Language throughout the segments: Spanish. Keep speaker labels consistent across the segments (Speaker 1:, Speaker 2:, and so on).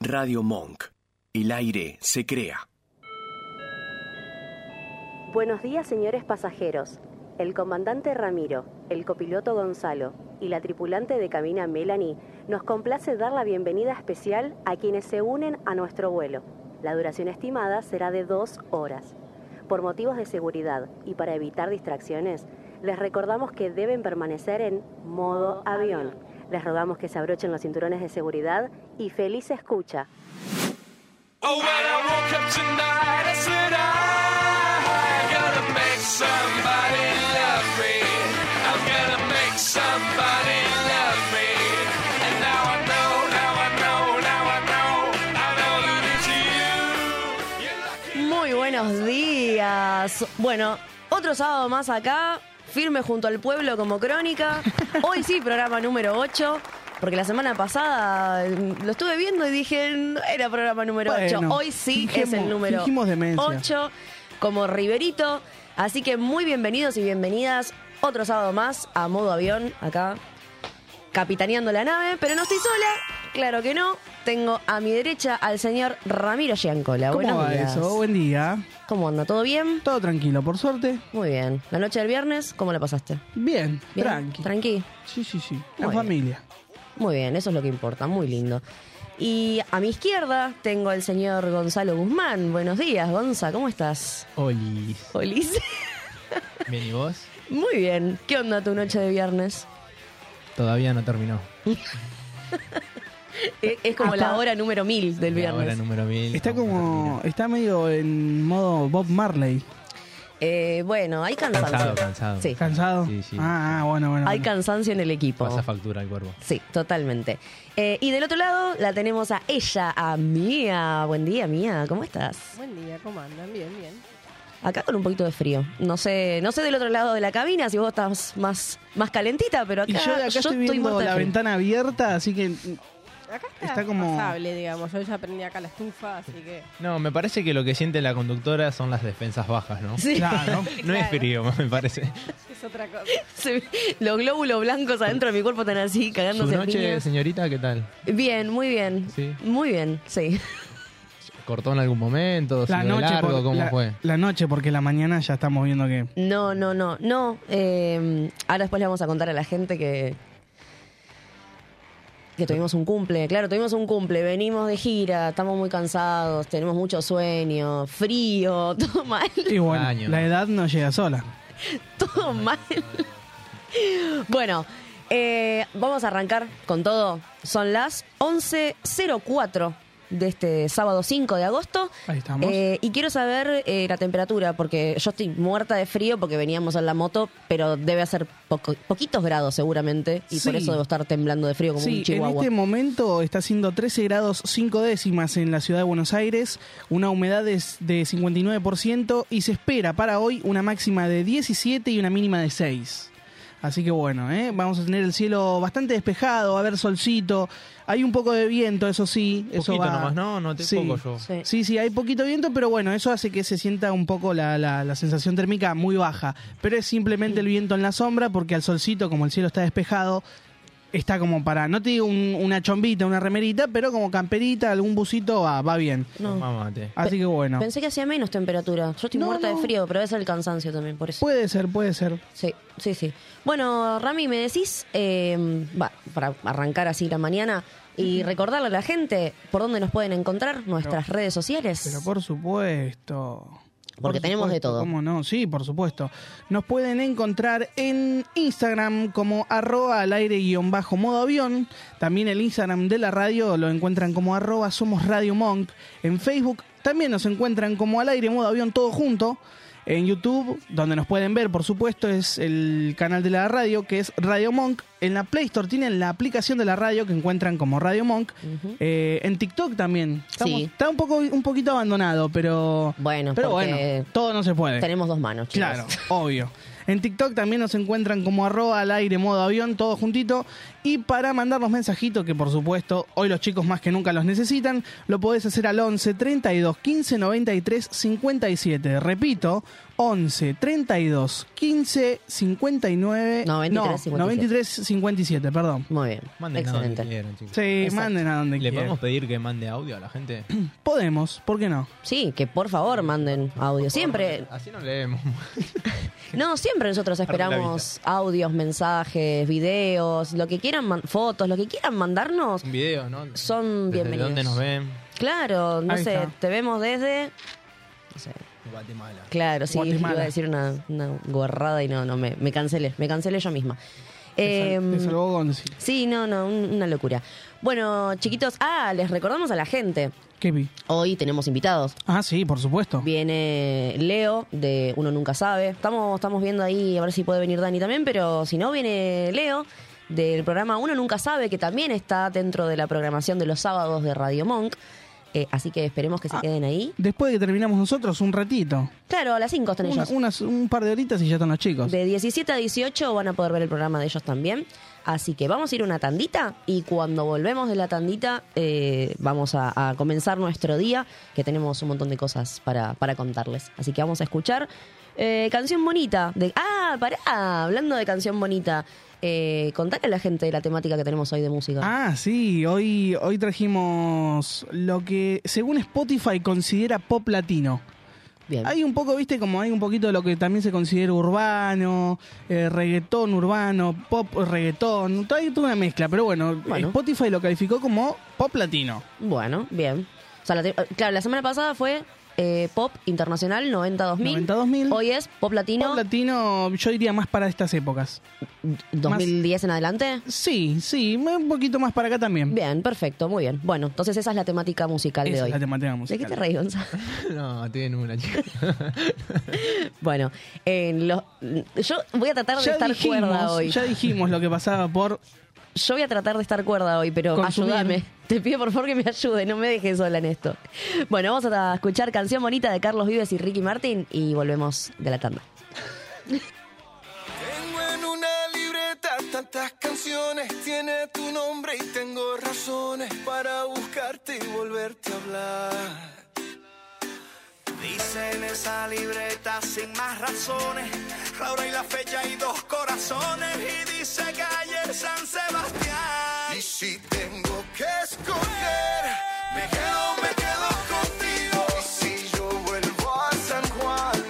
Speaker 1: Radio Monk. El aire se crea.
Speaker 2: Buenos días, señores pasajeros. El comandante Ramiro, el copiloto Gonzalo y la tripulante de cabina Melanie nos complace dar la bienvenida especial a quienes se unen a nuestro vuelo. La duración estimada será de dos horas. Por motivos de seguridad y para evitar distracciones, les recordamos que deben permanecer en modo avión. Les rogamos que se abrochen los cinturones de seguridad y feliz escucha.
Speaker 3: Oh, when I woke up tonight, I said I gotta make somebody love me. I'm gonna make somebody love me. And now I know, now I know, now I know, I know that it's you. You're lucky.
Speaker 4: Muy buenos días. Bueno, otro sábado más acá, firme junto al pueblo como crónica. Hoy sí, programa número 8. Porque la semana pasada mm, lo estuve viendo y dije, "No era programa número 8.
Speaker 5: Bueno,
Speaker 4: Hoy sí es
Speaker 5: fingimos-
Speaker 4: el número
Speaker 5: fingimos demencia.
Speaker 4: 8, como Riverito. Así que muy bienvenidos y bienvenidas. Otro sábado más a modo avión, acá, capitaneando la nave. Pero no estoy sola, claro que no. Tengo a mi derecha al señor Ramiro Giancola.
Speaker 5: ¿Cómo
Speaker 4: Buenos
Speaker 5: va
Speaker 4: días.
Speaker 5: eso? Buen día.
Speaker 4: ¿Cómo anda? ¿Todo bien?
Speaker 5: Todo tranquilo, por suerte.
Speaker 4: Muy bien. La noche del viernes, ¿cómo la pasaste?
Speaker 5: Bien,
Speaker 4: ¿Bien?
Speaker 5: tranqui.
Speaker 4: Tranqui.
Speaker 5: sí, sí, sí. La
Speaker 4: Bueno.
Speaker 5: familia.
Speaker 4: Muy bien, eso es lo que importa, muy lindo. Y a mi izquierda tengo al señor Gonzalo Guzmán. Buenos días, Gonza, ¿cómo estás?
Speaker 6: Oli.
Speaker 4: Olis.
Speaker 6: Bien, ¿y vos?
Speaker 4: Muy bien. ¿Qué onda tu noche de viernes?
Speaker 6: Todavía no terminó.
Speaker 4: Es, Eh, es como
Speaker 5: Apa.
Speaker 4: la hora número mil del
Speaker 6: La hora
Speaker 4: viernes.
Speaker 6: número 1000.
Speaker 5: Está como. Está medio en modo Bob Marley.
Speaker 4: Eh, bueno, hay cansancio.
Speaker 6: Cansado, cansado.
Speaker 4: Sí,
Speaker 5: ¿Cansado?
Speaker 6: Sí, sí.
Speaker 5: Ah, ah, bueno, bueno.
Speaker 4: hay
Speaker 5: bueno.
Speaker 4: cansancio en el equipo.
Speaker 6: Pasa factura al cuervo.
Speaker 4: Sí, totalmente. Eh, y del otro lado la tenemos a ella, a Mía. Buen día, Mía. ¿Cómo estás?
Speaker 7: Buen día, ¿cómo andan? Bien, bien.
Speaker 4: Acá con un poquito de frío. No sé, no sé del otro lado de la cabina si vos estás más, más calentita, pero acá
Speaker 5: Y yo de acá estoy viendo
Speaker 4: muerta de
Speaker 5: la
Speaker 4: frío.
Speaker 5: ventana abierta, así que.
Speaker 7: Acá está,
Speaker 5: Está como-
Speaker 7: pasable, digamos. Yo ya aprendí acá la estufa, así que...
Speaker 6: No, me parece que lo que siente la conductora son las defensas bajas, ¿no?
Speaker 4: Sí,
Speaker 5: Claro.
Speaker 6: No es
Speaker 7: Claro.
Speaker 6: frío, me parece.
Speaker 7: Es otra cosa.
Speaker 4: se ve- los glóbulos blancos adentro de mi cuerpo están así,
Speaker 6: Su
Speaker 4: cagándose en
Speaker 6: noche,
Speaker 4: piñas.
Speaker 6: señorita, ¿qué tal?
Speaker 4: Bien, muy bien.
Speaker 6: Sí.
Speaker 4: Muy bien, sí.
Speaker 6: ¿Cortó en algún momento?
Speaker 5: La
Speaker 6: ¿Siguió
Speaker 5: noche,
Speaker 6: largo?
Speaker 5: por-
Speaker 6: ¿Cómo
Speaker 5: la-
Speaker 6: fue?
Speaker 5: la noche, porque la mañana ya estamos viendo que.
Speaker 4: No, no, no, no. eh, ahora después le vamos a contar a la gente que. Que tuvimos un cumple, claro, tuvimos un cumple, venimos de gira, estamos muy cansados, tenemos mucho sueño, frío, todo mal.
Speaker 5: Y bueno,
Speaker 6: Año.
Speaker 5: la edad no llega sola.
Speaker 4: todo mal. Bueno, eh, vamos a arrancar con todo. Son las 11.04 de este sábado 5 de agosto.
Speaker 5: Ahí estamos.
Speaker 4: Eh, y quiero saber eh, la temperatura, porque yo estoy muerta de frío porque veníamos en la moto, pero debe hacer poco- poquitos grados seguramente, y por
Speaker 5: Sí.
Speaker 4: eso debo estar temblando de frío como un
Speaker 5: Sí, en
Speaker 4: chihuahua.
Speaker 5: este momento está haciendo 13 grados 5 décimas en la ciudad de Buenos Aires, una humedad de, de 59% y se espera para hoy una máxima de 17 y una mínima de 6. Así que bueno, ¿eh? vamos a tener el cielo bastante despejado, va a haber solcito, hay un poco de viento, eso sí, eso
Speaker 6: Poquito
Speaker 5: va-
Speaker 6: nomás, no, no te
Speaker 5: Sí.
Speaker 6: poco yo.
Speaker 4: Sí.
Speaker 5: Sí, sí, hay poquito viento, pero bueno, eso hace que se sienta un poco la, la- la sensación térmica muy baja. Pero es simplemente el viento en la sombra, porque al solcito, como el cielo está despejado, está como para, no te digo un- una chombita, una remerita, pero como camperita, algún busito va, va bien.
Speaker 4: No.
Speaker 6: Mamate.
Speaker 5: Así que bueno.
Speaker 4: Pensé que hacía menos temperatura. Yo estoy
Speaker 5: No,
Speaker 4: muerta de
Speaker 5: no.
Speaker 4: frío, pero debe ser el cansancio también, por eso.
Speaker 5: Puede ser, puede ser.
Speaker 4: Sí, sí, sí. Bueno, Rami, me decís, eh, va, para arrancar así la mañana y recordarle a la gente por dónde nos pueden encontrar nuestras redes sociales.
Speaker 5: Pero por supuesto.
Speaker 4: Porque
Speaker 5: Por
Speaker 4: tenemos de
Speaker 5: supuesto,
Speaker 4: todo.
Speaker 5: ¿Cómo no? Sí, por supuesto. Nos pueden encontrar en Instagram como arroba al aire guión bajo modo avión. También el Instagram de la radio lo encuentran como arroba somos Radio Monk. En Facebook también nos encuentran como al aire modo avión todo junto. En YouTube, donde nos pueden ver, por supuesto, es el canal de la radio, que es Radio Monk. En la Play Store tienen la aplicación de la radio que encuentran como Radio Monk. Eh, en TikTok también. Estamos-
Speaker 4: Sí.
Speaker 5: Está un poco, un poquito abandonado, pero.
Speaker 4: Bueno,
Speaker 5: pero
Speaker 4: porque
Speaker 5: bueno, todo no se puede.
Speaker 4: tenemos dos manos, chicos.
Speaker 5: Claro, obvio. En TikTok también nos encuentran como arroba al aire modo avión, todo juntito. Y para mandarnos mensajitos, que por supuesto hoy los chicos más que nunca los necesitan, lo podés hacer al 11 32 15 93 57. Repito, 11 32 15 59
Speaker 4: 93, 57.
Speaker 5: 93 57, perdón.
Speaker 4: Muy bien.
Speaker 6: Manden a donde
Speaker 4: Excelente.
Speaker 6: quieran, chicos.
Speaker 5: Sí,
Speaker 4: Exacto.
Speaker 5: manden a donde
Speaker 6: ¿Le
Speaker 5: quieran.
Speaker 6: podemos pedir que mande audio a la gente?
Speaker 5: Podemos, ¿por qué no?
Speaker 4: Sí, que por favor manden audio. Siempre,
Speaker 6: Así no leemos.
Speaker 4: no, siempre nosotros esperamos audios, mensajes, videos, lo que quieran, man- fotos, lo que quieran mandarnos.
Speaker 5: Mm.
Speaker 6: Un video, ¿no?
Speaker 4: Son
Speaker 6: Desde
Speaker 4: bienvenidos.
Speaker 6: dónde nos ven?
Speaker 4: Claro, no
Speaker 5: Ahí
Speaker 4: sé,
Speaker 5: está.
Speaker 4: te vemos desde... no sé,
Speaker 6: Guatemala.
Speaker 4: Claro, sí,
Speaker 5: Guatemala.
Speaker 4: iba a decir una, una gorrada y no, no, me, me cancelé, me cancelé yo misma.
Speaker 5: Te sal-
Speaker 4: Em,
Speaker 5: te salvó Gonzi.
Speaker 4: sí, no, no, un- una locura. Bueno, chiquitos, ah, les recordamos a la gente,
Speaker 5: ¿Qué vi?
Speaker 4: hoy tenemos invitados.
Speaker 5: Ah, sí, por supuesto.
Speaker 4: Viene Leo, de Uno Nunca Sabe. Estamos, estamos viendo ahí a ver si puede venir Dani también, pero si no, viene Leo del programa Uno Nunca Sabe, que también está dentro de la programación de los sábados de Radio Monk. Eh, así que esperemos que se queden ahí.
Speaker 5: Después de que terminamos nosotros, un ratito.
Speaker 4: Claro, a las 5 están
Speaker 5: Una-
Speaker 4: ellos.
Speaker 5: unas- un par de horitas y ya están los chicos.
Speaker 4: De 17 a 18 van a poder ver el programa de ellos también. Así que vamos a ir a una tandita y cuando volvemos de la tandita eh, vamos a, a comenzar nuestro día, que tenemos un montón de cosas para, para contarles. Así que vamos a escuchar eh, Canción Bonita. De, ah, pará, hablando de Canción Bonita, eh, contale a la gente la temática que tenemos hoy de música.
Speaker 5: Ah, sí, hoy, hoy trajimos lo que según Spotify considera pop latino.
Speaker 4: Bien.
Speaker 5: Hay un poco, viste, como hay un poquito de lo que también se considera urbano, eh, reggaetón urbano, pop eh, reggaetón, hay toda una mezcla, pero bueno,
Speaker 4: Bueno.
Speaker 5: Spotify lo calificó como pop latino.
Speaker 4: Bueno, bien. O sea, la te- claro, la semana pasada fue eh, Pop Internacional 90-2000.
Speaker 5: 90-2000.
Speaker 4: Hoy es Pop Latino
Speaker 5: Pop latino, yo diría más para estas épocas.
Speaker 4: 2010 en adelante.
Speaker 5: Sí, sí, un poquito más para acá también.
Speaker 4: Bien, perfecto, muy bien. Bueno, entonces esa es la temática musical
Speaker 5: Esa
Speaker 4: de
Speaker 5: es
Speaker 4: hoy.
Speaker 5: la temática
Speaker 4: ¿De qué
Speaker 5: musical.
Speaker 4: te reís, Gonzalo?
Speaker 6: No, tiene una chica.
Speaker 4: bueno, en los- yo voy a tratar de
Speaker 5: Ya
Speaker 4: estar cuerda
Speaker 5: dijimos,
Speaker 4: hoy.
Speaker 5: ya dijimos lo que pasaba por
Speaker 4: Yo voy a tratar de estar cuerda hoy, pero
Speaker 5: Consumir.
Speaker 4: ayúdame. Te pido por favor que me ayude, no me dejes sola en esto. Bueno, vamos a escuchar Canción Bonita de Carlos Vives y Ricky Martin y volvemos de la tanda.
Speaker 8: Tengo en una libreta tantas canciones, tiene tu nombre y tengo razones para buscarte y volverte a hablar.
Speaker 9: Dice en esa libreta sin más razones, la hora y la fecha y dos corazones. Y dice calle San Sebastián.
Speaker 8: Y si tengo que escoger, me quedo, me quedo contigo. Y si yo vuelvo a San Juan,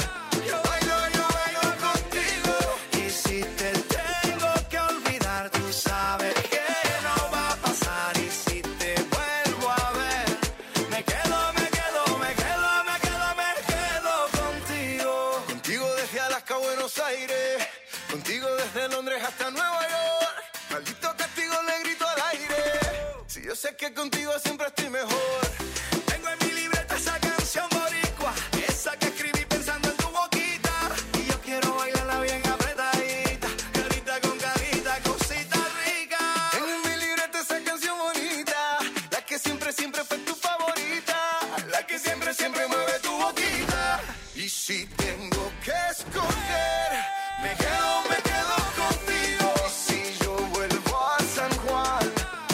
Speaker 8: yo bailo, yo bailo contigo.
Speaker 9: Y si te tengo que olvidar, tú sabes que no va a pasar. Y si te vuelvo a ver, me quedo, me quedo, me quedo, me quedo, me quedo contigo.
Speaker 8: Contigo desde Alaska a Buenos Aires, contigo desde Londres hasta Nueva York. Maldito castigo le grito al aire. Si yo sé que contigo siempre estoy mejor.
Speaker 9: Tengo en mi libreta esa canción boricua, esa que escribí pensando en tu boquita. Y yo quiero bailarla bien apretadita, carita con carita, cosita rica.
Speaker 8: Tengo en mi libreta esa canción bonita, la que siempre, siempre fue tu favorita, la que siempre, siempre mueve tu boquita. Y si tengo que escoger, me quedo, me quedo contigo. Y si yo vuelvo a San Juan,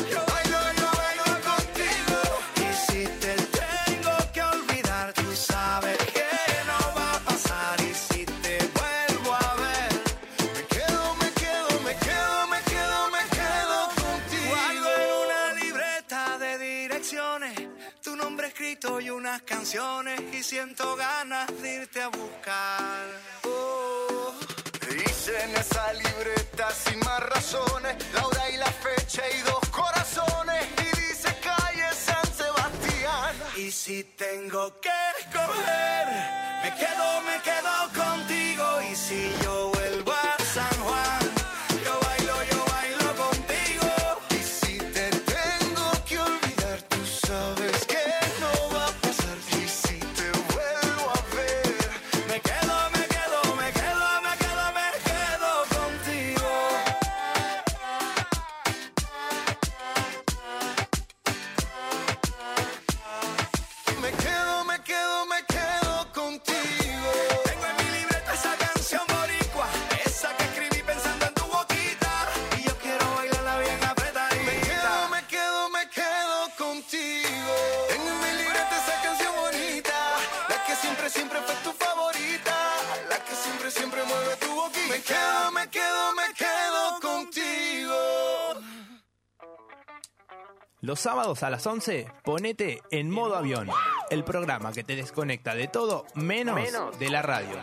Speaker 8: yo bailo, yo bailo contigo.
Speaker 9: Y si te tengo que olvidar, tú sabes que no va a pasar. Y si te vuelvo a ver,
Speaker 8: Me quedo, me quedo, me quedo, me quedo, me quedo contigo.
Speaker 9: Guardo en una libreta de direcciones tu nombre escrito y unas canciones y siento ganas de irte a buscar.
Speaker 8: Oh, Dice en esa libreta sin más razones, la hora y la fecha y dos corazones. Y dice calle San Sebastián.
Speaker 9: Y si tengo que escoger, me quedo, me quedo contigo. Y si yo vuelvo a San Juan, yo bailo, yo bailo contigo.
Speaker 8: Y si te tengo que olvidar, tú sabes que no va a pasar. Y si te vuelvo a ver,
Speaker 9: Me quedo, me quedo, me quedo, me quedo, me quedo contigo.
Speaker 8: me quedo, me quedo, me quedo contigo.
Speaker 9: Tengo en mi libreta esa canción morir
Speaker 6: Los sábados a las 11, ponete en modo avión, el programa que te desconecta de todo menos, de la radio.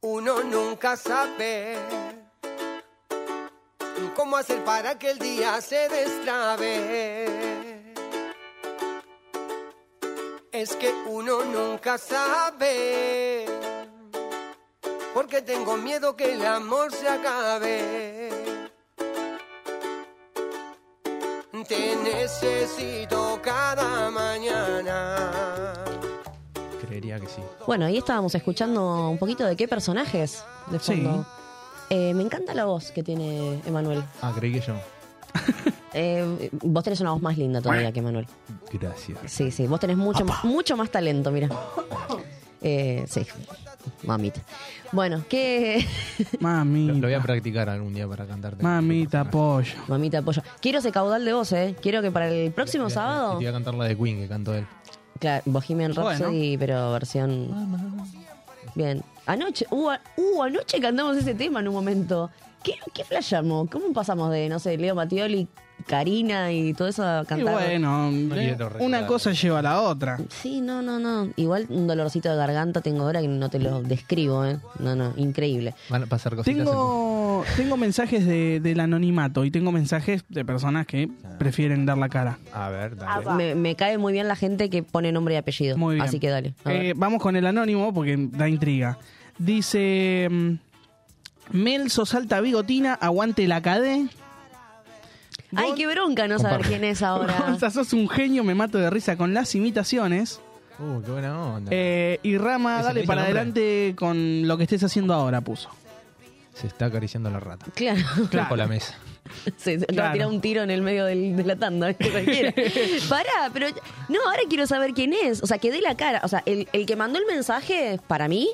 Speaker 10: Uno nunca sabe cómo hacer para que el día se destrabe. Es que uno nunca sabe, porque tengo miedo que el amor se acabe. Te necesito cada mañana.
Speaker 6: Creería que sí.
Speaker 4: Bueno, ahí estábamos escuchando un poquito de qué personajes de
Speaker 5: Sí.
Speaker 4: fondo. Eh, me encanta la voz que tiene Emanuel.
Speaker 6: Ah, creí que yo.
Speaker 4: Eh, vos tenés una voz más linda todavía que Emanuel.
Speaker 6: Gracias.
Speaker 4: Sí, sí, vos tenés mucho, mucho más talento, mira. Eh, sí, mamita. Bueno, ¿qué,
Speaker 5: Mami.
Speaker 6: Lo, lo voy a practicar algún día para cantarte.
Speaker 5: Mamita, pollo.
Speaker 4: Mamita apoyo. Quiero ese caudal de voz, ¿eh? Quiero que para el próximo
Speaker 6: Y- y- y
Speaker 4: sábado.
Speaker 6: Te voy a cantar la de Queen que cantó él.
Speaker 4: Claro, Bohemian Rhapsody, pero versión. Bien. Anoche, uh, a- uh, anoche cantamos ese tema en un momento. ¿Qué, qué flashamos? ¿Cómo pasamos de, no sé, Leo Matioli, Karina y todo eso a
Speaker 5: Y
Speaker 4: cantar?
Speaker 5: bueno, eh,
Speaker 6: quiero recordar.
Speaker 5: una cosa lleva a la otra.
Speaker 4: Sí, no, no, no. Igual un dolorcito de garganta tengo ahora que no te lo describo, ¿eh? No, no, increíble.
Speaker 6: Van a pasar cositas.
Speaker 5: Tengo, tengo mensajes de- del anonimato y tengo mensajes de personas que
Speaker 6: Ah.
Speaker 5: prefieren dar la cara.
Speaker 6: en- A ver, dale.
Speaker 4: Me, me cae muy bien la gente que pone nombre y apellido.
Speaker 5: Muy bien.
Speaker 4: Así que dale. a ver.
Speaker 5: Eh, vamos con el anónimo porque da intriga. Dice: mm, Melso salta bigotina, aguante la cadé.
Speaker 4: Ay, qué bronca no saber
Speaker 6: Comparto.
Speaker 4: quién es ahora.
Speaker 5: Gonza, sos un genio, me mato de risa con las imitaciones.
Speaker 6: Uh, qué buena onda.
Speaker 5: Eh, y Rama,
Speaker 6: ¿Ese
Speaker 5: dale
Speaker 6: te
Speaker 5: para
Speaker 6: dice el nombre?
Speaker 5: adelante con lo que estés haciendo ahora, puso.
Speaker 6: Se está acariciando la rata.
Speaker 4: Claro.
Speaker 5: Claro.
Speaker 6: Con la mesa.
Speaker 4: Se se-
Speaker 5: Claro.
Speaker 4: va a tirar un tiro en el medio del- de la tanda, ¿viste? Cualquiera. Pará, pero. No, ahora quiero saber quién es. O sea, que dé la cara. O sea, el, el que mandó el mensaje, para mí,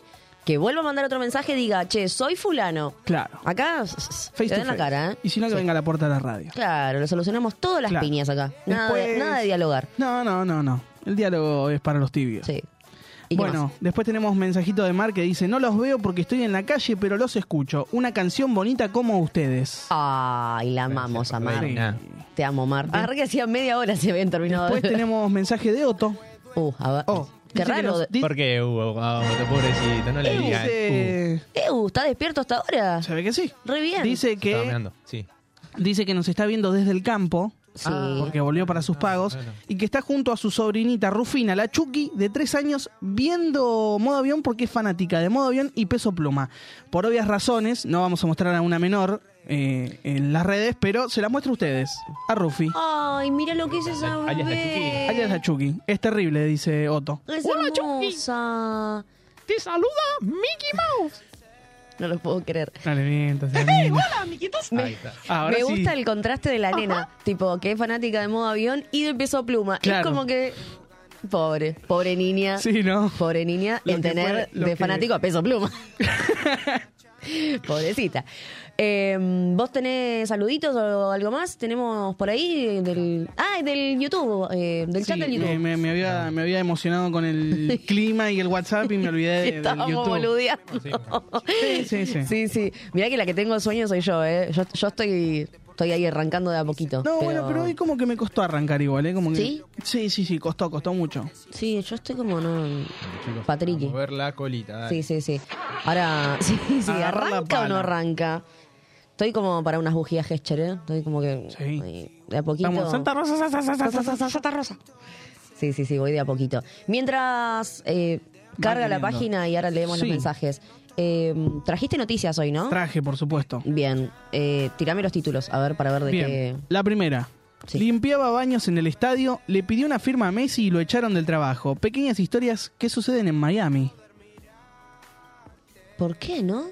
Speaker 4: que vuelva a mandar otro mensaje, diga, che, soy Fulano.
Speaker 5: Claro.
Speaker 4: Acá, s- s-
Speaker 5: Face
Speaker 4: que
Speaker 5: to
Speaker 4: den la
Speaker 5: face.
Speaker 4: cara, ¿eh?
Speaker 5: Y si no, que
Speaker 4: Sí.
Speaker 5: venga a la puerta de la radio.
Speaker 4: Claro, lo solucionamos todas las
Speaker 5: Claro.
Speaker 4: piñas acá. Nada, de,
Speaker 5: Después-
Speaker 4: nada de dialogar.
Speaker 5: No, no, no, no. El diálogo es para los tibios.
Speaker 4: Sí. ¿Y qué
Speaker 5: Bueno,
Speaker 4: más?
Speaker 5: después tenemos mensajito de Mar que dice, no los veo porque estoy en la calle, pero los escucho. Una canción bonita como ustedes.
Speaker 4: Ah. Ay, la amamos, Amar.
Speaker 5: Sí.
Speaker 6: Nada.
Speaker 4: Te amo, Mar. Ah, re que hacía media hora se habían terminado.
Speaker 5: Después
Speaker 4: de-
Speaker 5: tenemos mensaje de Otto.
Speaker 4: Uh, a ver.
Speaker 5: Oh,
Speaker 4: Qué
Speaker 5: dice que
Speaker 4: raro.
Speaker 5: nos- di-
Speaker 6: ¿Por qué, Hugo? Ah, pobrecito, no le digas. Uh,
Speaker 5: Dice...
Speaker 4: Eu, ¿está despierto hasta ahora?
Speaker 5: Se ve que sí.
Speaker 4: Re bien.
Speaker 5: Dice
Speaker 6: estaba
Speaker 5: que,
Speaker 6: meando, Sí.
Speaker 5: dice que nos está viendo desde el campo. ah,
Speaker 4: Sí.
Speaker 5: Porque volvió para sus pagos.
Speaker 6: Ah, bueno.
Speaker 5: Y que está junto a su sobrinita Rufina, la Chucky, de tres años, viendo modo avión porque es fanática de modo avión y peso pluma. Por obvias razones, no vamos a mostrar a una menor eh, en las redes, pero se las muestro a ustedes. A Rufi.
Speaker 4: Ay, mira lo que es esa
Speaker 6: Alias la
Speaker 4: bebé.
Speaker 6: Chucky.
Speaker 5: Allá está Chucky. Es terrible, dice Otto.
Speaker 4: Es hermosa.
Speaker 6: Te saluda Mickey Mouse.
Speaker 4: No lo puedo creer.
Speaker 5: Dale, bien, entonces.
Speaker 6: Ahí está.
Speaker 5: Ahora
Speaker 4: Me
Speaker 5: sí.
Speaker 4: gusta el contraste de la nena, tipo que es fanática de modo avión y de peso pluma. Es
Speaker 5: Claro.
Speaker 4: como que pobre, pobre niña,
Speaker 5: Sí, ¿no?
Speaker 4: pobre niña
Speaker 5: Lo
Speaker 4: en
Speaker 5: que
Speaker 4: tener
Speaker 5: fue- lo
Speaker 4: de
Speaker 5: que-
Speaker 4: fanático a peso pluma. Pobrecita. Eh, ¿Vos tenés saluditos o algo más? Tenemos por ahí del ah del YouTube, eh, del chat
Speaker 5: Sí,
Speaker 4: del YouTube.
Speaker 5: me, me- me había, me había emocionado con el clima y el WhatsApp y me olvidé de, del
Speaker 4: Estábamos
Speaker 5: YouTube.
Speaker 4: boludeando.
Speaker 5: Sí, sí, sí.
Speaker 4: Sí, sí. Mirá que la que tengo el sueño soy yo, ¿eh? Yo, yo estoy, estoy ahí arrancando de a poquito.
Speaker 5: No, bueno, pero hoy como que me costó arrancar igual, ¿eh? Como que-
Speaker 4: ¿Sí?
Speaker 5: Sí, sí, sí, costó, costó mucho.
Speaker 4: Sí, yo estoy como no...
Speaker 6: Chicos,
Speaker 4: Patricky.
Speaker 6: a Mover la colita. dale.
Speaker 4: Sí, sí, sí. Ahora, sí, sí,
Speaker 5: Agarrar la
Speaker 4: ¿arranca o no
Speaker 5: pala.
Speaker 4: arranca? Estoy como para unas bujías gesture, ¿eh? Estoy como que...
Speaker 5: Sí.
Speaker 4: ahí, De a poquito...
Speaker 5: Estamos, Santa Rosa, Santa Rosa, Santa Rosa, Santa Rosa.
Speaker 4: Sí, sí, sí, voy de a poquito. Mientras eh, carga la
Speaker 5: teniendo.
Speaker 4: página y ahora leemos los
Speaker 5: Sí.
Speaker 4: mensajes. Eh, trajiste noticias hoy, ¿no?
Speaker 5: Traje, por supuesto.
Speaker 4: Bien. Eh, tirame los títulos, a ver, para ver de qué...
Speaker 5: Bien, la primera.
Speaker 4: Sí.
Speaker 5: Limpiaba baños en el estadio, le pidió una firma a Messi y lo echaron del trabajo. Pequeñas historias que suceden en Miami.
Speaker 4: ¿Por qué, no?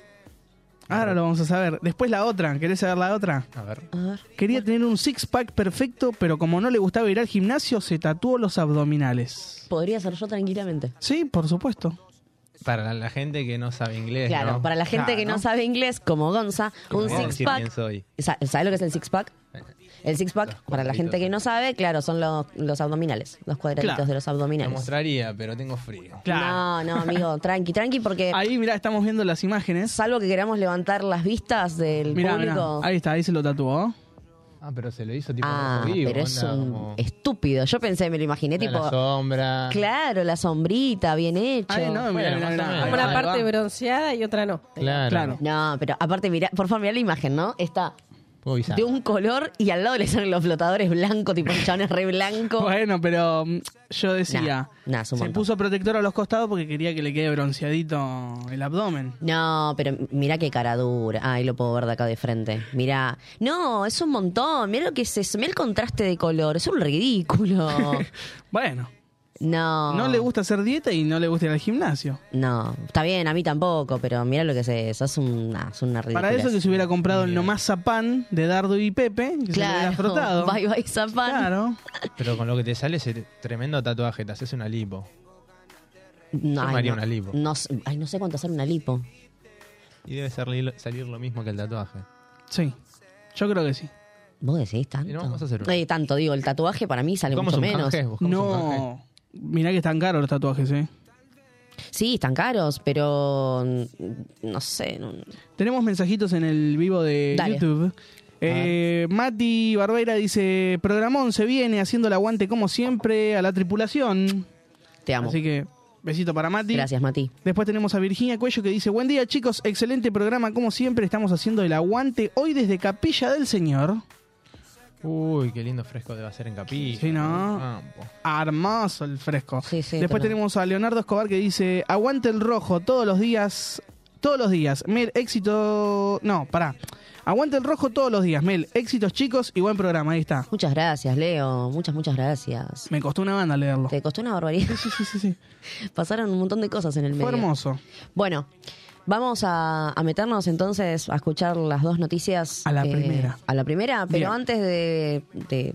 Speaker 5: Ahora lo vamos a saber. Después la otra, ¿querés saber la otra?
Speaker 6: A ver.
Speaker 4: A ver.
Speaker 5: Quería tener un six-pack perfecto, pero como no le gustaba ir al gimnasio, se tatuó los abdominales.
Speaker 4: Podría ser yo tranquilamente.
Speaker 5: Sí, por supuesto.
Speaker 6: Para la, la gente que no sabe inglés.
Speaker 4: Claro,
Speaker 6: ¿no?
Speaker 4: para la gente que no
Speaker 5: Claro.
Speaker 4: sabe inglés, como Gonza,
Speaker 6: No
Speaker 4: un
Speaker 6: voy a decir
Speaker 4: six-pack...
Speaker 6: quién soy.
Speaker 4: ¿Sabes lo que es el six-pack? El six-pack, para la gente que no sabe, claro, son los, los abdominales, los cuadraditos
Speaker 5: Claro.
Speaker 4: de los
Speaker 11: Te
Speaker 4: abdominales.
Speaker 11: mostraría, pero tengo frío.
Speaker 4: No, no, amigo, tranqui, tranqui, porque
Speaker 5: Ahí, mirá, estamos viendo las imágenes.
Speaker 4: salvo que queramos levantar las vistas del
Speaker 5: Mirá, mirá.
Speaker 4: público.
Speaker 5: Ahí está, ahí se lo tatuó.
Speaker 11: Ah, pero se lo hizo tipo
Speaker 4: Ah,
Speaker 11: vivo,
Speaker 4: pero es
Speaker 11: onda,
Speaker 4: un
Speaker 11: como-
Speaker 4: estúpido. Yo pensé, me lo imaginé,
Speaker 11: Está en la
Speaker 4: tipo,
Speaker 11: sombra.
Speaker 4: claro, la sombrita, bien hecho.
Speaker 5: Ahí, no, mirá,
Speaker 11: Bueno,
Speaker 5: mirá,
Speaker 11: más
Speaker 5: mirá.
Speaker 11: o menos.
Speaker 5: Ahí va,
Speaker 7: Una
Speaker 5: ahí
Speaker 7: parte
Speaker 5: va.
Speaker 7: bronceada y otra no.
Speaker 11: Claro.
Speaker 5: Claro.
Speaker 4: No, pero aparte, mirá, por favor, mirá la imagen, ¿no? Está
Speaker 11: Puedo avisar.
Speaker 4: de un color y al lado le salen los flotadores blancos, tipo el chabón es re blanco.
Speaker 5: Bueno, pero mm, yo decía,
Speaker 4: Nah, nah, es un
Speaker 5: se
Speaker 4: montón.
Speaker 5: puso protector a los costados porque quería que le quede bronceadito el abdomen.
Speaker 4: No, pero mirá qué cara dura. Ahí lo puedo ver de acá de frente. Mirá. No, es un montón. Mirá lo que es eso. Mirá el contraste de color. Es un ridículo.
Speaker 5: Bueno,
Speaker 4: No.
Speaker 5: no le gusta hacer dieta y no le gusta ir al gimnasio.
Speaker 4: No. Está bien, a mí tampoco, pero mirá lo que es eso. Es, un, nah, es una ridícula.
Speaker 5: Para eso que se hubiera comprado el nomás pan de Dardo y Pepe, que se lo hubiera frotado.
Speaker 4: Bye bye, Zapán.
Speaker 5: Claro.
Speaker 11: Pero con lo que te sale ese tremendo tatuaje, te haces una lipo.
Speaker 4: No,
Speaker 11: Yo
Speaker 4: ay,
Speaker 11: me haría
Speaker 4: no,
Speaker 11: una lipo.
Speaker 4: No, sé- ay, no sé cuánto hacer una lipo.
Speaker 11: Y debe salir, salir lo mismo que el tatuaje.
Speaker 5: Sí, yo creo que sí.
Speaker 4: ¿Vos decís tanto?
Speaker 11: Y no vamos a hacer una.
Speaker 4: Eh, tanto, digo, el tatuaje para mí sale
Speaker 11: ¿Buscamos
Speaker 4: mucho
Speaker 11: un
Speaker 4: menos.
Speaker 11: canje? ¿Buscamos un canje?
Speaker 5: No, mirá que están caros los tatuajes, ¿eh?
Speaker 4: Sí, están caros, pero mm, no sé. no-
Speaker 5: Tenemos mensajitos en el vivo de
Speaker 4: Dale.
Speaker 5: YouTube. Eh, Mati Barbeira dice, programón se viene haciendo el aguante como siempre a la tripulación.
Speaker 4: te amo.
Speaker 5: Así que, besito para Mati.
Speaker 4: Gracias, Mati.
Speaker 5: Después tenemos a Virginia Cuello que dice, buen día chicos, excelente programa como siempre, estamos haciendo el aguante hoy desde Capilla del Señor.
Speaker 11: Uy, qué lindo fresco debe hacer en Capilla.
Speaker 5: Sí, ¿no?
Speaker 11: Campo.
Speaker 5: Hermoso el fresco.
Speaker 4: Sí, sí,
Speaker 5: Después
Speaker 4: total.
Speaker 5: tenemos a Leonardo Escobar que dice, aguante el rojo todos los días, todos los días, Mel, éxito... No, pará. Aguante el rojo todos los días, Mel, éxitos chicos y buen programa, ahí está.
Speaker 4: Muchas gracias, Leo. Muchas, muchas gracias.
Speaker 5: Me costó una banda leerlo.
Speaker 4: Te costó una barbaridad.
Speaker 5: Sí, sí, sí, sí.
Speaker 4: Pasaron un montón de cosas en el medio.
Speaker 5: Fue hermoso.
Speaker 4: Bueno, vamos a, a meternos entonces a escuchar las dos noticias. eh,
Speaker 5: A la primera.
Speaker 4: A la primera, pero
Speaker 5: Bien.
Speaker 4: antes de, de- de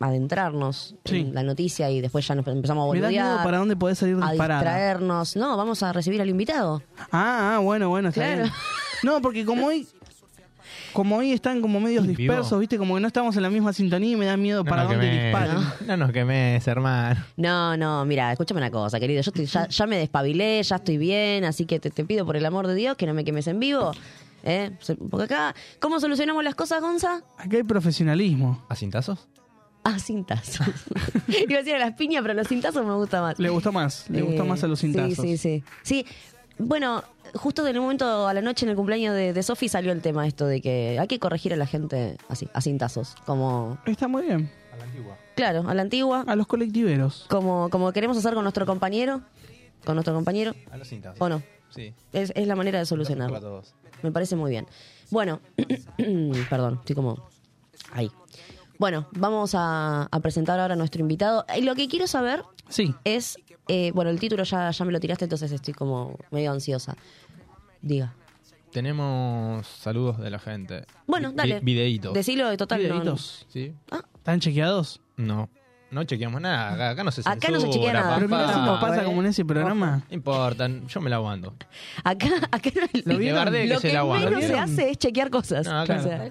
Speaker 4: adentrarnos
Speaker 5: Sí.
Speaker 4: en la noticia y después ya nos empezamos a
Speaker 5: Me da miedo
Speaker 4: boludear,
Speaker 5: para dónde podés salir
Speaker 4: a
Speaker 5: disparada.
Speaker 4: distraernos. No, vamos a recibir al invitado.
Speaker 5: Ah, ah, bueno, bueno, está
Speaker 4: Claro.
Speaker 5: bien. No, porque como hoy... Como hoy están como medios
Speaker 11: ¿En vivo?
Speaker 5: dispersos, viste, como que no estamos en la misma sintonía y me da miedo
Speaker 11: No
Speaker 5: para
Speaker 11: nos
Speaker 5: dónde
Speaker 11: quemes,
Speaker 5: disparen.
Speaker 4: Ah.
Speaker 11: No nos quemes, hermano.
Speaker 4: No, no, mira, escúchame una cosa, querido. Yo estoy- ya, ya me despabilé, ya estoy bien, así que te, te pido por el amor de Dios que no me quemes en vivo. ¿eh? Se- Porque acá, ¿cómo solucionamos las cosas, Gonza?
Speaker 5: Acá hay profesionalismo.
Speaker 11: ¿A cintazos?
Speaker 4: Ah, cintazos. Iba a decir a las piñas, pero los cintazos me gusta más.
Speaker 5: Le gustó más, le gustó
Speaker 4: Eh,
Speaker 5: más a los cintazos.
Speaker 4: Sí, sí, sí. Sí, bueno, justo en el momento a la noche en el cumpleaños de, de Sofi salió el tema esto de que hay que corregir a la gente así, a cintazos. Como,
Speaker 5: Está muy bien.
Speaker 11: A la antigua.
Speaker 4: claro, a la antigua,
Speaker 5: A los colectiveros.
Speaker 4: como, como queremos hacer con nuestro compañero, con nuestro compañero,
Speaker 11: A los cintazos.
Speaker 4: o no.
Speaker 11: Sí.
Speaker 4: Es, es la manera de solucionarlo.
Speaker 11: A todos.
Speaker 4: Me parece muy bien. Bueno, perdón, estoy como ahí. Bueno, vamos a, a presentar ahora a nuestro invitado. Y lo que quiero saber
Speaker 5: Sí.
Speaker 4: es, eh, bueno, el título ya, ya me lo tiraste, entonces estoy como medio ansiosa. Diga.
Speaker 11: Tenemos saludos de la gente.
Speaker 4: Bueno,
Speaker 11: Vi-
Speaker 4: dale.
Speaker 11: Videitos.
Speaker 4: Decilo de total. no-
Speaker 5: Videitos.
Speaker 11: ¿Sí?
Speaker 5: ¿Están chequeados?
Speaker 11: No. No chequeamos nada. Acá, acá no se
Speaker 4: Acá no se
Speaker 11: censura,
Speaker 4: chequea nada.
Speaker 5: Pero mirá
Speaker 11: papá.
Speaker 5: cómo pasa
Speaker 4: eh.
Speaker 5: como en ese programa.
Speaker 11: No importa, yo me la aguanto.
Speaker 4: acá, acá no-
Speaker 5: ¿Lo
Speaker 11: El que
Speaker 5: vieron?
Speaker 11: bardee
Speaker 4: lo
Speaker 11: que se
Speaker 4: que
Speaker 11: la aguanta.
Speaker 4: menos se
Speaker 5: ¿Vieron?
Speaker 4: hace es chequear cosas.
Speaker 11: No, acá
Speaker 4: O sea,
Speaker 11: no.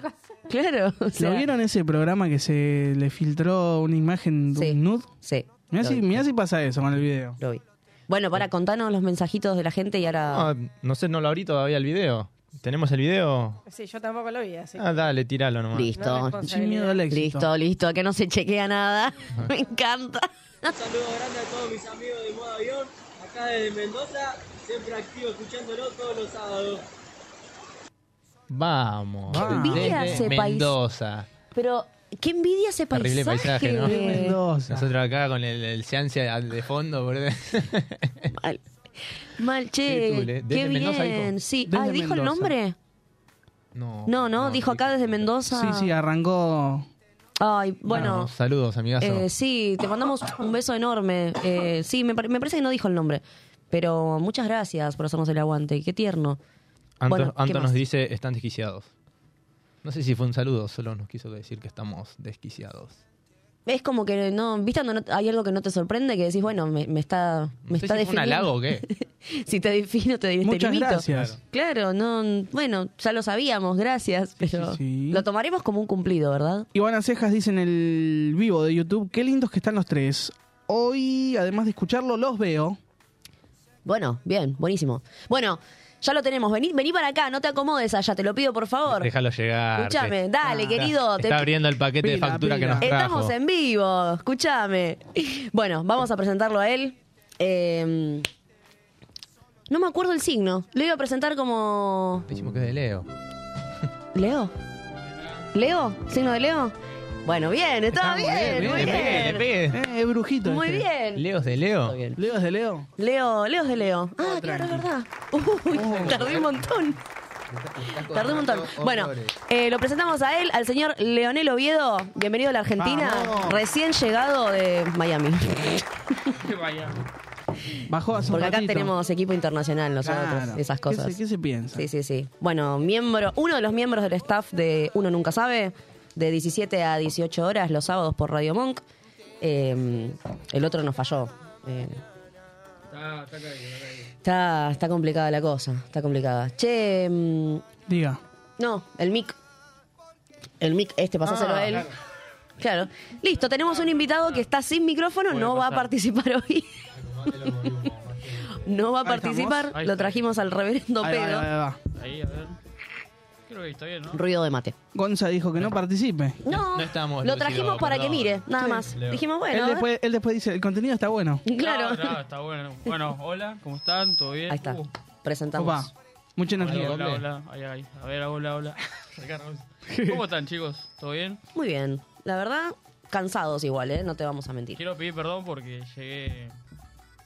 Speaker 4: claro. o sea,
Speaker 5: ¿Lo vieron ese programa que se le filtró una imagen de
Speaker 4: Sí.
Speaker 5: un nude?
Speaker 4: Sí.
Speaker 5: Mirá
Speaker 4: lo
Speaker 5: si,
Speaker 4: vi,
Speaker 5: mirá si pasa eso con el video.
Speaker 4: lo vi. Bueno, para contanos los mensajitos de la gente y ahora.
Speaker 11: No, no sé, no lo abrí todavía el video. ¿Tenemos el video?
Speaker 7: Sí, yo tampoco lo vi, así. que
Speaker 11: Ah, dale, tiralo nomás.
Speaker 7: no
Speaker 4: listo.
Speaker 7: responsabilidad.
Speaker 5: Sin miedo al éxito.
Speaker 4: Listo, listo, que no se chequea nada. Me encanta.
Speaker 9: saludo grande a todos mis amigos de Modo Avión, acá desde Mendoza, siempre activo escuchándolo todos los sábados.
Speaker 11: Vamos.
Speaker 5: Qué
Speaker 4: envidia ese
Speaker 11: Desde
Speaker 4: país.
Speaker 11: Mendoza.
Speaker 4: Pero qué envidia ese paisaje.
Speaker 11: Terrible paisaje, ¿no?
Speaker 5: Qué Mendoza.
Speaker 11: Nosotros acá con el, el seance al- de fondo, boludo.
Speaker 4: Mal. Mal, che.
Speaker 11: Sí, tú, le-
Speaker 4: qué
Speaker 11: desde
Speaker 4: bien.
Speaker 11: Mendoza dijo.
Speaker 4: Sí.
Speaker 5: Desde
Speaker 4: Ay, ¿dijo el
Speaker 5: Mendoza.
Speaker 4: nombre?
Speaker 11: No,
Speaker 4: No, no, dijo acá desde Mendoza.
Speaker 5: Sí, sí, arrancó.
Speaker 4: Ay,
Speaker 11: Bueno,
Speaker 4: bueno.
Speaker 11: saludos, amigazo.
Speaker 4: eh, sí, te mandamos un beso enorme. Eh, sí, me, pare- me parece que no dijo el nombre. Pero muchas gracias por hacernos el aguante. Qué tierno.
Speaker 11: Anto,
Speaker 4: bueno, ¿qué
Speaker 11: Anto
Speaker 4: más?
Speaker 11: nos dice, están desquiciados. No sé si fue un saludo, solo nos quiso decir que estamos desquiciados.
Speaker 4: Es como que no, viste, cuando no- hay algo que no te sorprende, que decís, bueno, me, me está, me
Speaker 11: No sé
Speaker 4: está
Speaker 11: si fue un
Speaker 4: definiendo.
Speaker 11: halago o qué.
Speaker 4: si te defino, te, te
Speaker 5: Muchas
Speaker 4: limito.
Speaker 5: gracias.
Speaker 4: Claro, no, bueno, ya lo sabíamos, gracias, pero lo tomaremos como un cumplido, ¿verdad?
Speaker 5: Ivana Cejas dice en el vivo de YouTube, qué lindos que están los tres. Hoy, además de escucharlo, los veo.
Speaker 4: Bueno, bien, buenísimo. Bueno, ya lo tenemos. Vení, vení para acá, no te acomodes allá, te lo pido por favor.
Speaker 11: Déjalo llegar.
Speaker 4: Escúchame,
Speaker 11: que-
Speaker 4: dale,
Speaker 11: Está-
Speaker 4: querido,
Speaker 11: Está,
Speaker 4: te-
Speaker 11: abriendo el paquete de factura que nos trajo.
Speaker 4: Estamos en vivo, escúchame. Bueno, vamos a presentarlo a él. Eh, no me acuerdo el signo. Lo iba a presentar como.
Speaker 11: Dijimos que es de Leo.
Speaker 4: ¿Leo? ¿Leo? ¿Signo de Leo? Bueno, bien,
Speaker 11: Ah,
Speaker 4: estaba bien, muy bien.
Speaker 5: Eh, es brujito.
Speaker 4: Muy
Speaker 5: este.
Speaker 4: bien.
Speaker 11: ¿Leo es de Leo?
Speaker 5: Leo es de Leo.
Speaker 4: Leo, Leo es de Leo. Ah, claro, es verdad. Uy, tardé un montón. Tardé un montón. Bueno, eh, lo presentamos a él, al señor Leonel Oviedo. Bienvenido a la Argentina.
Speaker 5: Vamos.
Speaker 4: Recién llegado de Miami.
Speaker 5: Bajó hace un
Speaker 4: Porque acá
Speaker 5: ratito.
Speaker 4: tenemos equipo internacional nosotros,
Speaker 5: Claro.
Speaker 4: esas
Speaker 5: ¿Qué se-
Speaker 4: cosas.
Speaker 5: qué se piensa?
Speaker 4: Sí, sí, sí. Bueno, miembro, uno de los miembros del staff de Uno Nunca Sabe, de 17 a 18 horas los sábados por Radio Monk. Eh, el otro nos falló. Eh, está, está complicada la cosa, está complicada. Che, mm,
Speaker 5: Diga.
Speaker 4: no, el mic. El mic este, pasáselo
Speaker 5: Ah,
Speaker 4: a él. Claro. Listo, tenemos un invitado que está sin micrófono,
Speaker 12: Puede
Speaker 4: no va a
Speaker 12: pasar.
Speaker 4: participar hoy. no va
Speaker 12: Ahí
Speaker 4: a
Speaker 12: estamos.
Speaker 4: participar,
Speaker 12: Ahí
Speaker 4: lo
Speaker 12: está.
Speaker 4: trajimos al reverendo
Speaker 5: Ahí va,
Speaker 4: pedo.
Speaker 5: ahí va, ahí
Speaker 12: Ahí, a ver. Creo que está bien, ¿no?
Speaker 4: Ruido de mate.
Speaker 5: Gonza dijo que no participe.
Speaker 4: No, lo trajimos para que mire, nada más.
Speaker 12: Leo.
Speaker 4: Dijimos,
Speaker 5: él,
Speaker 4: bueno, a ver.
Speaker 5: después, él después dice, el contenido está bueno.
Speaker 12: No, no, está bueno. Bueno, hola, ¿cómo están? ¿Todo bien?
Speaker 4: Ahí está.
Speaker 12: Uh,
Speaker 4: presentamos.
Speaker 5: Opa, mucha energía.
Speaker 12: hola, hola, hola. Ahí, ahí. A ver, hola, hola. Acá, Raúl. ¿Cómo están, chicos? ¿Todo bien?
Speaker 4: Muy bien, la verdad, cansados igual, ¿eh? no te vamos a mentir.
Speaker 12: Quiero pedir perdón porque llegué...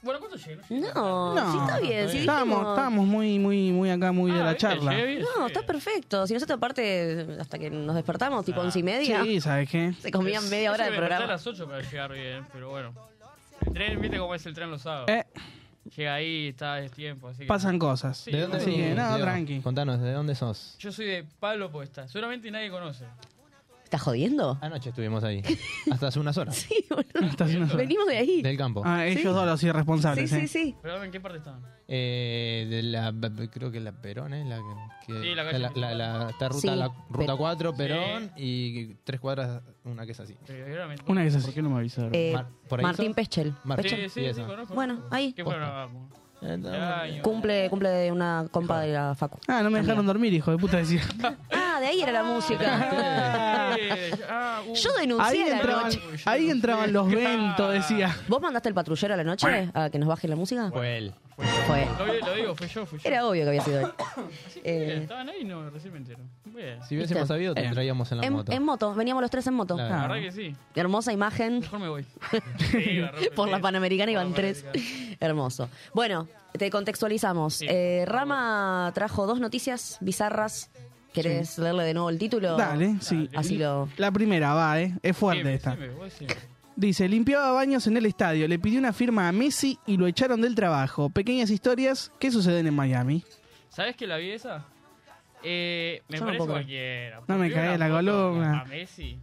Speaker 12: Bueno, ¿cuánto llegué?
Speaker 4: No, sí está bien, sí
Speaker 5: Estábamos,
Speaker 4: dijimos-
Speaker 5: estábamos muy, muy, muy acá, muy de la
Speaker 12: ¿viste?
Speaker 5: charla.
Speaker 12: Ah, ¿eh? Llegué bien.
Speaker 4: No, está perfecto. Si nosotros aparte, hasta que nos despertamos, tipo once y media,
Speaker 5: Sí, ¿sabes qué?
Speaker 4: se comían media
Speaker 12: Yo
Speaker 4: hora
Speaker 12: sé
Speaker 4: de
Speaker 12: que me desperté
Speaker 4: programa.
Speaker 12: a las 8 para llegar bien, pero bueno. El tren, viste cómo es el tren los sábados.
Speaker 5: Eh.
Speaker 12: Llega ahí, está de tiempo, así que...
Speaker 5: Pasan cosas.
Speaker 11: ¿De dónde
Speaker 5: Así que,
Speaker 11: venís,
Speaker 5: nada,
Speaker 11: Leo?
Speaker 5: tranqui.
Speaker 11: Contanos, ¿de dónde sos?
Speaker 12: Yo soy de Pablo Posta. Seguramente nadie conoce.
Speaker 4: ¿Estás jodiendo?
Speaker 11: Anoche estuvimos ahí. Hasta hace unas horas.
Speaker 4: Sí,
Speaker 5: Hasta hace unas horas.
Speaker 4: Venimos de ahí.
Speaker 11: Del campo.
Speaker 5: Ah, ellos dos los irresponsables. ¿eh?
Speaker 12: ¿Pero en qué parte estaban?
Speaker 11: Eh, de la, b- b- creo que la Perón es la que... que-
Speaker 12: Sí, la calle
Speaker 11: la, la- la- está ruta,
Speaker 12: Sí,
Speaker 11: la, ruta
Speaker 12: pero-
Speaker 11: 4,
Speaker 12: Sí.
Speaker 11: Perón, y tres cuadras, una que es así.
Speaker 5: Una que es así. ¿Por qué no me avisaron?
Speaker 4: Eh,
Speaker 11: Mar- por ahí
Speaker 4: Martín
Speaker 11: sos?
Speaker 4: Pechel.
Speaker 11: Martín.
Speaker 4: Pechel.
Speaker 11: Sí, sí, sí, conozco.
Speaker 4: Bueno, ahí.
Speaker 12: ¿Qué fueron a Vamos?
Speaker 11: Eh,
Speaker 4: Cumple, cumple de una compa de la Facu.
Speaker 5: Ah, no me dejaron dormir, hijo de puta. Decía.
Speaker 4: Ah, de ahí era la música.
Speaker 12: ah, uh,
Speaker 4: Yo
Speaker 5: Ahí
Speaker 4: denuncié la
Speaker 5: entraban,
Speaker 4: noche.
Speaker 5: ahí entraban los ventos, decía.
Speaker 4: ¿Vos mandaste el patrullero a la noche a que nos baje la música?
Speaker 11: Fue él.
Speaker 4: Fue él.
Speaker 12: Lo, vi- lo digo, fui yo, fui yo.
Speaker 4: Era obvio que había sido él.
Speaker 12: Sí,
Speaker 4: Eh,
Speaker 12: bien, estaban ahí y no, recién me entero. Bien.
Speaker 11: Si hubiésemos sabido, te
Speaker 4: Eh.
Speaker 11: traíamos en la
Speaker 4: en,
Speaker 11: moto.
Speaker 4: en moto, veníamos los tres en moto.
Speaker 11: La
Speaker 12: La verdad que sí.
Speaker 4: Hermosa imagen.
Speaker 12: Mejor me voy.
Speaker 4: Por la Panamericana iban tres. Hermoso. Bueno, te contextualizamos. Eh, Rama trajo dos noticias bizarras. ¿Querés leerle de nuevo el título?
Speaker 5: Dale, sí.
Speaker 4: Así lo...
Speaker 5: La primera va, ¿eh? Es fuerte esta. Dice, limpiaba baños en el estadio, le pidió una firma a Messi y lo echaron del trabajo. Pequeñas historias que suceden en Miami.
Speaker 12: ¿Sabes que la vi esa? Eh, me
Speaker 5: Yo no
Speaker 12: parece
Speaker 5: puedo creer.
Speaker 12: cualquiera.
Speaker 5: No me
Speaker 12: Porque
Speaker 5: cagué
Speaker 12: una
Speaker 5: la
Speaker 12: foto
Speaker 5: columna.
Speaker 12: A Messi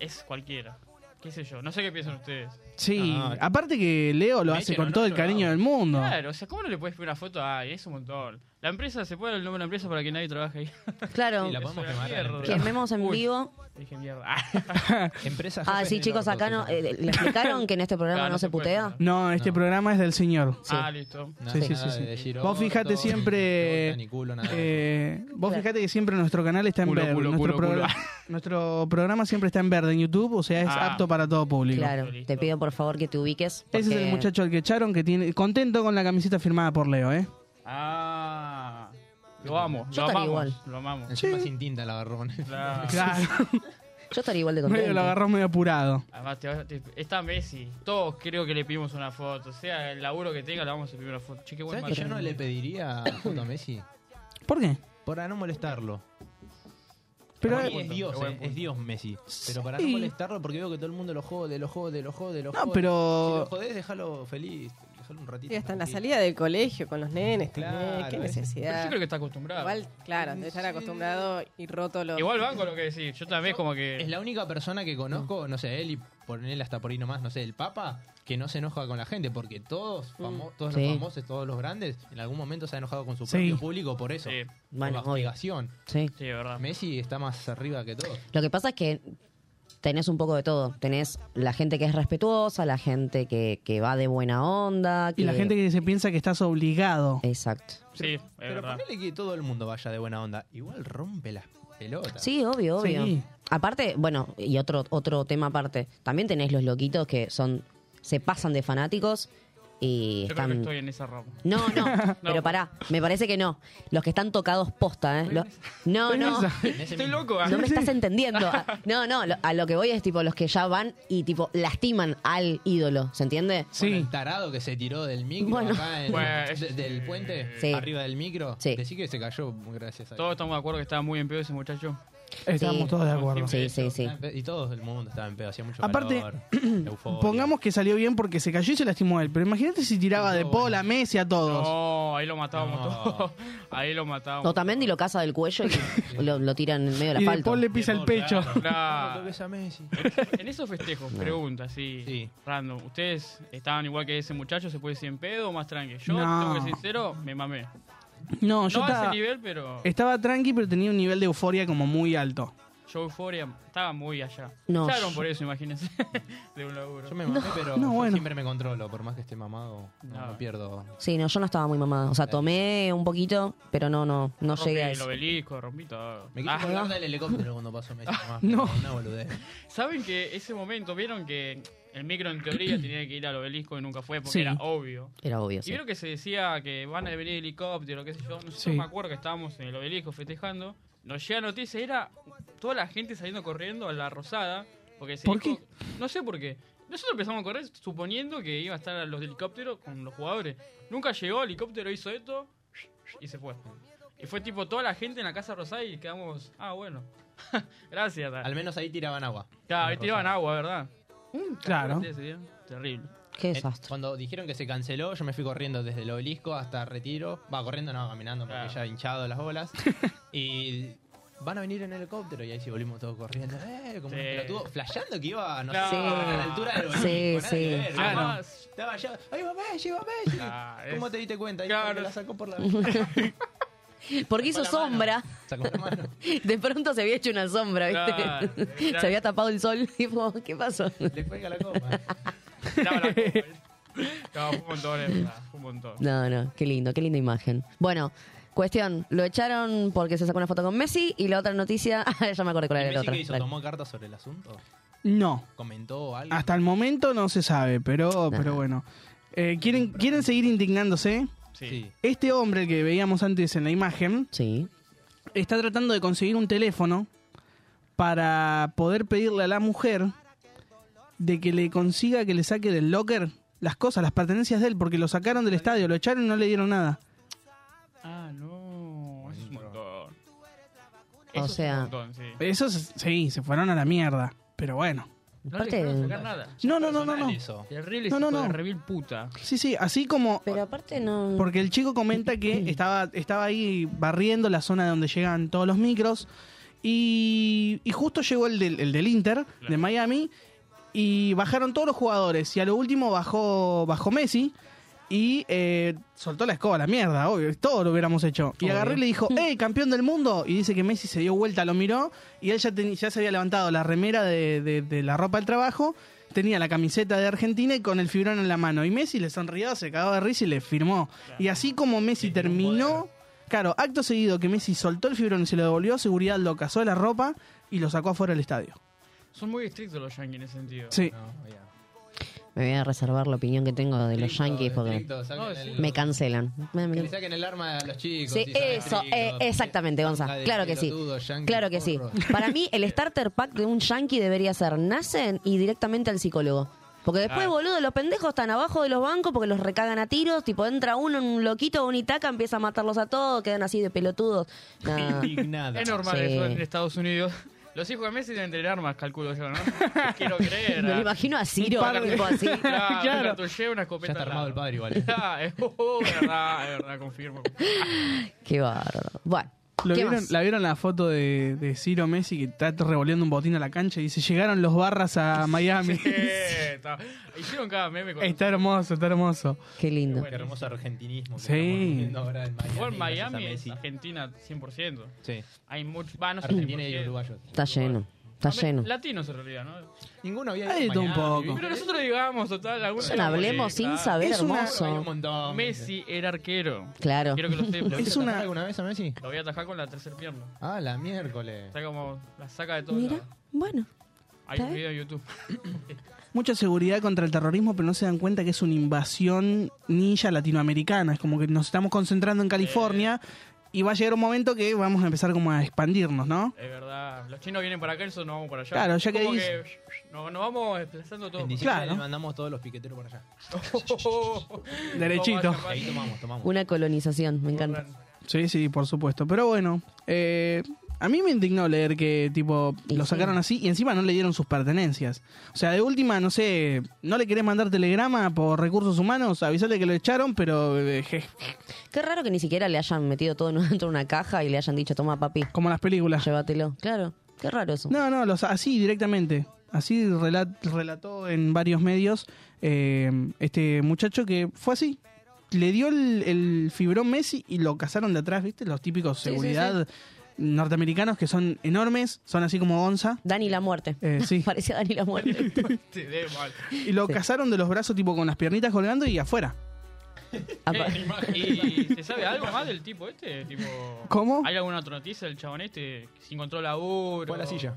Speaker 12: es cualquiera. ¿Qué sé yo? No sé qué piensan ustedes.
Speaker 5: Sí, aparte que Leo lo
Speaker 12: Me
Speaker 5: hace
Speaker 12: echen
Speaker 5: con
Speaker 12: al
Speaker 5: todo el
Speaker 12: otro
Speaker 5: cariño
Speaker 12: lado.
Speaker 5: del mundo.
Speaker 12: Claro, o sea, ¿cómo no le puedes pedir una foto? Ay, es un montón. La empresa, ¿se puede dar el nombre de la empresa para que nadie trabaje ahí?
Speaker 4: Claro.
Speaker 12: Sí, la podemos quemar a la empresa.
Speaker 4: Quememos en
Speaker 12: Uy.
Speaker 4: vivo.
Speaker 12: Dije mierda.
Speaker 11: Empresa
Speaker 4: Ah, sí, chicos, acá no, eh, le explicaron que en este programa
Speaker 12: Claro,
Speaker 4: no
Speaker 12: no
Speaker 4: se
Speaker 12: se puede
Speaker 4: putea.
Speaker 5: No, este programa es del señor.
Speaker 12: Ah, listo.
Speaker 5: Sí, sí, sí,
Speaker 11: nada
Speaker 5: sí.
Speaker 11: de decir
Speaker 5: Vos
Speaker 11: orto,
Speaker 5: fijate
Speaker 11: ni
Speaker 5: siempre.
Speaker 11: vuelta, ni culo, nada
Speaker 5: eh, vos fijate que siempre nuestro canal está en
Speaker 11: Culo,
Speaker 5: verde.
Speaker 11: culo,
Speaker 5: nuestro,
Speaker 11: culo,
Speaker 5: programa, nuestro programa siempre está en verde en YouTube, o sea, es
Speaker 4: Ah.
Speaker 5: apto para todo público.
Speaker 4: Claro, te pido por favor que te ubiques.
Speaker 5: Ese es
Speaker 4: porque-
Speaker 5: el muchacho al que echaron que tiene contento con la camiseta firmada por Leo, ¿eh?
Speaker 12: Ah. Lo amo.
Speaker 4: Yo
Speaker 12: lo
Speaker 4: estaría
Speaker 12: amamos,
Speaker 4: igual.
Speaker 12: Lo amamos.
Speaker 11: Encima sin tinta la agarrón.
Speaker 5: Claro.
Speaker 4: Yo estaría igual de
Speaker 5: medio lo
Speaker 4: contento.
Speaker 5: agarró medio apurado.
Speaker 12: Además, te vas- te- está Messi. Todos creo que le pedimos una foto. O sea, el laburo que tenga, le vamos a pedir una foto. Che, qué buen
Speaker 11: ¿Sabes que yo no
Speaker 12: matrimonio.
Speaker 11: le pediría foto a Messi?
Speaker 5: ¿Por qué?
Speaker 11: Para no molestarlo.
Speaker 12: Ah,
Speaker 5: Pero-
Speaker 11: Para mí es Dios,
Speaker 5: Qué buen
Speaker 11: eh, es Dios Messi. Pero para
Speaker 5: Sí.
Speaker 11: no molestarlo, porque veo que todo el mundo lo jode, lo jode, lo jode, lo
Speaker 5: No,
Speaker 11: jode.
Speaker 5: pero-
Speaker 11: Si lo jodés, déjalo feliz.
Speaker 6: solo un ratito.
Speaker 7: Y hasta en la
Speaker 6: tranquilo.
Speaker 7: salida del colegio con los nenes también.
Speaker 6: Claro,
Speaker 7: Qué
Speaker 6: ¿eh?
Speaker 12: Pero
Speaker 7: necesidad.
Speaker 12: yo creo que está acostumbrado.
Speaker 7: Igual, claro, debe estar acostumbrado y roto los.
Speaker 12: Igual van con lo que decís. Yo también como que...
Speaker 11: Es la única persona que conozco, no sé, él y por él hasta por ahí nomás, no sé, el Papa, que no se enoja con la gente, porque todos, famo- todos
Speaker 4: Mm. Sí.
Speaker 11: los famosos, todos los grandes, en algún momento se han enojado con su
Speaker 4: Sí.
Speaker 11: propio público por eso. Por
Speaker 4: Bueno,
Speaker 11: la
Speaker 4: obvio.
Speaker 11: obligación.
Speaker 4: Sí.
Speaker 12: verdad.
Speaker 11: Messi está más arriba que todos.
Speaker 4: Lo que pasa es que tenés un poco de todo. Tenés la gente que es respetuosa, la gente que, que va de buena onda.
Speaker 5: Y la gente que se piensa que estás obligado.
Speaker 4: Exacto.
Speaker 12: Sí, es
Speaker 11: Pero ponele que todo el mundo vaya de buena onda. Igual rompe las pelotas.
Speaker 4: Sí, obvio, obvio.
Speaker 11: Sí.
Speaker 4: Aparte, bueno, y otro, otro tema aparte. También tenés los loquitos que son se pasan de fanáticos y
Speaker 12: Yo creo que
Speaker 4: están...
Speaker 12: estoy en esa rama.
Speaker 4: No, no, pero pará, me parece que no. Los que están tocados posta, ¿eh? Lo-
Speaker 12: Estoy
Speaker 4: No,
Speaker 12: en
Speaker 4: no.
Speaker 12: esa. Estoy loco. ah.
Speaker 4: No me estás entendiendo. Ah, No, no, lo- a lo que voy es tipo los que ya van y tipo lastiman al ídolo, ¿se entiende?
Speaker 11: Sí. el tarado que se tiró del micro
Speaker 4: Bueno.
Speaker 11: acá en-
Speaker 12: Pues,
Speaker 11: de- del puente,
Speaker 4: Sí.
Speaker 11: arriba del micro. Decí que se cayó gracias a
Speaker 12: Todos estamos de acuerdo que estaba muy en pedo ese muchacho.
Speaker 5: Estamos todos de acuerdo.
Speaker 4: Sí, sí, sí.
Speaker 11: Y todo el mundo estaba en pedo, hacía mucho
Speaker 5: Aparte,
Speaker 11: calor, euforia.
Speaker 5: Pongamos que salió bien porque se cayó y se lastimó él. Pero imagínate si tiraba de pola, Messi, a todos.
Speaker 12: No, ahí lo matábamos todos. Ahí lo matábamos.
Speaker 4: Otamendi lo caza del cuello y lo, lo tira en medio del
Speaker 5: Y
Speaker 4: asfalto.
Speaker 5: después le pisa el pecho.
Speaker 12: Nah.
Speaker 11: ¿Cómo toques a Messi?
Speaker 12: En esos festejos,
Speaker 4: No.
Speaker 12: pregunta, así, random. ¿Ustedes estaban igual que ese muchacho? ¿Se puede decir en pedo o más tranqui? Yo,
Speaker 5: No.
Speaker 12: tengo que ser sincero, me mamé.
Speaker 5: No, yo
Speaker 12: no a
Speaker 5: estaba,
Speaker 12: ese nivel, pero
Speaker 5: estaba tranqui, pero tenía un nivel de euforia como muy alto.
Speaker 12: yo euforia estaba muy allá.
Speaker 5: No,
Speaker 12: Echaron
Speaker 5: yo-
Speaker 12: por eso, imagínense. De un laburo.
Speaker 11: Yo me mamé, pero
Speaker 5: no,
Speaker 11: yo
Speaker 5: bueno.
Speaker 11: siempre me controlo, por más que esté mamado, no, me pierdo.
Speaker 4: Sí, no, yo no estaba muy mamada. O sea, tomé un poquito, pero no, no, no
Speaker 12: Rompí
Speaker 4: llegué a
Speaker 12: el
Speaker 4: eso.
Speaker 12: obelisco, rompí todo.
Speaker 11: Me quise
Speaker 12: Ah.
Speaker 11: colgar del helicóptero cuando pasó Messi. no, no, boludez.
Speaker 12: ¿Saben que ese momento vieron que el micro en teoría tenía que ir al obelisco y nunca fue porque
Speaker 4: Sí.
Speaker 12: era obvio?
Speaker 4: Era obvio,
Speaker 12: Y
Speaker 4: sí.
Speaker 12: vieron que se decía que van a venir helicóptero, qué sé yo. Nosotros
Speaker 4: Sí.
Speaker 12: me acuerdo que estábamos en el obelisco festejando. Nos llega noticia, era toda la gente saliendo corriendo a la rosada. Porque se
Speaker 5: ¿Por
Speaker 12: dijo- No sé por qué. Nosotros empezamos a correr suponiendo que iba a estar los helicópteros con los jugadores. Nunca llegó, el helicóptero hizo esto y se fue. Y fue tipo toda la gente en la casa rosada y quedamos, ah, bueno. Gracias.
Speaker 11: Al menos ahí tiraban agua.
Speaker 12: Claro, ahí tiraban agua, ¿verdad? Mm,
Speaker 11: claro.
Speaker 12: Ese día, Terrible.
Speaker 4: Qué
Speaker 11: desastre. Eh, Cuando dijeron que se canceló, yo me fui corriendo desde el obelisco hasta Retiro. Va, corriendo no, caminando porque ya hinchado las bolas. y van a venir en helicóptero y ahí sí volvimos todos corriendo. Eh, como un
Speaker 12: Sí.
Speaker 11: pelotudo, flasheando que iba, no
Speaker 12: Claro.
Speaker 11: sé, a la altura del
Speaker 4: Sí,
Speaker 11: obelisco. nada
Speaker 4: sí.
Speaker 11: que ver,
Speaker 4: Claro.
Speaker 11: nada más. Estaba yo, ahí va Messi, va Messi.
Speaker 12: Ah,
Speaker 11: ¿Cómo
Speaker 12: es-
Speaker 11: te diste cuenta? Y
Speaker 12: Claro.
Speaker 11: porque la sacó por la...
Speaker 4: Porque hizo sombra. De pronto se había hecho una sombra, ¿viste?
Speaker 11: Claro,
Speaker 4: Se había tapado el sol. Tipo, ¿qué pasó?
Speaker 11: Le cuelga la copa.
Speaker 12: No, fue un montón, es verdad, fue un montón.
Speaker 4: No, no, qué lindo, qué linda imagen. Bueno, cuestión, lo echaron porque se sacó una foto con Messi y la otra noticia, ah, ya me acordé cuál
Speaker 11: ¿Y
Speaker 4: era la
Speaker 11: Messi
Speaker 4: otra.
Speaker 11: qué hizo?
Speaker 4: Dale.
Speaker 11: ¿Tomó cartas sobre el asunto?
Speaker 5: No.
Speaker 11: ¿Comentó algo?
Speaker 5: Hasta el momento no se sabe, pero, pero bueno. Eh, ¿quieren, ¿Quieren seguir indignándose?
Speaker 11: Sí.
Speaker 5: Este hombre el que veíamos antes en la imagen está tratando de conseguir un teléfono para poder pedirle a la mujer de que le consiga que le saque del locker las cosas, las pertenencias de él, porque lo sacaron del estadio, lo echaron y no le dieron nada.
Speaker 12: Ah, no, eso es un montón.
Speaker 5: O
Speaker 12: Eso es un
Speaker 5: sea,
Speaker 12: montón, sí.
Speaker 5: Esos, sí, se fueron a la mierda, pero bueno.
Speaker 12: No le quiero sacar nada.
Speaker 5: No, no, no, no, no.
Speaker 12: Terrible
Speaker 5: No, no,
Speaker 12: hijo de
Speaker 5: no.
Speaker 12: Revil puta.
Speaker 5: Sí, sí, así como...
Speaker 4: Pero aparte no...
Speaker 5: Porque el chico comenta que estaba, estaba ahí barriendo la zona donde llegan todos los micros y, y justo llegó el del, el del Inter, de Miami, y bajaron todos los jugadores y a lo último bajó, bajó Messi y eh, soltó la escoba, a la mierda, obvio, todo lo hubiéramos hecho. Y
Speaker 1: Obvio.
Speaker 5: agarró y le dijo, ¡eh, campeón del mundo! Y dice que Messi se dio vuelta, lo miró y él ya, teni- ya se había levantado la remera de, de- de la ropa del trabajo. Tenía la camiseta de Argentina y con el fibrón en la mano. Y Messi le sonrió, se cagaba de risa y le firmó. Y así como Messi terminó, claro, acto seguido que Messi soltó el fibrón y se lo devolvió, seguridad lo cazó de la ropa y lo sacó afuera del estadio.
Speaker 12: Son muy estrictos los yankees en ese sentido.
Speaker 5: Sí.
Speaker 4: Me voy a reservar la opinión que tengo de los
Speaker 11: Estricto,
Speaker 4: Yankees porque
Speaker 11: estricto, saquen el-
Speaker 4: me cancelan. Me-
Speaker 11: Que
Speaker 4: me-
Speaker 11: le saquen el arma a los chicos.
Speaker 4: Mm. Sí,
Speaker 11: y saquen
Speaker 4: eso,
Speaker 11: estrictos.
Speaker 4: eh, exactamente, Gonza.
Speaker 11: de
Speaker 4: Claro que sí.
Speaker 11: pelotudos, yankees,
Speaker 4: Claro que sí. Para mí, el starter pack de un yankee debería ser nacen y directamente al psicólogo. Porque después,
Speaker 12: Ah.
Speaker 4: boludo, los pendejos están abajo de los bancos porque los recagan a tiros. Tipo, entra uno, un loquito, un itaca, empieza a matarlos a todos, quedan así de pelotudos. Nah.
Speaker 12: Es normal
Speaker 4: Sí.
Speaker 12: eso en Estados Unidos. Los hijos de Messi deben tener armas, calculo yo, ¿no? Quiero creer.
Speaker 4: Me lo
Speaker 12: ah.
Speaker 4: imagino a Ciro,
Speaker 12: Un par de-
Speaker 4: tipo así.
Speaker 12: Claro,
Speaker 4: Claro.
Speaker 12: un cartuchero, una escopeta.
Speaker 11: Ya está armado
Speaker 12: el padre
Speaker 11: eh.
Speaker 12: igual. Ah, es oh, es verdad, es verdad, confirmo.
Speaker 4: Qué bárbaro. Bueno,
Speaker 5: ¿Lo
Speaker 4: ¿qué
Speaker 5: vieron,
Speaker 4: más?
Speaker 5: ¿La vieron la foto de, de Ciro Messi que está revoleando un botín a la cancha y dice, llegaron los barras a Miami?
Speaker 12: Sí, está. Hicieron cada meme con...
Speaker 11: Este-
Speaker 5: está hermoso, está hermoso.
Speaker 4: Qué lindo.
Speaker 11: Qué hermoso argentinismo. que
Speaker 5: Sí.
Speaker 11: estamos viviendo ahora en Miami.
Speaker 12: Fue en
Speaker 11: gracias a
Speaker 12: Miami, es
Speaker 11: Messi.
Speaker 12: Argentina 100%.
Speaker 11: Sí.
Speaker 12: Hay muchos... Va, no sé
Speaker 11: Argentina
Speaker 12: 100%.
Speaker 11: y uruguayos.
Speaker 4: Está lleno. Está lleno.
Speaker 12: Latinos en realidad, ¿no?
Speaker 11: Ninguno había
Speaker 5: Hay de todo un poco.
Speaker 12: Pero nosotros digamos, total, algunos...
Speaker 4: Es un hablemos sin saber Es una- hermoso.
Speaker 11: Hay un montón.
Speaker 12: Messi era arquero.
Speaker 4: Claro.
Speaker 12: Quiero que lo sepas.
Speaker 11: ¿Lo una... alguna vez a Messi?
Speaker 12: Lo voy a atajar con la tercera pierna.
Speaker 11: Ah, la miércoles.
Speaker 12: Está como... La saca de todo.
Speaker 4: Mira, bueno.
Speaker 12: Hay un
Speaker 4: ¿Está
Speaker 12: video en YouTube.
Speaker 5: Mucha seguridad contra el terrorismo, pero no se dan cuenta que es una invasión ninja latinoamericana. Es como que nos estamos concentrando en California y va a llegar un momento que vamos a empezar como a expandirnos, ¿no?
Speaker 12: Es verdad. Los chinos vienen para acá, nosotros nos vamos para allá.
Speaker 5: Claro, ya que
Speaker 12: Como
Speaker 5: dice-
Speaker 12: no- nos vamos desplazando todo.
Speaker 11: En diciembre le mandamos todos los piqueteros para allá.
Speaker 5: Derechito.
Speaker 11: Ahí tomamos, tomamos.
Speaker 4: Una colonización, me encanta.
Speaker 5: Sí, sí, por supuesto. Pero bueno, eh, a mí me indignó leer que, tipo, lo sacaron así y encima no le dieron sus pertenencias. O sea, de última, no sé, no le querés mandar telegrama por recursos humanos, avisale que lo echaron, pero eh, je,
Speaker 4: Qué raro que ni siquiera le hayan metido todo en- dentro de una caja y le hayan dicho, toma papi.
Speaker 5: Como las películas.
Speaker 4: Llévatelo. Claro, qué raro eso.
Speaker 5: No, no, los, así directamente. Así relat- relató en varios medios eh, este muchacho que fue así. Le dio el, el fibrón Messi y lo cazaron de atrás, ¿viste? Los típicos
Speaker 4: Sí, sí,
Speaker 5: seguridad norteamericanos que son enormes, son así como onza.
Speaker 4: Dani la muerte.
Speaker 5: Eh, sí.
Speaker 4: Parecía Dani la muerte.
Speaker 12: Te dé mal.
Speaker 5: Y lo cazaron de los brazos, tipo con las piernitas colgando y afuera.
Speaker 4: Ah,
Speaker 12: Eh, ¿Y se sabe algo más del tipo este? Tipo,
Speaker 5: ¿Cómo?
Speaker 12: ¿Hay alguna otra noticia del chabón este? que Se encontró laburo.
Speaker 11: Fue a la silla.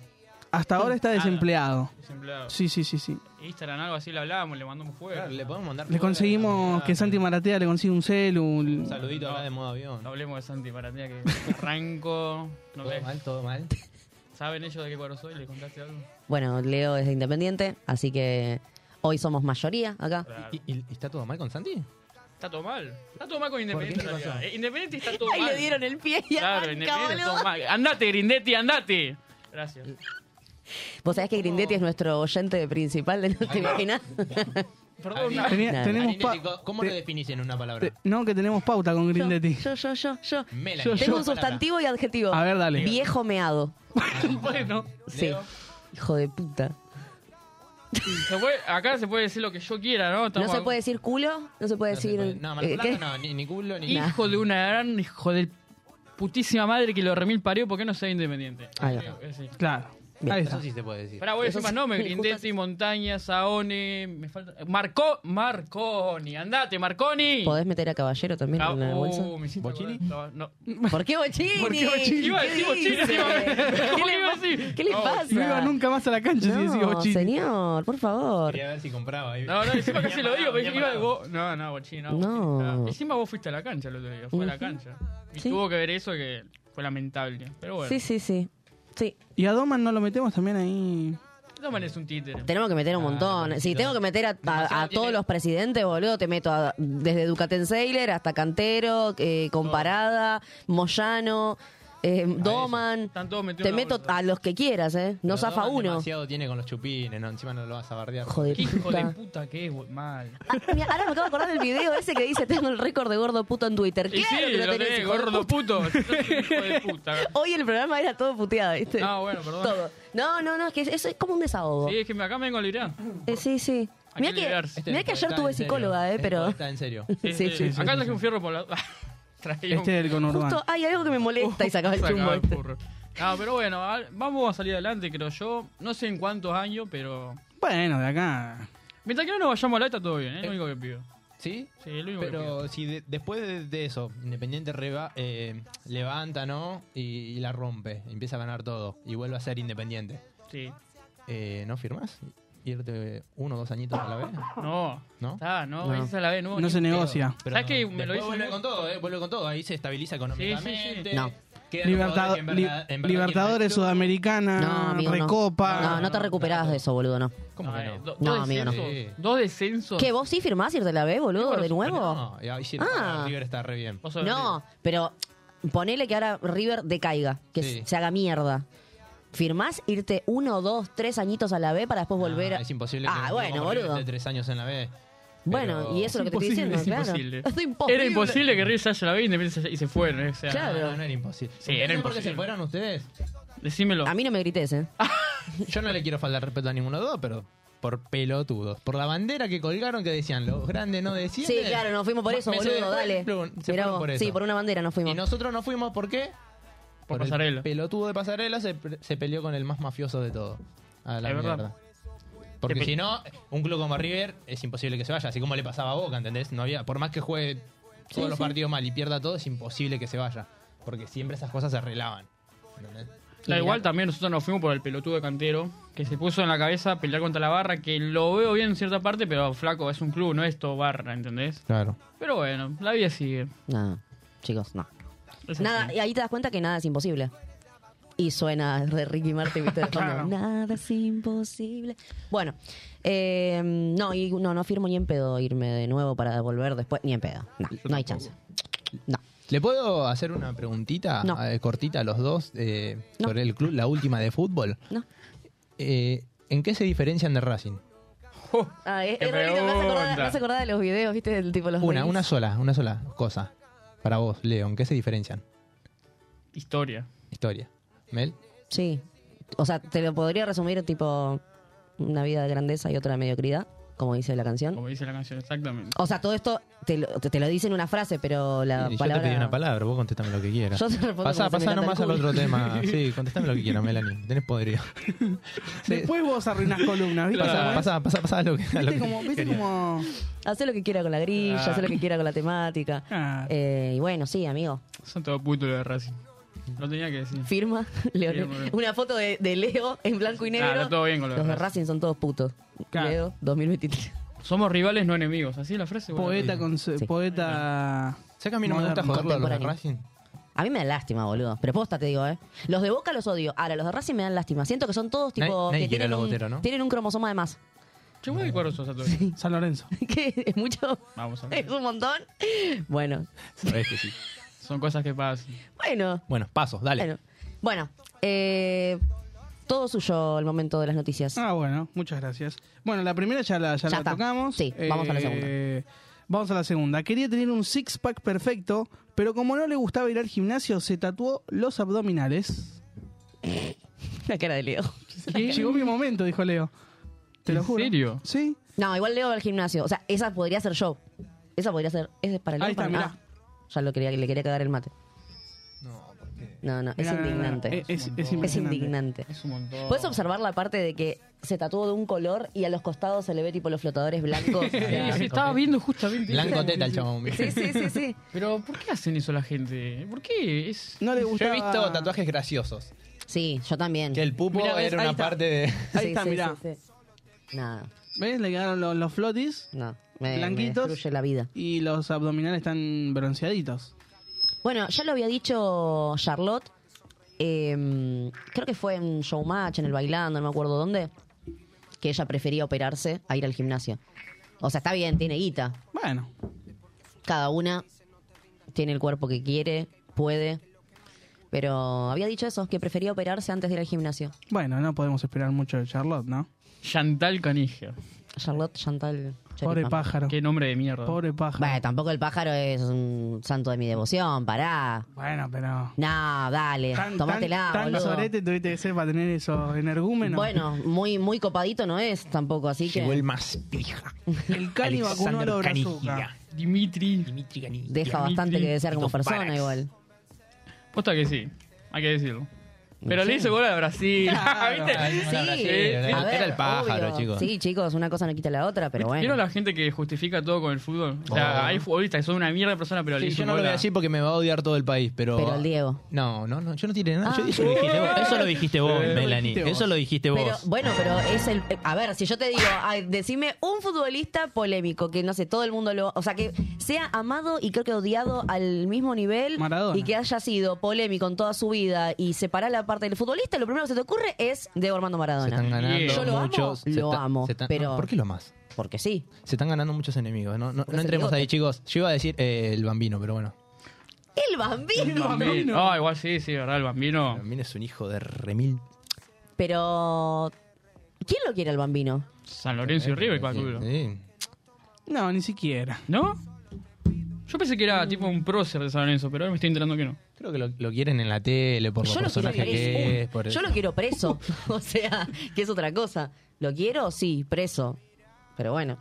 Speaker 5: Hasta ahora está desempleado.
Speaker 12: Desempleado.
Speaker 5: Sí, sí, sí, sí.
Speaker 12: Instagram, algo así le hablábamos, le mandamos fuego.
Speaker 11: le podemos mandar
Speaker 5: Le conseguimos que Santi Maratea le consiga un celu. un-
Speaker 11: un saludito acá de modo avión.
Speaker 12: No hablemos de Santi Maratea que arranco. No
Speaker 11: Todo
Speaker 12: me-
Speaker 11: mal, todo mal.
Speaker 12: ¿Saben ellos de qué cuadro soy? ¿Le contaste algo?
Speaker 4: Bueno, Leo es de Independiente, así que hoy somos mayoría acá.
Speaker 11: ¿Y, y- y está todo mal con Santi?
Speaker 12: Está todo mal. Está todo mal con Independiente.
Speaker 11: ¿Por qué? ¿Qué
Speaker 12: en realidad.
Speaker 11: pasó?
Speaker 12: Eh, Independiente está todo
Speaker 4: Ahí
Speaker 12: mal.
Speaker 4: le dieron el pie y
Speaker 12: Claro,
Speaker 4: arranca,
Speaker 12: Independiente está todo
Speaker 4: boludo.
Speaker 12: mal. Andate, Grindetti, andate. Gracias.
Speaker 4: Vos sabés que Grindetti es nuestro oyente principal, de- ¿no te imaginas?
Speaker 12: Perdón,
Speaker 11: Ari-
Speaker 5: Tenía-
Speaker 11: Nada.
Speaker 5: tenemos
Speaker 11: Aritmético,
Speaker 5: pa-
Speaker 11: ¿Cómo lo definís en una palabra?
Speaker 5: Te- No, que tenemos pauta con Grindetti.
Speaker 4: Yo, yo, yo, yo.
Speaker 11: Melanie.
Speaker 4: Tengo
Speaker 11: Yo, yo.
Speaker 4: un sustantivo y adjetivo.
Speaker 5: A ver, dale.
Speaker 4: Viejo meado.
Speaker 12: bueno.
Speaker 4: Sí. Hijo de puta.
Speaker 12: Se puede- acá se puede decir lo que yo quiera, ¿no?
Speaker 4: ¿No
Speaker 12: Estamos-
Speaker 4: se puede decir culo? ¿No se puede
Speaker 11: No, se
Speaker 4: decir...?
Speaker 11: puede. no,
Speaker 4: eh,
Speaker 11: Marco
Speaker 4: ¿qué?
Speaker 11: Polo no, ni, ni culo, ni nada.
Speaker 12: Hijo de una gran hijo de putísima madre que lo remil parió, ¿por qué no sea independiente? Eh,
Speaker 4: Ahí va.
Speaker 12: Sí.
Speaker 5: Claro. Ahí está.
Speaker 11: Eso sí se puede decir.
Speaker 12: Pará, voy a
Speaker 4: Eso
Speaker 12: decir más
Speaker 4: sí.
Speaker 12: nombres.
Speaker 4: Justo
Speaker 12: Grindetti, Montaña, Saone, me falta... Marco, Marconi, andate, Marconi.
Speaker 4: ¿Podés meter a caballero también
Speaker 12: Ah,
Speaker 4: en la
Speaker 12: uh,
Speaker 4: bolsa?
Speaker 12: me hiciste
Speaker 11: ¿Bochini?
Speaker 12: acordar. No, no.
Speaker 4: ¿Por qué Bochini?
Speaker 5: ¿Por qué Bochini?
Speaker 12: Iba a decir Bochini,
Speaker 4: dice?
Speaker 12: iba a- ¿Cómo
Speaker 4: ¿Qué le
Speaker 12: iba a
Speaker 4: pa-
Speaker 12: decir?
Speaker 4: ¿Qué le
Speaker 12: No,
Speaker 4: pasa?
Speaker 5: No iba nunca más a la cancha si decía
Speaker 4: No,
Speaker 5: Bochini.
Speaker 4: señor, por favor.
Speaker 11: Quería ver si compraba. ahí.
Speaker 12: No, no, encima casi lo digo, porque
Speaker 11: Venía
Speaker 12: iba de
Speaker 11: parado.
Speaker 12: vos. No, no, Bochini, no.
Speaker 4: No.
Speaker 12: Bochini, Encima vos fuiste a la cancha el otro día, fue a la
Speaker 4: Ujú.
Speaker 12: cancha. Y
Speaker 4: Sí.
Speaker 12: tuvo que ver eso que fue lamentable. Pero bueno,
Speaker 4: Sí, sí, sí. Sí,
Speaker 5: Y a Doman no lo metemos también ahí.
Speaker 12: Doman es un títere.
Speaker 4: tenemos que meter un
Speaker 11: Ah,
Speaker 4: montón. Si
Speaker 11: no.
Speaker 4: tengo que meter a, a- a
Speaker 11: Demasiado
Speaker 4: todos
Speaker 11: tiene-
Speaker 4: los presidentes, boludo, te meto a- desde Ducaten Sailor hasta Cantero, eh, Comparada, Moyano, eh, Doman.
Speaker 12: Están todos metidos
Speaker 4: Te
Speaker 12: en la
Speaker 4: meto
Speaker 12: bolsa.
Speaker 4: a los que quieras, ¿eh? No
Speaker 11: Pero
Speaker 4: zafa
Speaker 11: Doman
Speaker 4: uno.
Speaker 11: Demasiado tiene con los chupines, no, encima no lo vas a bardear.
Speaker 4: Joder,
Speaker 12: Qué hijo de
Speaker 4: puta.
Speaker 12: puta que es, güey, mal.
Speaker 4: Ah, mira, ahora me acabo de acordar del video ese que dice tengo el récord de gordo puto en Twitter.
Speaker 12: Y
Speaker 4: Claro
Speaker 12: sí,
Speaker 4: que lo tenés, hijo de
Speaker 12: gordo
Speaker 4: puta.
Speaker 12: puto. hijo de puta.
Speaker 4: Hoy el programa era todo puteado, ¿viste?
Speaker 12: Ah, bueno, perdón.
Speaker 4: Todo. No, no, no, es que eso es como un desahogo.
Speaker 12: Sí, es que me- acá me vengo a librar.
Speaker 4: Eh, sí, sí.
Speaker 12: Hay
Speaker 4: Mirá
Speaker 12: que
Speaker 4: que,
Speaker 12: liberarse.
Speaker 11: Este
Speaker 4: mirá que ayer tuve psicóloga, ¿eh? Pero.
Speaker 11: Está en serio.
Speaker 4: Sí, sí.
Speaker 12: Este, acá traje un fierro por la. traje
Speaker 5: Este es el conurbano.
Speaker 4: Justo hay algo que me molesta y sacaba el
Speaker 12: Sacaba
Speaker 4: chumbo. este.
Speaker 12: el furro. No, pero bueno, al- vamos a salir adelante, creo yo. No sé en cuántos años, pero.
Speaker 5: Bueno, de acá.
Speaker 12: Mientras que no nos vayamos a la está todo bien, es lo único que pido.
Speaker 11: ¿Sí?
Speaker 12: Sí, es lo único que pido.
Speaker 11: Pero si de- después de, de eso, Independiente reba- eh, levanta, ¿no? Y, y la rompe, empieza a ganar todo y vuelve a ser Independiente.
Speaker 12: Sí.
Speaker 11: Eh, ¿No firmas? ¿Irte uno o dos añitos a la vez?
Speaker 12: No.
Speaker 11: ¿No?
Speaker 12: Está, no,
Speaker 5: No.
Speaker 12: esa la ve, no.
Speaker 5: No
Speaker 12: ni
Speaker 5: se
Speaker 12: en pedo.
Speaker 5: negocia.
Speaker 12: ¿Sabes qué? Me lo
Speaker 11: después
Speaker 12: hizo
Speaker 11: vuelve
Speaker 12: un-
Speaker 11: con todo, ¿eh? Vuelve con todo. Ahí se estabiliza económicamente.
Speaker 12: Sí,
Speaker 4: sí, sí. No.
Speaker 11: Quedan los
Speaker 5: Libertado-
Speaker 11: jugadores que en verdad-
Speaker 5: li-
Speaker 11: en verdad
Speaker 5: libertadores
Speaker 11: quieren el club.
Speaker 5: Sudamericana,
Speaker 4: No, amigo. no.
Speaker 5: Ah, Recopa.
Speaker 4: No, no te recuperás de eso, boludo, no.
Speaker 11: ¿Cómo que
Speaker 12: eh,
Speaker 11: no?
Speaker 12: do-
Speaker 4: No,
Speaker 12: dos
Speaker 4: amigo, no.
Speaker 12: descensos, Dos descensos.
Speaker 4: ¿Qué, vos sí firmás irte a la B, boludo, de nuevo?
Speaker 11: No, y ahí sí,
Speaker 4: Ah.
Speaker 11: River está re bien.
Speaker 12: Vos sos de
Speaker 4: No, pero ponele que ahora River decaiga, que
Speaker 11: Sí.
Speaker 4: se haga mierda. firmás irte uno, dos, tres añitos a la B para después volver a...
Speaker 11: Ah, es imposible que
Speaker 4: Ah,
Speaker 11: nos
Speaker 4: bueno,
Speaker 11: vivamos
Speaker 4: boludo.
Speaker 11: de tres años en la B.
Speaker 4: Bueno,
Speaker 11: Pero-
Speaker 4: y eso es lo que te estoy diciendo, claro. Es imposible.
Speaker 12: Era imposible que River se haya la B Independiente se haya- y se fueron. eh, o sea,
Speaker 4: Claro.
Speaker 11: No, no era imposible.
Speaker 12: Sí, era
Speaker 11: ¿Saben por qué
Speaker 12: imposible.
Speaker 11: se fueron ustedes?
Speaker 12: Decímelo.
Speaker 4: A mí no me grites, ¿eh?
Speaker 11: Yo no le quiero faltar respeto a ninguno de los dos, pero por pelotudos. Por la bandera que colgaron que decían, los grandes no decían.
Speaker 4: Sí, claro, nos fuimos por eso, boludo, dale.
Speaker 11: Se
Speaker 4: Mirá
Speaker 11: fueron
Speaker 4: vos.
Speaker 11: por eso.
Speaker 4: Sí, por una bandera nos fuimos.
Speaker 11: Y nosotros nos fuimos, ¿por qué? Por, el
Speaker 12: pasarela.
Speaker 11: pelotudo de pasarela se, pre- se peleó con el más mafioso de todo. A la
Speaker 12: Es verdad.
Speaker 11: mierda. Porque
Speaker 12: Te pe-
Speaker 11: si no, un club como River es imposible que se vaya. Así como le pasaba a Boca, ¿entendés? No había, por más que juegue todos
Speaker 12: Sí,
Speaker 11: los
Speaker 12: sí.
Speaker 11: partidos mal y pierda todo, es imposible que se vaya. Porque siempre esas cosas se arreglaban. ¿entendés?
Speaker 12: Da igual, también nosotros nos fuimos por el pelotudo de Cantero, que se puso en la cabeza pelear contra la barra, que lo veo bien en cierta parte, pero flaco, es un club, no es todo barra, ¿entendés?
Speaker 11: Claro.
Speaker 12: Pero bueno, la vida sigue.
Speaker 4: No, chicos, no.
Speaker 12: Es
Speaker 4: Nada,
Speaker 12: así.
Speaker 4: y ahí te das cuenta que nada es imposible. Y suena de Ricky Martin, ¿viste? de fondo.
Speaker 12: Claro.
Speaker 4: Nada es imposible. Bueno, eh, no, y no, no firmo ni en pedo irme de nuevo para volver después, ni en pedo. No, no hay chance.
Speaker 11: ¿Le puedo hacer una preguntita
Speaker 4: No.
Speaker 11: eh, cortita a los dos eh, sobre el club, la última de fútbol?
Speaker 4: No.
Speaker 11: Eh, ¿En qué se diferencian de Racing?
Speaker 4: Ah, es,
Speaker 11: Qué
Speaker 4: es raro, me hace acordar-
Speaker 11: pregunta.
Speaker 4: me hace acordar de los videos, ¿viste? Del tipo los
Speaker 11: Una,
Speaker 4: reels.
Speaker 11: una sola, una sola cosa. Para vos, Leo, ¿en qué se diferencian?
Speaker 12: Historia.
Speaker 11: Historia. ¿Mel?
Speaker 4: Sí. O sea, te lo podría resumir tipo una vida de grandeza y otra de mediocridad, como dice la canción.
Speaker 12: Como dice la canción, exactamente.
Speaker 4: O sea, todo esto te lo, te, te lo dice en una frase, pero la
Speaker 11: Y yo te
Speaker 4: palabra...
Speaker 11: pedí una palabra, vos contéstame lo que quieras.
Speaker 4: Yo te respondo
Speaker 11: pasá,
Speaker 4: como
Speaker 11: pasá
Speaker 4: se me canta el
Speaker 11: nomás al
Speaker 4: culo.
Speaker 11: otro tema. Sí, contéstame lo que quieras, Melanie. Tenés poderío.
Speaker 5: Después vos arruinás columnas, ¿viste?
Speaker 11: Pasá,
Speaker 5: ¿Sabés?
Speaker 11: pasá, pasá, pasá a lo que, a lo
Speaker 5: ¿Viste
Speaker 11: que
Speaker 5: como, viste
Speaker 11: quería.
Speaker 5: como-
Speaker 4: Hace lo que quiera con la grilla,
Speaker 12: Ah.
Speaker 4: hace lo que quiera con la temática. Eh, y bueno, sí, amigo.
Speaker 12: Son todos putos los de Racing. Lo tenía que decir.
Speaker 4: Firma, Leonel.
Speaker 12: Firma.
Speaker 4: Una foto de, de Leo en blanco y negro.
Speaker 12: Ah, está todo bien con lo de
Speaker 4: los de
Speaker 12: Racing.
Speaker 4: Racing son todos putos.
Speaker 12: Claro.
Speaker 4: Leo, 2023.
Speaker 12: Somos rivales, no enemigos. Así es la frase. boludo.
Speaker 5: Poeta, con, poeta.
Speaker 11: Sé que a mí no me gusta jugarlo a los de
Speaker 4: Contemporáneo.
Speaker 11: Racing.
Speaker 4: A mí me da lástima, boludo. Pero posta, te digo, ¿eh? Los de Boca los odio. Ahora, los de Racing me dan lástima. Siento que son todos tipo.
Speaker 11: Nadie- nadie
Speaker 4: que
Speaker 11: quiere
Speaker 4: tienen,
Speaker 11: a los
Speaker 4: un,
Speaker 11: boteros, ¿no?
Speaker 4: tienen un cromosoma de más.
Speaker 12: Che, vos de cuero sos a todos.
Speaker 5: San Lorenzo.
Speaker 4: ¿Qué? ¿Es mucho?
Speaker 12: Vamos a ver.
Speaker 4: ¿Es un montón? Bueno.
Speaker 12: Son cosas que pasan.
Speaker 4: Bueno.
Speaker 11: Bueno, pasos, dale.
Speaker 4: Bueno, Bueno, eh, todo suyo el momento de las noticias.
Speaker 5: Ah, bueno, muchas gracias. Bueno, la primera ya la, ya
Speaker 4: Ya
Speaker 5: la
Speaker 4: está.
Speaker 5: tocamos. Eh,
Speaker 4: Sí, vamos a la segunda.
Speaker 5: Vamos a la segunda. Quería tener un six-pack perfecto, pero como no le gustaba ir al gimnasio, se tatuó los abdominales.
Speaker 4: La cara de Leo.
Speaker 5: Llegó mi momento, dijo Leo. Te lo juro.
Speaker 12: serio?
Speaker 5: Sí.
Speaker 4: No, igual Leo va al gimnasio. O sea, esa podría ser yo. Esa podría ser. Esa es para Leo.
Speaker 5: Ahí está,
Speaker 4: para mí.
Speaker 5: mirá.
Speaker 4: Ah, ya lo quería, le quería cagar el mate. No, no,
Speaker 5: Mirá,
Speaker 4: es
Speaker 5: mirá, mirá.
Speaker 4: indignante.
Speaker 5: Es- es- es
Speaker 4: Es
Speaker 5: indignante.
Speaker 4: indignante.
Speaker 12: eh, Es un montón.
Speaker 11: Pues,
Speaker 4: Puedes observar la parte de que se tatuó de un color y a los costados se le ve tipo los flotadores blancos. O sea,
Speaker 12: Sí, estaba viendo justamente.
Speaker 11: Blanco teta el chabón.
Speaker 4: sí, sí, sí, sí.
Speaker 12: Pero, ¿por qué hacen eso la gente? ¿Por qué? Es...
Speaker 5: No le
Speaker 11: Yo he visto tatuajes graciosos.
Speaker 4: Sí, yo también.
Speaker 11: Que el pupo
Speaker 5: Mirá, ves,
Speaker 11: era
Speaker 5: ahí
Speaker 11: una
Speaker 5: está.
Speaker 11: parte de...
Speaker 5: Ahí
Speaker 4: Sí,
Speaker 5: está,
Speaker 4: sí,
Speaker 5: mirá.
Speaker 4: sí, sí. Nada,
Speaker 5: ¿Ves? Le quedaron los, los flotis
Speaker 4: no. Me,
Speaker 5: Blanquitos.
Speaker 4: Me destruye la vida.
Speaker 5: y los abdominales están bronceaditos.
Speaker 4: Bueno, ya lo había dicho Charlotte. eh, creo que fue en Showmatch, en el Bailando, no me acuerdo dónde. Que ella prefería operarse a ir al gimnasio. O sea, está bien, tiene guita.
Speaker 5: Bueno.
Speaker 4: Cada una tiene el cuerpo que quiere, puede. Pero había dicho eso, que prefería operarse antes de ir al gimnasio.
Speaker 5: Bueno, no podemos esperar mucho de Charlotte, ¿no?
Speaker 12: Chantal Canigia.
Speaker 4: Charlotte Chantal
Speaker 5: Pobre
Speaker 4: Cheripan.
Speaker 5: pájaro.
Speaker 12: Qué nombre de mierda.
Speaker 5: Pobre pájaro.
Speaker 4: Bueno, tampoco el pájaro es un santo de mi devoción, pará.
Speaker 5: Bueno, pero.
Speaker 4: No, dale,
Speaker 5: Tan,
Speaker 4: tomátela,
Speaker 5: tan, tan
Speaker 4: boludo.
Speaker 5: sorete tuviste que ser para tener esos energúmenos.
Speaker 4: Bueno, muy, muy copadito no es tampoco, así que.
Speaker 11: Llegó el más pija.
Speaker 5: El Cani vacunó a los brazucas.
Speaker 12: Dimitri.
Speaker 11: Dimitri Canigia.
Speaker 4: Deja bastante que desear como
Speaker 11: Dos
Speaker 4: persona
Speaker 11: paras.
Speaker 4: igual.
Speaker 12: Posta que sí. Hay que decirlo. Pero
Speaker 4: Sí.
Speaker 12: le hizo gol a Brasil.
Speaker 5: Claro.
Speaker 12: Ah, ¿Viste?
Speaker 4: Sí,
Speaker 11: era el pájaro,
Speaker 4: obvio.
Speaker 11: chicos.
Speaker 4: Sí, chicos, una cosa no quita la otra, pero
Speaker 12: ¿Vieron
Speaker 4: bueno.
Speaker 12: la gente que justifica todo con el fútbol? O sea,
Speaker 11: Oh.
Speaker 12: hay futbolistas que son una mierda de personas, pero le
Speaker 11: Sí,
Speaker 12: hizo
Speaker 11: yo
Speaker 12: un
Speaker 11: no lo
Speaker 12: gol
Speaker 11: voy a
Speaker 12: a-
Speaker 11: decir porque me va a odiar todo el país, pero...
Speaker 4: Pero el Diego.
Speaker 11: No, no, no, yo no tiré nada.
Speaker 4: Ah.
Speaker 11: Yo- eso, lo dijiste vos, eso lo dijiste vos,
Speaker 12: Eh, lo
Speaker 11: Melanie.
Speaker 12: dijiste vos.
Speaker 11: Eso lo dijiste vos.
Speaker 4: Pero bueno, pero es el. eh, A ver, si yo te digo, ay, decime un futbolista polémico que no sé, todo el mundo lo. O sea, que sea amado y creo que odiado al mismo nivel.
Speaker 5: Maradona.
Speaker 4: Y que haya sido polémico en toda su vida y separar la parte del futbolista, lo primero que se te ocurre es Diego Armando
Speaker 11: se están
Speaker 4: Maradona.
Speaker 11: ganando
Speaker 4: Yo lo amo,
Speaker 11: muchos. se
Speaker 4: lo
Speaker 11: está-
Speaker 4: amo,
Speaker 11: se están-
Speaker 4: pero-
Speaker 11: ¿Por qué lo más?
Speaker 4: Porque sí.
Speaker 11: Se están ganando muchos enemigos. No, no,
Speaker 4: Por
Speaker 11: no
Speaker 4: eso
Speaker 11: entremos
Speaker 4: digo
Speaker 11: ahí,
Speaker 4: que-
Speaker 11: chicos. Yo iba a decir eh, el bambino, pero bueno.
Speaker 4: El bambino.
Speaker 12: Bambino. No, igual Ah, sí, sí, ¿verdad? El bambino.
Speaker 11: El bambino es un hijo de remil.
Speaker 4: Pero. ¿Quién lo quiere al bambino?
Speaker 12: San
Speaker 11: Eh,
Speaker 12: Lorenzo y River, calculo.
Speaker 5: No, ni siquiera.
Speaker 12: ¿No? Yo pensé que era tipo un prócer de San Lorenzo, pero ahora me estoy enterando que no.
Speaker 11: Creo que lo, lo quieren en la tele por los
Speaker 12: Yo lo quiero
Speaker 11: personajes que
Speaker 12: preso.
Speaker 11: es. Por
Speaker 4: Yo lo quiero preso. o sea, que es otra cosa. ¿Lo quiero? Sí, preso. Pero bueno,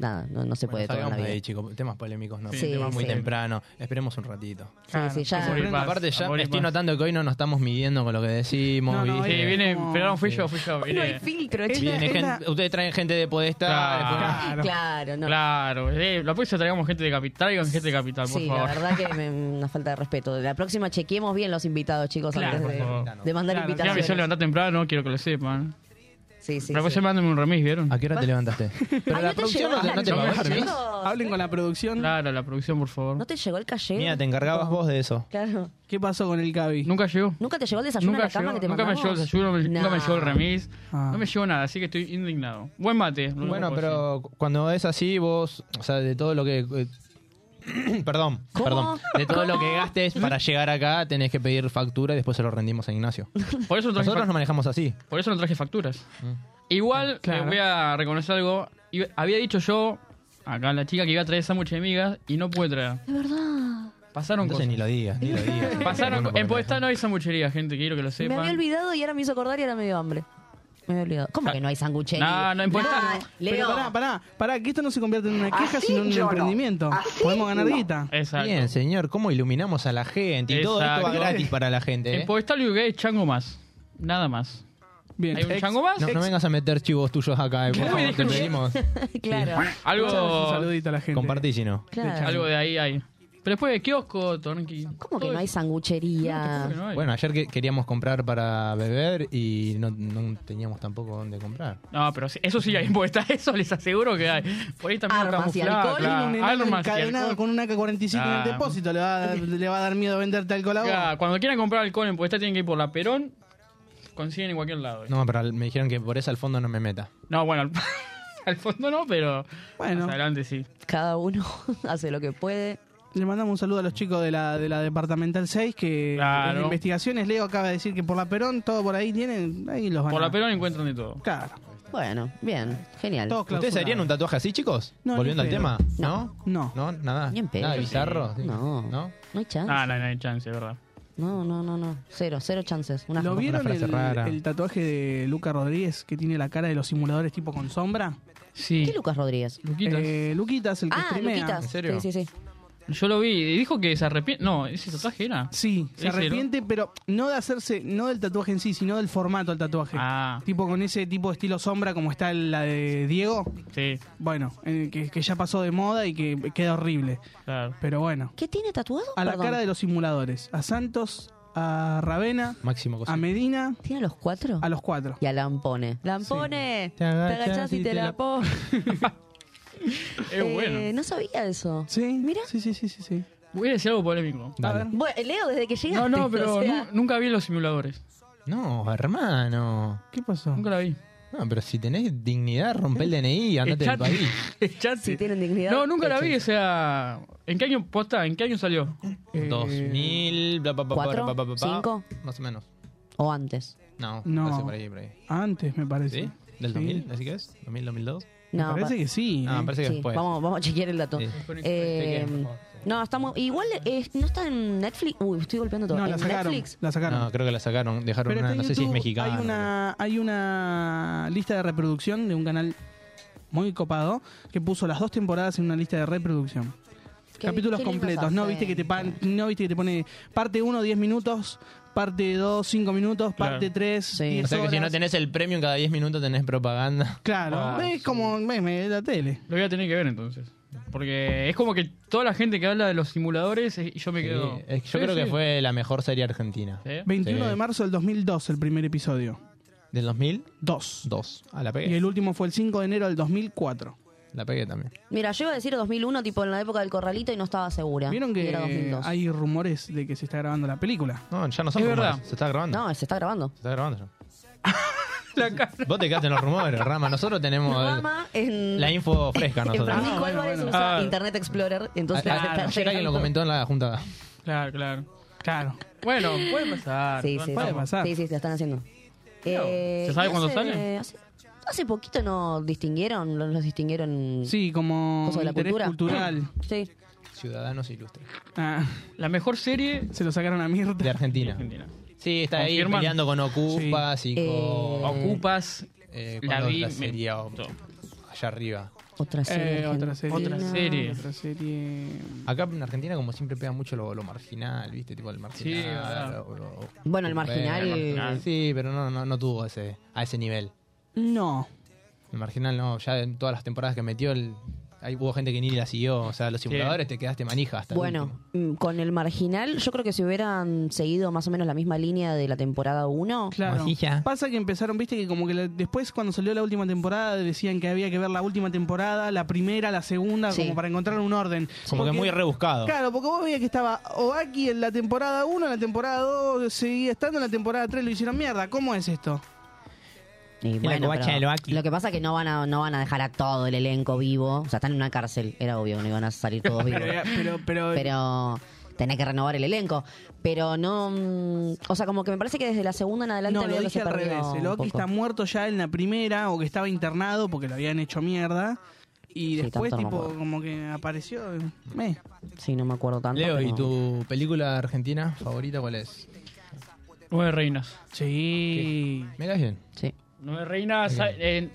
Speaker 4: nada, no, no se puede todo en
Speaker 11: Salgamos
Speaker 4: la
Speaker 11: de ahí,
Speaker 4: vida.
Speaker 11: chicos. Temas polémicos, no.
Speaker 4: Sí, Sí, temas
Speaker 11: muy
Speaker 4: sí.
Speaker 11: temprano. Esperemos un ratito.
Speaker 4: Sí, sí, ya.
Speaker 11: Porque
Speaker 4: Amor y paz,
Speaker 11: Aparte, ya
Speaker 4: amor y
Speaker 11: estoy
Speaker 4: paz.
Speaker 11: notando que hoy no nos estamos midiendo con lo que decimos.
Speaker 12: No, no,
Speaker 11: ¿viste?
Speaker 12: Sí, viene- como- pero no, fui yo, fui yo,
Speaker 11: Sí.
Speaker 12: viene. No hay
Speaker 4: filtro,
Speaker 11: Viene
Speaker 12: chicos.
Speaker 11: gente-
Speaker 12: Es la-
Speaker 11: Ustedes traen gente de Podestá.
Speaker 12: Claro.
Speaker 11: después-
Speaker 4: Claro, no.
Speaker 12: Claro, eh, la próxima traigamos gente de capital, traigan gente de capital, por
Speaker 4: Sí, la
Speaker 12: favor.
Speaker 4: verdad que me, una falta de respeto. La próxima chequeemos bien los invitados, chicos,
Speaker 12: Claro,
Speaker 4: antes
Speaker 12: por
Speaker 4: de,
Speaker 12: favor.
Speaker 4: de mandar
Speaker 12: Claro, encima me
Speaker 4: invitaciones.
Speaker 12: hicieron levantar temprano, quiero que lo sepan.
Speaker 4: Sí, sí.
Speaker 12: La próxima mándame un remis, ¿vieron? ¿A
Speaker 11: qué hora te levantaste?
Speaker 12: Pero
Speaker 4: Ay, la no te producción no te- no te llevaba,
Speaker 12: ¿eh?
Speaker 4: pagó el remis. chicos.
Speaker 12: Hablen con la producción. Claro, la producción, por favor.
Speaker 4: ¿No te llegó el calleo?
Speaker 11: Mira, te encargabas vos de eso.
Speaker 4: Claro.
Speaker 5: ¿Qué pasó con el Cabi?
Speaker 12: Nunca llegó.
Speaker 4: ¿Nunca te llegó el desayuno a la cama
Speaker 12: llegó-
Speaker 4: que te
Speaker 12: nunca me llegó el
Speaker 4: mandamos?
Speaker 12: desayuno, me- nunca me
Speaker 4: Nah.
Speaker 12: llegó el remis. No me llegó nada, así que estoy indignado. Buen mate. lo único
Speaker 11: Ah. Bueno,
Speaker 12: que puedo decir.
Speaker 11: pero cu- cuando es así, vos, o sea, de todo lo que. eh, perdón,
Speaker 12: ¿Cómo?
Speaker 11: perdón. De todo lo que
Speaker 12: ¿Cómo?
Speaker 11: gastes para llegar acá, tenés que pedir factura y después se lo rendimos a Ignacio.
Speaker 12: Por eso traje
Speaker 11: Nosotros
Speaker 12: fac-
Speaker 11: nos manejamos así.
Speaker 12: Por eso no traje facturas. Igual
Speaker 11: Mm. Ah, Claro.
Speaker 12: eh, voy a reconocer algo. Y- Había dicho yo, acá la chica, que iba a traer sándwich de migas y no pude traer.
Speaker 4: De verdad.
Speaker 12: Pasaron
Speaker 11: Entonces ni
Speaker 12: cosas.
Speaker 11: lo digas, ni lo digas.
Speaker 12: Pasaron
Speaker 11: Uno
Speaker 12: co-
Speaker 11: por
Speaker 12: en Podestá no hay sanguchería, gente, quiero que lo
Speaker 4: Me había
Speaker 12: sepan.
Speaker 4: olvidado y ahora me hizo acordar y ahora me dio hambre. Me había olvidado. ¿Cómo que no hay sanguchería?
Speaker 12: Ah. No, no importa.
Speaker 4: Nah,
Speaker 5: Pero
Speaker 4: Leo.
Speaker 5: pará, pará, pará, que esto no se convierte en una queja,
Speaker 4: Así
Speaker 5: sino en un
Speaker 4: yo no.
Speaker 5: emprendimiento. Podemos ganar
Speaker 4: no.
Speaker 5: guita.
Speaker 12: Exacto.
Speaker 11: Bien, señor, ¿cómo iluminamos a la gente? Y todo esto va
Speaker 12: Exacto.
Speaker 11: gratis para la gente. ¿eh?
Speaker 12: En Podestá lo que hay es chango más. Nada más.
Speaker 5: Bien.
Speaker 12: ¿Hay un
Speaker 11: Ex-
Speaker 12: chango más?
Speaker 11: No, no vengas a meter chivos tuyos acá, eh, por
Speaker 12: Uy,
Speaker 11: favor, te
Speaker 12: disculpe.
Speaker 11: pedimos.
Speaker 4: claro.
Speaker 12: Algo.
Speaker 5: a la gente.
Speaker 11: Compartí si no.
Speaker 4: Claro.
Speaker 12: Algo de ahí hay. Pero después de kiosco, Tornqui.
Speaker 4: ¿Cómo que no hay sanguchería?
Speaker 11: Bueno, ayer que queríamos comprar para beber y no, no teníamos tampoco dónde comprar.
Speaker 12: No, pero sí- eso sí hay en Podestá, eso les aseguro que hay. Por ahí también
Speaker 5: Armas y
Speaker 12: camuflada,
Speaker 5: alcohol.
Speaker 12: claro.
Speaker 5: Un enano
Speaker 12: Armas y
Speaker 5: encadenado
Speaker 12: alcohol.
Speaker 5: con un AK-47 en el
Speaker 12: Claro.
Speaker 5: depósito. Le va, a dar, le va a dar miedo venderte alcohol ahora.
Speaker 12: Claro, Cuando quieran comprar alcohol en Podestá tienen que ir por la Perón, consiguen en cualquier lado.
Speaker 11: No, pero me dijeron que por eso al fondo no me meta.
Speaker 12: No, bueno, al, al fondo no, pero
Speaker 5: Bueno.
Speaker 12: más adelante sí.
Speaker 4: Cada uno hace lo que puede.
Speaker 5: Le mandamos un saludo a los chicos de la, de la Departamental 6 que
Speaker 12: Claro.
Speaker 5: en investigaciones Leo acaba de decir que por la Perón, todo por ahí tienen, ahí los van
Speaker 12: Por
Speaker 5: a-
Speaker 12: la Perón encuentran de todo.
Speaker 5: Claro.
Speaker 4: Bueno, bien, genial.
Speaker 5: Todos
Speaker 11: ¿Ustedes
Speaker 5: clausurados.
Speaker 11: harían un tatuaje así, chicos?
Speaker 5: No, ni
Speaker 11: Volviendo al
Speaker 5: en
Speaker 11: tema.
Speaker 5: pedo.
Speaker 11: ¿No?
Speaker 5: No.
Speaker 11: ¿No? Nada.
Speaker 4: Ni en pedo.
Speaker 11: Nada bizarro.
Speaker 4: Sí. No. no. hay chance.
Speaker 12: Ah, no, no hay chance, es verdad.
Speaker 4: No, no, no, no. Cero, cero chances. Una
Speaker 5: ¿Lo
Speaker 4: una
Speaker 5: vieron
Speaker 4: frase
Speaker 5: el,
Speaker 4: rara.
Speaker 5: el tatuaje de Luca Rodríguez que tiene la cara de los simuladores tipo con sombra?
Speaker 12: Sí.
Speaker 4: ¿Qué Lucas Rodríguez?
Speaker 12: Luquitas.
Speaker 5: Eh, Luquitas, el que
Speaker 4: Ah,
Speaker 5: streamea.
Speaker 4: Luquitas. Sí, sí, sí.
Speaker 12: Yo lo vi y dijo que se arrepiente. No, ese tatuaje era.
Speaker 5: Sí,
Speaker 12: Ese,
Speaker 5: se
Speaker 12: ¿no?
Speaker 5: arrepiente, pero no de hacerse, no del tatuaje en sí, sino del formato del tatuaje.
Speaker 12: Ah.
Speaker 5: Tipo con ese tipo de estilo sombra como está la de Diego.
Speaker 12: Sí,
Speaker 5: Bueno, eh, que, que ya pasó de moda y que queda horrible.
Speaker 12: claro.
Speaker 5: Pero bueno.
Speaker 4: ¿Qué tiene tatuado?
Speaker 5: A la
Speaker 4: Perdón.
Speaker 5: cara de los simuladores. A Santos, a Ravena,
Speaker 11: Máximo cosa.
Speaker 5: a Medina,
Speaker 4: ¿Tiene a los cuatro?
Speaker 5: a los cuatro.
Speaker 4: Y a Lampone. ¡Lampone! Te
Speaker 5: agachás
Speaker 4: agachás y te la pones.
Speaker 12: Es bueno.
Speaker 4: Eh, No sabía eso.
Speaker 5: Sí, mira. Sí, sí, sí, sí. sí.
Speaker 12: Voy a decir algo polémico.
Speaker 4: Bueno, Leo, desde que
Speaker 12: No,
Speaker 4: llegaste.
Speaker 12: no, pero
Speaker 4: o sea,
Speaker 12: nu- nunca vi los simuladores.
Speaker 11: No, hermano.
Speaker 5: ¿Qué pasó?
Speaker 12: Nunca la vi.
Speaker 11: No, pero si tenés dignidad, rompe el DNI y andate del
Speaker 12: Eh, Echate.
Speaker 11: país.
Speaker 12: Echate.
Speaker 4: si tienen dignidad.
Speaker 12: No, nunca la vi,
Speaker 4: échense.
Speaker 12: o sea. ¿En qué año posta? ¿En qué año salió?
Speaker 11: 2000, bla, bla, bla,
Speaker 4: Eh, ¿Cuatro?
Speaker 11: bla, bla, bla, bla.
Speaker 4: ¿Cinco?
Speaker 11: Más o menos.
Speaker 4: O antes.
Speaker 11: No,
Speaker 5: No.
Speaker 11: no. por ahí, por ahí.
Speaker 5: Antes, me parece.
Speaker 11: ¿Sí? ¿Del
Speaker 5: Sí.
Speaker 11: 2000? ¿Así que es? ¿2000, 2002?
Speaker 5: Me
Speaker 4: No,
Speaker 5: parece
Speaker 4: pa-
Speaker 5: que sí.
Speaker 11: Ah,
Speaker 5: eh.
Speaker 11: parece que
Speaker 4: sí,
Speaker 11: después.
Speaker 4: Vamos, vamos a chequear el dato.
Speaker 11: Sí.
Speaker 4: Eh,
Speaker 11: Chequeen, por
Speaker 4: no, estamos. Igual, eh, ¿no está en Netflix? Uy, estoy golpeando todo.
Speaker 5: No,
Speaker 4: ¿En
Speaker 5: la sacaron.
Speaker 4: Netflix?
Speaker 5: La sacaron.
Speaker 11: No, creo que la sacaron. Dejaron
Speaker 5: Pero
Speaker 11: una,
Speaker 5: está en
Speaker 11: no sé si es
Speaker 5: YouTube,
Speaker 11: mexicana.
Speaker 5: Hay una, hay una lista de reproducción de un canal muy copado que puso las dos temporadas en una lista de reproducción.
Speaker 4: Qué-
Speaker 5: Capítulos
Speaker 4: qué lindo
Speaker 5: completos, ¿no? Viste que te pan- no viste que te pone parte 1 10 minutos, parte 2 5 minutos,
Speaker 11: Claro.
Speaker 5: parte 3
Speaker 11: O sea que si no tenés el premio, en cada 10 minutos tenés propaganda.
Speaker 5: Claro,
Speaker 12: Ah,
Speaker 5: es como meme de la tele.
Speaker 12: Lo voy a tener que ver entonces. Porque es como que toda la gente que habla de los simuladores eh, y yo me quedo.
Speaker 11: Sí, es que yo
Speaker 12: Sí,
Speaker 11: creo que
Speaker 12: sí.
Speaker 11: fue la mejor serie argentina.
Speaker 12: Sí.
Speaker 5: 21
Speaker 11: Sí.
Speaker 5: de marzo del 2002 el primer episodio.
Speaker 11: ¿Del 2002?
Speaker 5: 2.
Speaker 11: Ah, la
Speaker 5: Y
Speaker 11: pegué.
Speaker 5: el último fue el 5 de enero del 2004.
Speaker 11: La pegué también.
Speaker 4: Mira, yo iba a decir 2001, tipo en la época del corralito y no estaba segura.
Speaker 5: ¿Vieron
Speaker 4: Ah, Y
Speaker 5: que
Speaker 4: era 2002.
Speaker 5: hay rumores de que se está grabando la película?
Speaker 11: No, ya no son
Speaker 12: Es
Speaker 11: rumores.
Speaker 12: verdad.
Speaker 11: Se está grabando.
Speaker 4: No, se está grabando.
Speaker 11: Se está grabando ya. Vos te quedaste en los rumores, Rama. Nosotros tenemos el-
Speaker 4: Rama en.
Speaker 11: la info fresca
Speaker 4: en
Speaker 11: nosotros. Ah,
Speaker 4: Francisco
Speaker 5: bueno,
Speaker 4: Álvarez
Speaker 5: bueno.
Speaker 4: usa
Speaker 12: Ah.
Speaker 4: Internet Explorer, entonces
Speaker 11: A- a-
Speaker 4: se
Speaker 11: ayer
Speaker 4: está
Speaker 11: alguien lo
Speaker 4: llegando.
Speaker 11: comentó en la junta.
Speaker 12: Claro, claro.
Speaker 5: Claro.
Speaker 12: Bueno, puede pasar.
Speaker 4: Sí,
Speaker 12: puede
Speaker 4: sí, sí.
Speaker 12: pasar.
Speaker 5: pasar.
Speaker 4: Sí, sí, lo están haciendo. Eh,
Speaker 12: ¿Se sabe
Speaker 4: y
Speaker 12: cuándo
Speaker 4: hace-
Speaker 12: sale?
Speaker 4: Hace, hace poquito nos distinguieron, lo- nos distinguieron.
Speaker 5: Sí, como
Speaker 4: cosas de la
Speaker 5: interés
Speaker 4: cultura.
Speaker 5: cultural.
Speaker 4: Sí.
Speaker 11: Ciudadanos Ilustres.
Speaker 5: La mejor serie se lo sacaron a Mirta.
Speaker 11: De Argentina. Sí, está ahí
Speaker 5: Confirman.
Speaker 11: peleando con Ocupas
Speaker 4: Eh,
Speaker 11: y con.
Speaker 12: Ocupas,
Speaker 11: Eh,
Speaker 12: la
Speaker 11: ¿cuál
Speaker 12: vi,
Speaker 11: otra
Speaker 12: me
Speaker 11: serie? O- Allá arriba.
Speaker 4: Otra
Speaker 5: serie Eh, otra serie.
Speaker 12: Otra serie.
Speaker 5: Otra serie.
Speaker 11: Acá en Argentina, como siempre, pega mucho lo, lo marginal, ¿viste? Tipo el marginal.
Speaker 12: Sí, verdad.
Speaker 11: lo- lo-
Speaker 4: Bueno, el
Speaker 11: lo-
Speaker 4: marginal-
Speaker 11: el marginal, Sí, pero no, no, no tuvo ese, a ese nivel.
Speaker 5: No.
Speaker 11: El marginal no, ya en todas las temporadas que metió, el, ahí hubo gente que ni la siguió. O sea, los simuladores te quedaste manija hasta. el último.
Speaker 4: Bueno, mm, con el marginal, yo creo que si hubieran seguido más o menos la misma línea de la temporada 1.
Speaker 5: Claro. Pasa que empezaron, viste, que como que la- después cuando salió la última temporada decían que había que ver la última temporada, la primera, la segunda,
Speaker 11: Sí.
Speaker 5: como para encontrar un orden.
Speaker 11: Como que
Speaker 5: Porque-
Speaker 11: muy rebuscado.
Speaker 5: Claro, porque vos veías que estaba Oaki en la temporada 1, en la temporada 2, seguía estando en la temporada 3, lo hicieron mierda. ¿Cómo es esto?
Speaker 4: Y bueno, pero lo que pasa es que no van a no van a dejar a todo el elenco vivo. O sea, están en una cárcel, era obvio, no iban a salir todos vivos.
Speaker 5: Pero, pero, pero-
Speaker 4: Pero tenés que renovar el elenco. Pero no. mm, O sea, como que me parece que desde la segunda en adelante
Speaker 5: No, lo
Speaker 4: veo que
Speaker 5: dije
Speaker 4: se
Speaker 5: al
Speaker 4: perdió
Speaker 5: revés.
Speaker 4: un
Speaker 5: El Oki
Speaker 4: poco.
Speaker 5: está muerto ya en la primera o que estaba internado porque lo habían hecho mierda. Y
Speaker 4: Sí,
Speaker 5: después,
Speaker 4: tanto no me
Speaker 5: tipo,
Speaker 4: acuerdo.
Speaker 5: como que apareció. eh, meh.
Speaker 4: Sí, no me acuerdo tanto.
Speaker 11: Leo, ¿y
Speaker 4: pero-
Speaker 11: tu película argentina favorita cuál es?
Speaker 12: Nueve Reinas.
Speaker 5: Sí.
Speaker 11: ¿Me caes bien?
Speaker 4: Sí.
Speaker 12: Nueve Reinas. sa- eh,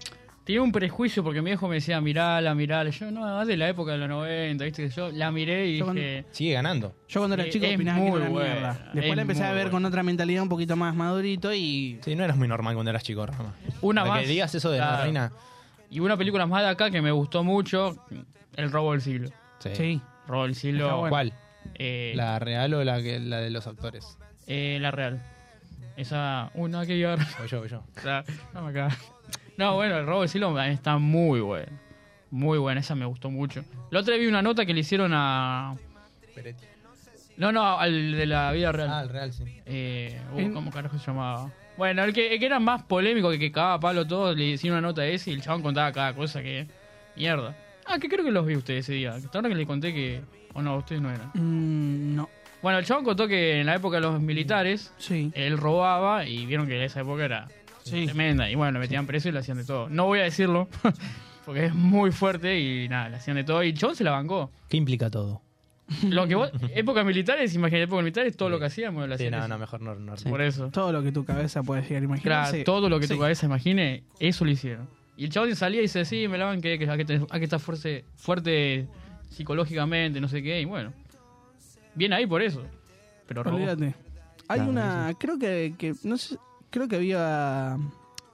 Speaker 12: tenía un prejuicio porque mi viejo me decía, mirala, mirala. Yo, no, es de la época de los 90, ¿viste? Yo la miré y
Speaker 5: Yo cuando-
Speaker 12: dije.
Speaker 11: Sigue ganando.
Speaker 5: Yo cuando era
Speaker 12: Eh,
Speaker 5: chico
Speaker 12: es
Speaker 5: opinaba que era
Speaker 12: muy
Speaker 5: una
Speaker 12: buena,
Speaker 5: mierda. Después
Speaker 12: es
Speaker 5: la empecé a
Speaker 12: muy
Speaker 5: ver con otra mentalidad un poquito más madurito y.
Speaker 11: Sí, no eras muy normal cuando eras chico, Rama.
Speaker 12: Una
Speaker 11: Para
Speaker 12: más.
Speaker 11: que digas eso de la
Speaker 12: Claro.
Speaker 11: reina.
Speaker 12: Y una película más de acá que me gustó mucho: El robo del siglo.
Speaker 11: Sí.
Speaker 5: Sí.
Speaker 12: Robo del siglo.
Speaker 11: Está bueno. ¿Cuál?
Speaker 12: Eh,
Speaker 11: ¿La real o la, que- la de los actores?
Speaker 12: eh, la real. Esa. Uy, no, hay que llorar.
Speaker 11: Voy yo, voy yo.
Speaker 12: Clara, dame acá. No, bueno, el robo del siglo está muy bueno. Muy buena, esa me gustó mucho. La otra vez vi una nota que le hicieron a.
Speaker 11: Peretti.
Speaker 12: No, no, al de la vida real. Ah,
Speaker 11: al real, sí.
Speaker 12: Eh, uh, ¿Cómo carajo se llamaba? Bueno, el que, el que era más polémico que que cagaba a palo todo, le hicieron una nota a ese y el chabón contaba cada cosa que. Mierda. Ah, que creo que los vi ustedes ese día. Que Hasta ahora que le conté que. O no, ustedes no eran.
Speaker 5: Mm, no.
Speaker 12: Bueno, el chabón contó que en la época de los militares, él robaba y vieron que en esa época era tremenda. Y bueno, lo metían preso y le hacían de todo. No voy a decirlo, porque es muy fuerte y nada, le hacían de todo. Y el chabón se la bancó.
Speaker 11: ¿Qué implica todo?
Speaker 12: Lo que vos, épocas militares, imagínate, épocas militares, todo lo que hacíamos. lo
Speaker 11: Sí,
Speaker 12: hacían
Speaker 11: no,
Speaker 12: eso.
Speaker 11: no, mejor no. no.
Speaker 12: Por eso.
Speaker 5: Todo lo que tu cabeza puede llegar a
Speaker 12: Claro,
Speaker 5: imaginar. sí.
Speaker 12: todo lo que
Speaker 5: Sí.
Speaker 12: tu cabeza imagine, eso lo hicieron. Y el chabón salía y dice, sí, me la banqué, que hay que, tener- hay que estar fuerte, fuerte psicológicamente, no sé qué, y bueno. Bien ahí por eso. Pero robó.
Speaker 5: Olvídate. Hay
Speaker 12: Claro,
Speaker 5: una. Creo que, que- No sé. Creo que había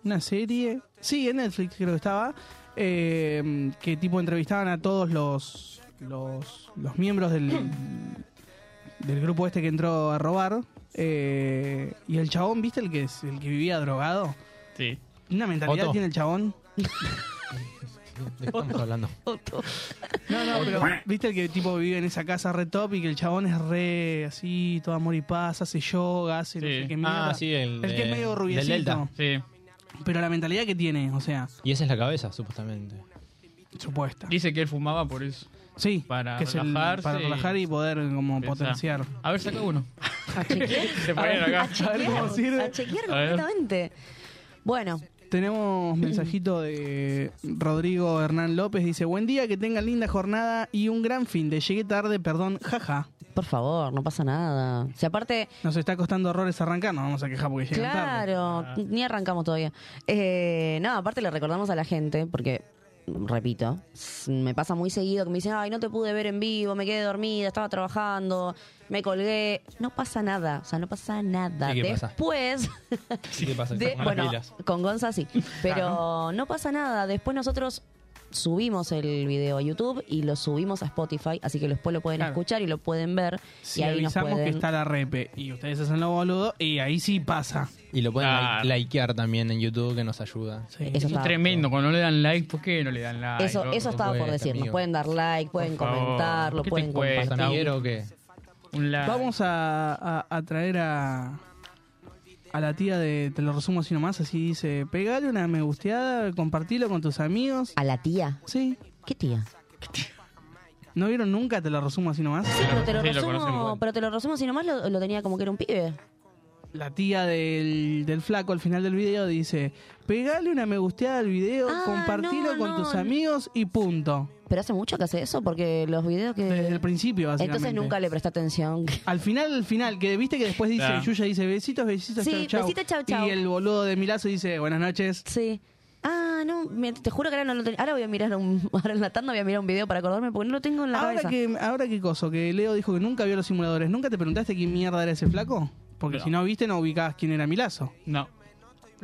Speaker 5: una serie. Sí, en Netflix creo que estaba. eh, que tipo entrevistaban a todos los. Los, los miembros del, del grupo este que entró a robar. eh, y el chabón, ¿viste? El que, es- el que vivía drogado.
Speaker 12: Sí.
Speaker 5: Una mentalidad
Speaker 12: Otto.
Speaker 5: tiene el chabón.
Speaker 11: ¿De qué estamos hablando?
Speaker 5: No, no, pero viste el que tipo vive en esa casa re top y que el chabón es re así, todo amor y paz, hace yoga, hace no sé qué mierda.
Speaker 11: Ah, sí, el,
Speaker 5: que
Speaker 11: de-
Speaker 5: es medio
Speaker 11: del
Speaker 5: rubiecito.
Speaker 11: Delta.
Speaker 12: Sí.
Speaker 5: Pero la mentalidad que tiene, o sea,
Speaker 11: Y esa es la cabeza, supuestamente.
Speaker 5: supuesta.
Speaker 12: Dice que él fumaba por eso.
Speaker 5: Sí,
Speaker 12: para
Speaker 5: que es el-
Speaker 12: relajarse.
Speaker 5: para relajar y poder como potenciar.
Speaker 12: A ver, saca uno. Se ponen
Speaker 4: A ver,
Speaker 12: acá.
Speaker 4: a chequear,
Speaker 5: sirve.
Speaker 4: a chequear
Speaker 12: A ver.
Speaker 4: completamente. Bueno,
Speaker 5: Tenemos mensajito de Rodrigo Hernán López, dice, buen día, que tengan linda jornada y un gran fin de llegué tarde, perdón, jaja.
Speaker 4: por favor, no pasa nada. Si aparte,
Speaker 5: Nos está costando horrores arrancar, nos vamos a quejar porque llegan tarde.
Speaker 4: claro,
Speaker 12: Ah.
Speaker 4: ni arrancamos todavía. Eh, no, aparte le recordamos a la gente, porque, repito, s- me pasa muy seguido que me dicen, ay, no te pude ver en vivo, me quedé dormida, estaba trabajando, me colgué. No pasa nada, o sea, no pasa nada.
Speaker 11: Sí que pasa.
Speaker 4: Después...
Speaker 11: Sí, ¿qué pasa?
Speaker 4: De-
Speaker 11: Con las
Speaker 4: bueno,
Speaker 11: pilas.
Speaker 4: con Gonza sí. Pero no pasa nada. Después nosotros subimos el video a YouTube y lo subimos a Spotify, así que después lo pueden escuchar y lo pueden ver.
Speaker 5: Si
Speaker 4: y ahí nos
Speaker 5: avisamos
Speaker 4: pueden...
Speaker 5: que está la repe y ustedes hacen lo boludo y ahí sí pasa.
Speaker 11: Y lo pueden
Speaker 12: Ah.
Speaker 11: like- likear también en YouTube, que nos ayuda.
Speaker 4: Eso
Speaker 12: Eso es
Speaker 4: estaba-
Speaker 12: tremendo, cuando no le dan like, ¿por qué no le dan like?
Speaker 4: eso,
Speaker 12: loco?
Speaker 4: eso estaba por
Speaker 12: Cuesta,
Speaker 4: decir. Nos
Speaker 12: amigo.
Speaker 4: pueden dar like, pueden
Speaker 12: favor,
Speaker 4: comentar, lo
Speaker 12: ¿qué te
Speaker 4: pueden
Speaker 12: cuesta?
Speaker 4: compartir.
Speaker 12: Amiguero,
Speaker 11: ¿O qué?
Speaker 12: Un like.
Speaker 5: Vamos a, a- a traer a, a la tía de Te lo resumo así nomás, así dice, pegale una me gusteada, compartilo con tus amigos.
Speaker 4: ¿A la tía?
Speaker 5: Sí.
Speaker 4: ¿Qué tía?
Speaker 5: ¿No vieron nunca Te lo resumo así nomás?
Speaker 4: Sí, pero te lo resumo, pero te lo resumo si nomás lo, lo tenía como que era un pibe.
Speaker 5: la tía del, del flaco al final del video dice, pegale una me gusteada al video,
Speaker 4: Ah,
Speaker 5: compartilo con tus amigos y punto.
Speaker 4: Pero hace mucho que hace eso porque los videos que...
Speaker 5: Desde el principio, básicamente.
Speaker 4: Entonces nunca le presta atención.
Speaker 5: Al final, al final, que viste que después dice,
Speaker 4: Claro.
Speaker 5: Yuya dice, besitos, besitos,
Speaker 4: Sí,
Speaker 5: chau, chau".
Speaker 4: besitos, chau, chau.
Speaker 5: Y el boludo de Milazo dice, buenas noches.
Speaker 4: Sí. Ah, no, me- te juro que ahora no lo tengo. Ahora voy a mirar un, ahora en la tanda voy a mirar un video para acordarme porque no lo tengo en la
Speaker 5: Ahora
Speaker 4: cabeza.
Speaker 5: que, ahora qué cosa, que Leo dijo que nunca vio los simuladores, ¿nunca te preguntaste qué mierda era ese flaco? Porque si no viste, no ubicabas quién era Milazo.
Speaker 12: No.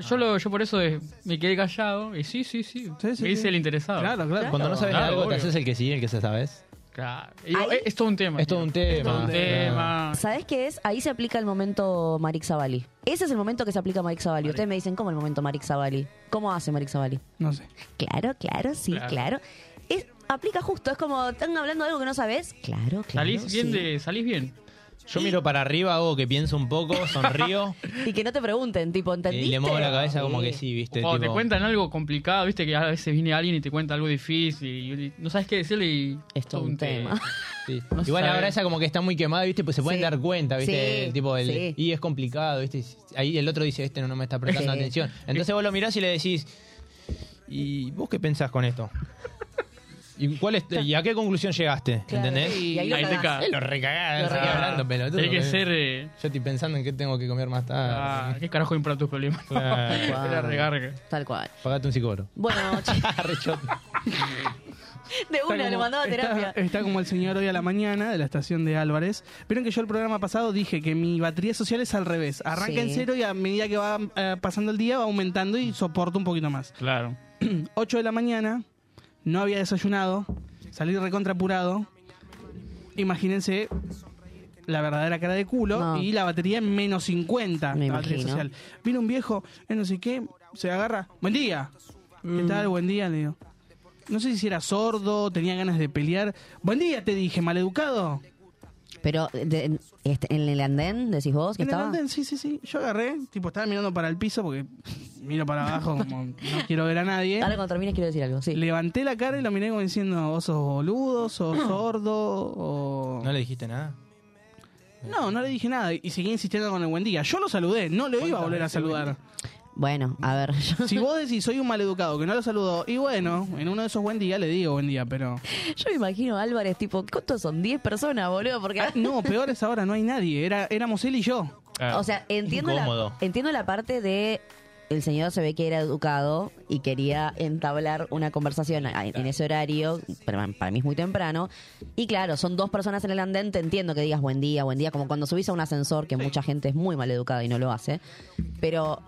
Speaker 12: Yo, lo, yo por eso eh, me quedé callado. Y sí, sí, sí. me hice
Speaker 5: sí.
Speaker 12: el interesado.
Speaker 5: Claro, claro.
Speaker 11: Cuando no sabes
Speaker 12: Claro,
Speaker 11: algo, te
Speaker 12: obvio.
Speaker 11: haces el que sí, el que se sabes.
Speaker 12: Claro. Y digo, eh, es todo un tema. Es todo un tema. Es todo un tema.
Speaker 4: ¿Sabés qué es? Ahí se aplica el momento Marix Zavalli. Ese es el momento que se aplica Marix Zavalli. Ustedes me dicen, ¿cómo el momento Marix Zavalli? ¿Cómo hace Marix Zavalli?
Speaker 5: No sé.
Speaker 4: Claro, claro, sí,
Speaker 12: Claro.
Speaker 4: claro. Es, aplica justo, es como, están hablando de algo que no sabes. Claro, claro.
Speaker 12: Salís bien
Speaker 4: sí.
Speaker 12: de. Salís bien.
Speaker 11: Yo miro para arriba, hago que pienso un poco, sonrío eh,
Speaker 4: Y que no te pregunten, tipo, ¿entendiste?
Speaker 11: y Eh, le muevo la cabeza como que sí,
Speaker 12: O
Speaker 11: ¿viste?
Speaker 12: Cuando te
Speaker 11: Tipo,
Speaker 12: cuentan algo complicado, viste que a veces viene alguien y te cuenta algo difícil y y no sabes qué decirle y. Es todo un tema.
Speaker 11: sí.
Speaker 12: No
Speaker 11: Igual
Speaker 12: sabe.
Speaker 11: ahora esa como que está muy quemada, ¿viste? Pues se pueden
Speaker 12: Sí.
Speaker 11: dar cuenta, ¿viste?
Speaker 12: Sí,
Speaker 11: El tipo, el-
Speaker 12: sí.
Speaker 11: y es complicado, ¿viste? Ahí el otro dice, este no, no me está prestando
Speaker 12: Sí.
Speaker 11: atención. Entonces vos lo mirás y le decís, ¿y vos qué pensás con esto? ¿Y, cuál es, ¿Y a qué conclusión llegaste?
Speaker 12: Claro.
Speaker 11: ¿Entendés?
Speaker 12: Y ahí lo Ahí te cagás. cagás.
Speaker 11: Eh, Lo recagás,
Speaker 12: Lo
Speaker 11: estás
Speaker 12: recagás.
Speaker 11: hablando, pelotudo.
Speaker 12: Tenés que
Speaker 11: eh.
Speaker 12: ser,
Speaker 11: Yo estoy pensando en qué tengo que comer más tarde.
Speaker 12: Ah, ¿Qué carajo importa tus problemas? Era regarga.
Speaker 4: Tal cual.
Speaker 11: Pagate un psicólogo.
Speaker 4: Bueno, De
Speaker 5: Está
Speaker 4: una, lo
Speaker 5: como-
Speaker 4: mandaba a
Speaker 5: está-
Speaker 4: terapia.
Speaker 5: Está, como el señor hoy a la mañana de la estación de Álvarez. Vieron que yo el programa pasado dije que mi batería social es al revés. Arranca
Speaker 12: Sí.
Speaker 5: en cero y a medida que va eh, pasando el día va aumentando y soporto un poquito más.
Speaker 12: Claro.
Speaker 5: 8 de la mañana, no había desayunado, salí recontra apurado. Imagínense la verdadera cara de culo
Speaker 12: No.
Speaker 5: y la batería en menos 50.
Speaker 12: Me
Speaker 5: la batería
Speaker 12: imagino.
Speaker 5: social. Vino un viejo, eh, no sé qué, se agarra. Buen día. ¿Qué tal? Buen día, le digo. No sé si era sordo, tenía ganas de pelear. Buen día, te dije, maleducado.
Speaker 4: Pero de- este, en el andén, decís vos, que
Speaker 5: En el
Speaker 4: estaba.
Speaker 5: andén, sí, sí, sí. Yo agarré, tipo, estaba mirando para el piso porque miro para abajo como no quiero ver a nadie.
Speaker 4: Ahora cuando termines quiero decir algo, sí.
Speaker 5: Levanté la cara y lo miré como diciendo, vos sos boludo, sos sordo, o...
Speaker 11: ¿No le dijiste nada?
Speaker 5: No, no le dije nada y seguí insistiendo con el buen día. Yo lo saludé, no lo iba a volver a saludar.
Speaker 4: Bueno, a ver. yo-
Speaker 5: Si vos decís, soy un maleducado, que no lo saludó, y bueno, en uno de esos buen día le digo buen día, pero...
Speaker 4: Yo me imagino a Álvarez, tipo, ¿cuántos son? 10 personas, boludo, porque...
Speaker 5: Ah, no, peor es ahora, no hay nadie, Era, éramos él y yo.
Speaker 11: Ah.
Speaker 4: O sea, entiendo la, entiendo la parte de... El señor se ve que era educado y quería entablar una conversación a- en, ese horario, pero para mí es muy temprano. Y claro, son dos personas en el andén, te entiendo que digas buen día, buen día, como cuando subís a un ascensor, que mucha gente es muy mal educada y no lo hace. Pero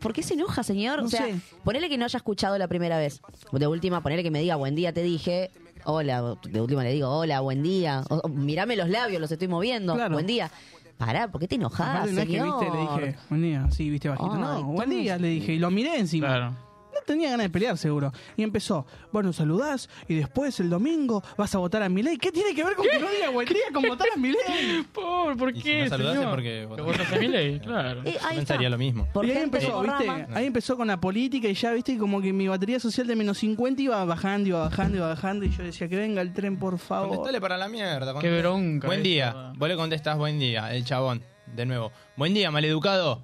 Speaker 4: ¿Por qué se enoja, señor?
Speaker 5: No
Speaker 4: o sea,
Speaker 5: sé.
Speaker 4: ponele que no haya escuchado la primera vez. De última, ponele que me diga buen día, te dije. Hola, de última le digo hola, buen día. O- o mirame los labios, los estoy moviendo.
Speaker 5: Claro.
Speaker 4: Buen día. Pará, ¿por qué te enojás,
Speaker 5: Aparte, no es que
Speaker 4: Ah, señor?
Speaker 5: viste, le dije, buen día, sí, viste bajito.
Speaker 4: Ay,
Speaker 5: no, buen
Speaker 4: ¿cómo
Speaker 5: día,
Speaker 4: es?
Speaker 5: le dije, y lo miré encima. No tenía ganas de pelear, seguro. Y empezó, bueno, saludás, y después el domingo vas a votar a Milei. ¿Qué tiene que ver con que no diga buen día con votar a Milei?
Speaker 12: ¿Por, por
Speaker 11: Si
Speaker 12: qué?
Speaker 11: no saludaste
Speaker 12: señor?
Speaker 11: porque...
Speaker 12: ¿Lo votas a Milei? Claro.
Speaker 4: eh,
Speaker 11: Yo pensaría lo mismo.
Speaker 5: y ahí empezó, ¿viste? Ahí empezó con la política y ya, viste, como que mi batería social de menos 50 iba bajando, iba bajando, iba bajando. Y yo decía, que venga el tren, por favor.
Speaker 11: Contestale para la mierda.
Speaker 5: Qué bronca
Speaker 11: Buen
Speaker 5: esa,
Speaker 11: día.
Speaker 5: va.
Speaker 11: Vos le contestás buen día, el chabón, de nuevo. Buen día, maleducado.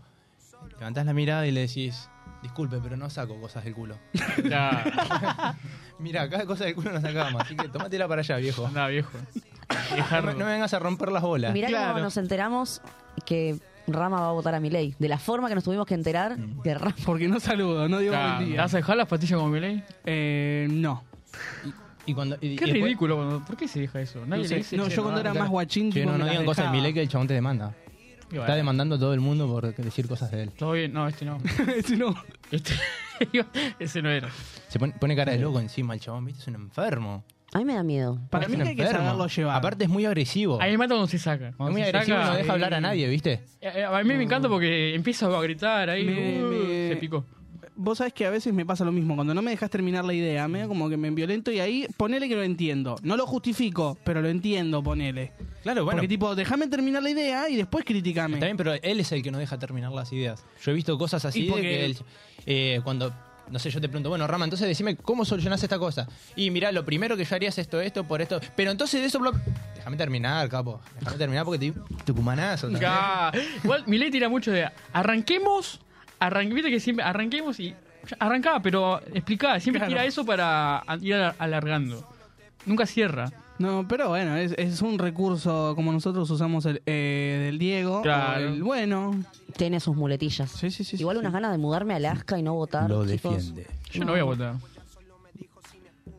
Speaker 11: Levantás la mirada y le decís, disculpe, pero no saco cosas del culo. Mira, cada cosa del culo no sacamos, así que tomátela para allá, viejo.
Speaker 12: No, viejo.
Speaker 11: No, me vengas a romper las bolas.
Speaker 4: Mirá cómo nos enteramos que Rama va a votar a mi ley. De la forma que nos tuvimos que enterar
Speaker 11: Mm.
Speaker 4: que Rama...
Speaker 5: Porque no saludo, no digo
Speaker 12: Claro.
Speaker 5: buen
Speaker 12: ¿Te
Speaker 5: día.
Speaker 12: vas a dejar las pastillas como Milei?
Speaker 5: Eh, no.
Speaker 11: Y cuando, y- y
Speaker 12: Qué
Speaker 11: después-
Speaker 12: ridículo. cuando- ¿Por qué se deja eso? Nadie
Speaker 5: No
Speaker 12: le
Speaker 5: sé,
Speaker 12: dice,
Speaker 5: no,
Speaker 12: "Che,
Speaker 5: yo cuando era
Speaker 12: no,
Speaker 5: más guachín,
Speaker 11: Che,
Speaker 5: tipo,
Speaker 11: no,
Speaker 5: me
Speaker 11: no
Speaker 5: las
Speaker 11: digan cosas de
Speaker 5: dejaba.
Speaker 11: Milei que el chabón te demanda.
Speaker 12: Y bueno.
Speaker 11: Está demandando a todo el mundo por decir cosas de él.
Speaker 12: Todo bien. No, este no.
Speaker 5: este no.
Speaker 12: Este, ese no era.
Speaker 11: Se pone, pone cara de loco encima el chabón, viste, es un enfermo.
Speaker 4: A mí me da miedo.
Speaker 5: Para mí
Speaker 11: Es un
Speaker 5: que hay que
Speaker 11: enfermo.
Speaker 5: saberlo llevar.
Speaker 11: Aparte es muy agresivo.
Speaker 12: A mí me mata cuando se saca. Cuando
Speaker 11: Oh. es muy
Speaker 12: se
Speaker 11: agresivo,
Speaker 12: saca,
Speaker 11: no deja
Speaker 12: eh,
Speaker 11: hablar a nadie, viste.
Speaker 12: eh, A mí me encanta porque empieza a gritar ahí.
Speaker 5: Me-
Speaker 12: uh,
Speaker 5: me-
Speaker 12: Se picó.
Speaker 5: Vos sabés que a veces me pasa lo mismo, cuando no me dejas terminar la idea, me da como que me violento y ahí ponele que lo entiendo. No lo justifico, pero lo entiendo, ponele.
Speaker 11: Claro, bueno.
Speaker 5: Porque tipo, déjame terminar la idea y después criticame.
Speaker 11: También, pero él es el que no deja terminar las ideas. Yo he visto cosas así
Speaker 5: Y
Speaker 11: de
Speaker 5: porque-
Speaker 11: que él, eh, cuando, no sé, yo te pregunto, bueno, Rama, entonces decime cómo solucionás esta cosa. Y mirá, lo primero que yo haría es esto, esto, por esto. Pero entonces de eso... blo- Déjame terminar, capo. Déjame terminar porque te di tucumanazo. también.
Speaker 12: Ga. Igual Milei tira mucho de arranquemos, arranque, viste que siempre arranquemos y ya arrancaba, pero explicaba, siempre
Speaker 5: Claro.
Speaker 12: tira eso para ir alar- alargando. Nunca cierra.
Speaker 5: No, pero bueno, es, es un recurso como nosotros usamos el eh, del Diego.
Speaker 12: Claro.
Speaker 5: o el bueno.
Speaker 4: Tiene sus muletillas.
Speaker 5: Sí, sí, sí.
Speaker 4: Igual unas ganas de mudarme a Alaska y no votar.
Speaker 5: Lo
Speaker 4: chicos.
Speaker 5: defiende.
Speaker 12: Yo no, voy a votar.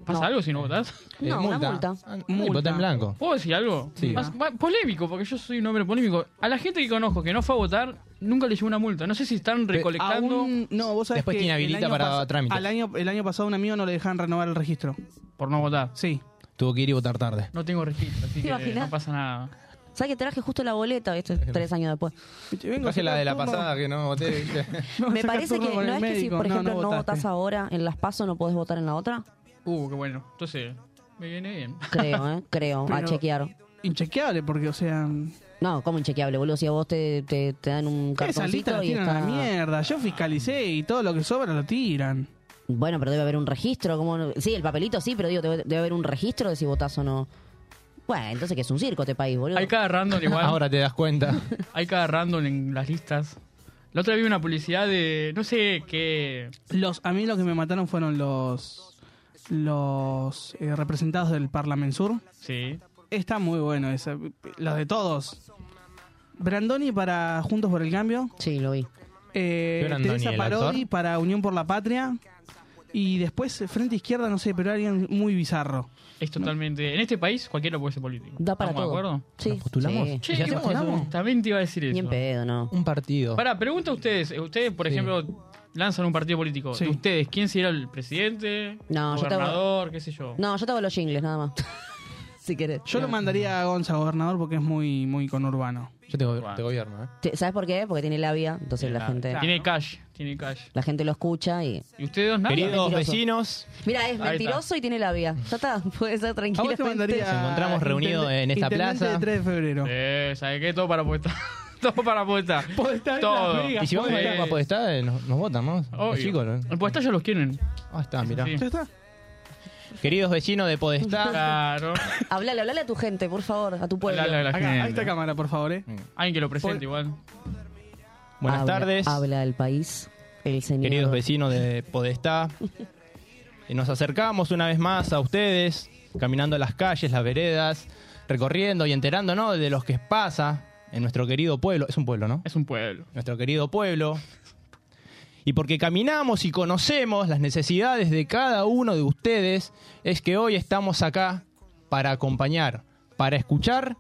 Speaker 12: ¿Pasa algo si no votás?
Speaker 4: No, una multa.
Speaker 11: eh, multa. vota en blanco.
Speaker 12: ¿Puedo decir algo?
Speaker 11: Sí.
Speaker 12: Vas- va- polémico, porque yo soy un hombre polémico. A la gente que conozco que no fue a votar, nunca le llegó una multa. No sé si están recolectando.
Speaker 5: Aún- no, vos sabés
Speaker 12: Después
Speaker 5: que
Speaker 12: te inhabilita
Speaker 5: el año
Speaker 12: para
Speaker 5: pas-
Speaker 12: trámites.
Speaker 5: Al año, el año pasado a un amigo no le dejaban renovar el registro.
Speaker 12: Por no votar.
Speaker 5: Sí.
Speaker 11: Tuvo que ir y votar tarde.
Speaker 12: No tengo registro, así
Speaker 4: ¿Te
Speaker 12: que
Speaker 4: imaginas?
Speaker 12: no pasa nada.
Speaker 4: ¿Sabes que traje justo la boleta? Esto es tres años después.
Speaker 11: Traje la de la pasada que no voté, ¿viste?
Speaker 4: Me parece que no es que si, por ejemplo, no,
Speaker 12: votaste.
Speaker 4: votás ahora en las PASO, no podés votar en la otra.
Speaker 12: Uh, qué bueno. Entonces, me viene bien.
Speaker 4: Creo, ¿eh? Creo. a
Speaker 12: Pero-
Speaker 4: chequear.
Speaker 5: Inchequeable, porque, o sea.
Speaker 4: No, ¿cómo inchequeable, boludo? Si a vos te, te, te dan un
Speaker 5: Esa lista
Speaker 4: cartoncito
Speaker 5: la
Speaker 4: y
Speaker 5: tiran
Speaker 4: está.
Speaker 5: a la mierda. Yo fiscalicé y todo lo que sobra lo tiran.
Speaker 4: Bueno, pero debe haber un registro. ¿cómo no? Sí, el papelito sí, pero digo, debe, debe haber un registro de si votás o no. Bueno, entonces que es un circo este país, boludo.
Speaker 12: Hay cada random igual.
Speaker 11: Ahora te das cuenta.
Speaker 12: Hay cada random en las listas. La otra vez vi una publicidad de. No sé qué.
Speaker 5: Los, a mí lo que me mataron fueron los. Los eh, representados del Parlament Sur.
Speaker 12: Sí.
Speaker 5: Está muy bueno esa. Los de todos. Brandoni para Juntos por el Cambio.
Speaker 4: Sí, lo vi.
Speaker 5: Eh,
Speaker 11: ¿Qué Brandoni,
Speaker 5: Teresa
Speaker 11: el
Speaker 5: Parodi
Speaker 11: actor?
Speaker 5: para Unión por la Patria. Y después, eh, Frente Izquierda, no sé, pero alguien muy bizarro.
Speaker 12: Es totalmente. En este país, cualquiera puede ser político.
Speaker 5: Da para
Speaker 12: ¿Estamos
Speaker 5: todo.
Speaker 12: de acuerdo?
Speaker 4: Sí.
Speaker 11: postulamos? Sí.
Speaker 12: Che,
Speaker 11: ¿Y hacemos
Speaker 12: postulamos?
Speaker 11: eso?
Speaker 12: También te iba a decir eso.
Speaker 4: Ni en pedo, no.
Speaker 11: Un partido.
Speaker 12: Para, pregunta a ustedes. Ustedes, por ejemplo, lanzan un partido político.
Speaker 4: Sí.
Speaker 12: ¿De ustedes quién sería el presidente?
Speaker 4: No, yo te hago-
Speaker 12: gobernador, qué sé yo.
Speaker 4: No, yo te hago los jingles, nada más. si querés.
Speaker 5: Yo lo mandaría a Gonza, gobernador, porque es muy, muy conurbano.
Speaker 11: Yo te, go- te gobierno, ¿eh?
Speaker 4: Te- ¿Sabes por qué? Porque tiene labia, entonces la gente
Speaker 12: Tiene cash, tiene cash.
Speaker 4: la gente lo escucha y...
Speaker 12: ¿Y ustedes dos nada?
Speaker 11: Queridos
Speaker 4: Mentiroso.
Speaker 11: vecinos,
Speaker 4: Mira, es
Speaker 12: Ahí
Speaker 4: mentiroso y tiene labia. Ya está, puede ser
Speaker 5: A
Speaker 4: tranquilo.
Speaker 5: vos te mandaría.
Speaker 11: Nos encontramos reunidos
Speaker 5: intendente-
Speaker 11: en esta
Speaker 5: intendente
Speaker 11: plaza.
Speaker 5: de 3 de febrero.
Speaker 12: Eh, ¿sabes qué? Todo para apuestar. Todo para apuestar.
Speaker 5: Podestá en Las
Speaker 12: Todo.
Speaker 5: Vegas.
Speaker 11: Y si vamos a votar
Speaker 12: Eh,
Speaker 11: para Podestá, eh, nos, nos votan, ¿no? Los
Speaker 12: Obvio.
Speaker 11: chicos, ¿no?
Speaker 12: En Podestá ya los quieren.
Speaker 11: Ah, está, mirá.
Speaker 12: Sí.
Speaker 5: Ya está.
Speaker 11: Queridos vecinos de Podestá,
Speaker 12: Claro.
Speaker 4: Hablale, hablale a tu gente, por favor, a tu pueblo.
Speaker 12: Hablale a la
Speaker 5: Acá,
Speaker 12: gente.
Speaker 5: a esta cámara, por favor, eh.
Speaker 12: Alguien que lo presente igual.
Speaker 11: buenas
Speaker 4: Habla-
Speaker 11: tardes.
Speaker 4: Habla el país, el señor.
Speaker 11: Queridos vecinos de Podestá, eh, nos acercamos una vez más a ustedes, caminando las calles, las veredas, recorriendo y enterándonos de los que pasa en nuestro querido pueblo. Es un pueblo, ¿no?
Speaker 12: Es un pueblo.
Speaker 11: Nuestro querido pueblo. Y porque caminamos y conocemos las necesidades de cada uno de ustedes, es que hoy estamos acá para acompañar, para escuchar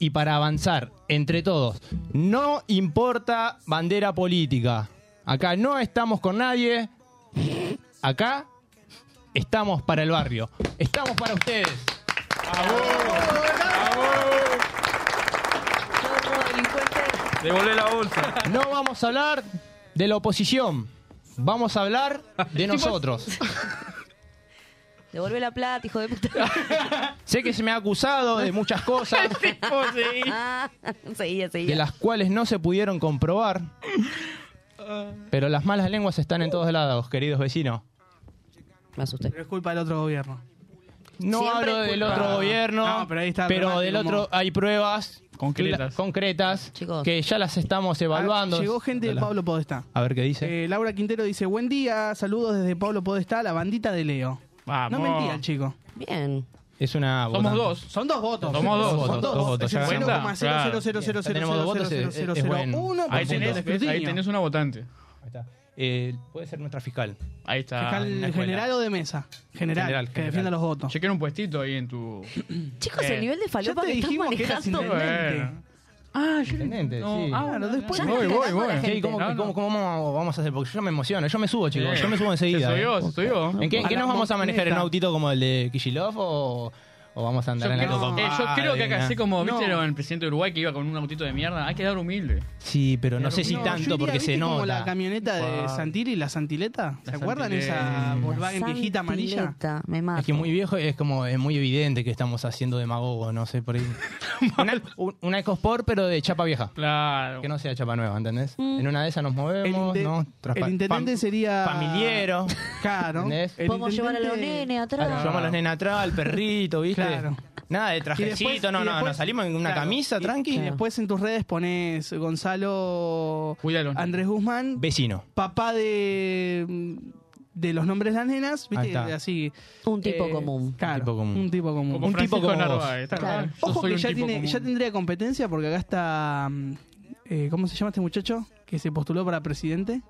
Speaker 11: y para avanzar entre todos. No importa bandera política. Acá no estamos con nadie. Acá estamos para el barrio. Estamos para ustedes.
Speaker 12: Devolvé la bolsa.
Speaker 11: No vamos a hablar de la oposición. Vamos a hablar de nosotros.
Speaker 4: Devuelve la plata, hijo de puta.
Speaker 11: Sé que se me ha acusado de muchas cosas
Speaker 4: Ah, seguía,
Speaker 11: de
Speaker 4: seguía.
Speaker 11: las cuales no se pudieron comprobar, pero las malas lenguas están en todos lados, queridos vecinos.
Speaker 4: Me asusté.
Speaker 5: Pero es culpa del otro gobierno.
Speaker 11: No
Speaker 4: Siempre
Speaker 11: hablo
Speaker 4: es
Speaker 11: del
Speaker 4: culpa.
Speaker 11: otro gobierno,
Speaker 5: Ah, No, pero ahí está el remate,
Speaker 11: del
Speaker 5: como-
Speaker 11: otro hay pruebas
Speaker 12: Concretas.
Speaker 11: cla- concretas
Speaker 4: Chicos.
Speaker 11: que ya las estamos evaluando.
Speaker 5: Ah, Llegó gente de
Speaker 11: Hola.
Speaker 5: Pablo Podestá.
Speaker 11: A ver qué dice.
Speaker 5: Eh, Laura Quintero dice, buen día, saludos desde Pablo Podestá, la bandita de Leo.
Speaker 12: Vamos.
Speaker 5: No mentía el chico.
Speaker 4: Bien.
Speaker 11: Es una
Speaker 12: Somos
Speaker 11: votante.
Speaker 12: dos.
Speaker 5: Son dos votos.
Speaker 12: Somos dos.
Speaker 5: Son dos votos.
Speaker 11: ya
Speaker 5: Es el
Speaker 12: ganamos.
Speaker 5: 0,000000000001
Speaker 11: Ya tenemos dos votos, es- es- es bueno.
Speaker 5: por
Speaker 12: Ahí
Speaker 5: ciento de
Speaker 12: tenés,
Speaker 5: escrutinio.
Speaker 12: ahí tenés una votante.
Speaker 11: Ahí está. Eh, puede ser nuestra fiscal.
Speaker 12: Ahí está.
Speaker 5: Fiscal
Speaker 12: en la escuela.
Speaker 5: general o de mesa. General,
Speaker 11: General,
Speaker 5: que
Speaker 11: general.
Speaker 5: defienda los votos.
Speaker 12: Chequen un puestito ahí en tu.
Speaker 4: Chicos,
Speaker 12: Eh,
Speaker 4: el nivel de
Speaker 5: ya
Speaker 4: falopa
Speaker 5: te
Speaker 4: que estás
Speaker 5: dijimos que eras
Speaker 4: manejando.
Speaker 5: intendente.
Speaker 12: Ah, yo.
Speaker 11: Intendente,
Speaker 12: No,
Speaker 11: sí.
Speaker 12: ah,
Speaker 5: Claro, después
Speaker 4: Ya
Speaker 5: no
Speaker 4: está
Speaker 12: Voy, voy,
Speaker 4: cagando a la
Speaker 12: voy.
Speaker 11: Sí,
Speaker 4: gente.
Speaker 11: ¿cómo,
Speaker 12: No, no.
Speaker 11: cómo- cómo vamos- vamos a hacer? Porque yo me emociono, yo me subo, chicos,
Speaker 12: Sí.
Speaker 11: yo me subo enseguida. ¿eh?
Speaker 12: Se subió, se subió.
Speaker 11: ¿En qué, en qué
Speaker 5: A la
Speaker 11: nos vamos a manejar? ¿En un
Speaker 5: moneta.
Speaker 11: autito como el de Kishilov o, o vamos a andar
Speaker 12: Yo
Speaker 11: en la
Speaker 12: creo,
Speaker 11: copa?
Speaker 12: eh, yo creo que hay que hacer como, viste,
Speaker 5: No.
Speaker 12: el presidente de Uruguay que iba con un autito de mierda. Hay que dar humilde.
Speaker 11: Sí, pero no sé si
Speaker 5: No, yo
Speaker 11: tanto
Speaker 5: iría,
Speaker 11: porque
Speaker 5: ¿viste
Speaker 11: se
Speaker 5: como la
Speaker 11: nota.
Speaker 5: camioneta de Santilli, la Santileta? ¿Se
Speaker 12: La
Speaker 5: acuerdan esa
Speaker 12: Santileta.
Speaker 5: Volkswagen viejita amarilla?
Speaker 4: Santileta, Me mata.
Speaker 11: Es que muy viejo es como es muy evidente que estamos haciendo demagogo, no sé por ahí. una, un- una EcoSport pero de chapa vieja,
Speaker 12: Claro.
Speaker 11: que no sea chapa nueva, ¿entendés? En una de esas nos
Speaker 5: El,
Speaker 11: movemos,
Speaker 5: inte-
Speaker 11: ¿no?
Speaker 5: el
Speaker 11: Traspa-
Speaker 5: intendente
Speaker 11: fam-
Speaker 5: sería...
Speaker 11: familiero.
Speaker 5: Claro.
Speaker 11: ¿Entendés?
Speaker 5: El
Speaker 4: Podemos llevar a los
Speaker 5: intendente-
Speaker 4: nenes
Speaker 11: Llevamos
Speaker 4: atrás.
Speaker 11: a los nenes atrás, al perrito, ¿viste?
Speaker 5: Claro.
Speaker 11: Nada de
Speaker 5: Y después-
Speaker 11: trajecito, no,
Speaker 5: y
Speaker 11: no,
Speaker 5: después-
Speaker 11: nos salimos en una
Speaker 5: claro,
Speaker 11: camisa,
Speaker 5: y-
Speaker 11: tranqui.
Speaker 5: Y después en tus redes pones Gonzalo Andrés Guzmán,
Speaker 11: Vecino.
Speaker 5: papá de, de los nombres de las nenas,
Speaker 11: Ahí
Speaker 5: ¿viste?
Speaker 11: está.
Speaker 5: Así. eh,
Speaker 4: Un
Speaker 11: Eh.
Speaker 4: tipo común.
Speaker 5: Claro,
Speaker 11: tipo común.
Speaker 5: Un tipo común.
Speaker 11: Como Un tipo Francisco como Narváez, vos. está
Speaker 5: Claro.
Speaker 11: bien. Yo
Speaker 5: Ojo
Speaker 11: soy
Speaker 5: que
Speaker 11: un
Speaker 5: ya,
Speaker 11: tipo
Speaker 5: tiene-
Speaker 11: común.
Speaker 5: ya tendría competencia porque acá está. mm, eh, ¿Cómo se llama este muchacho? Que se postuló para presidente.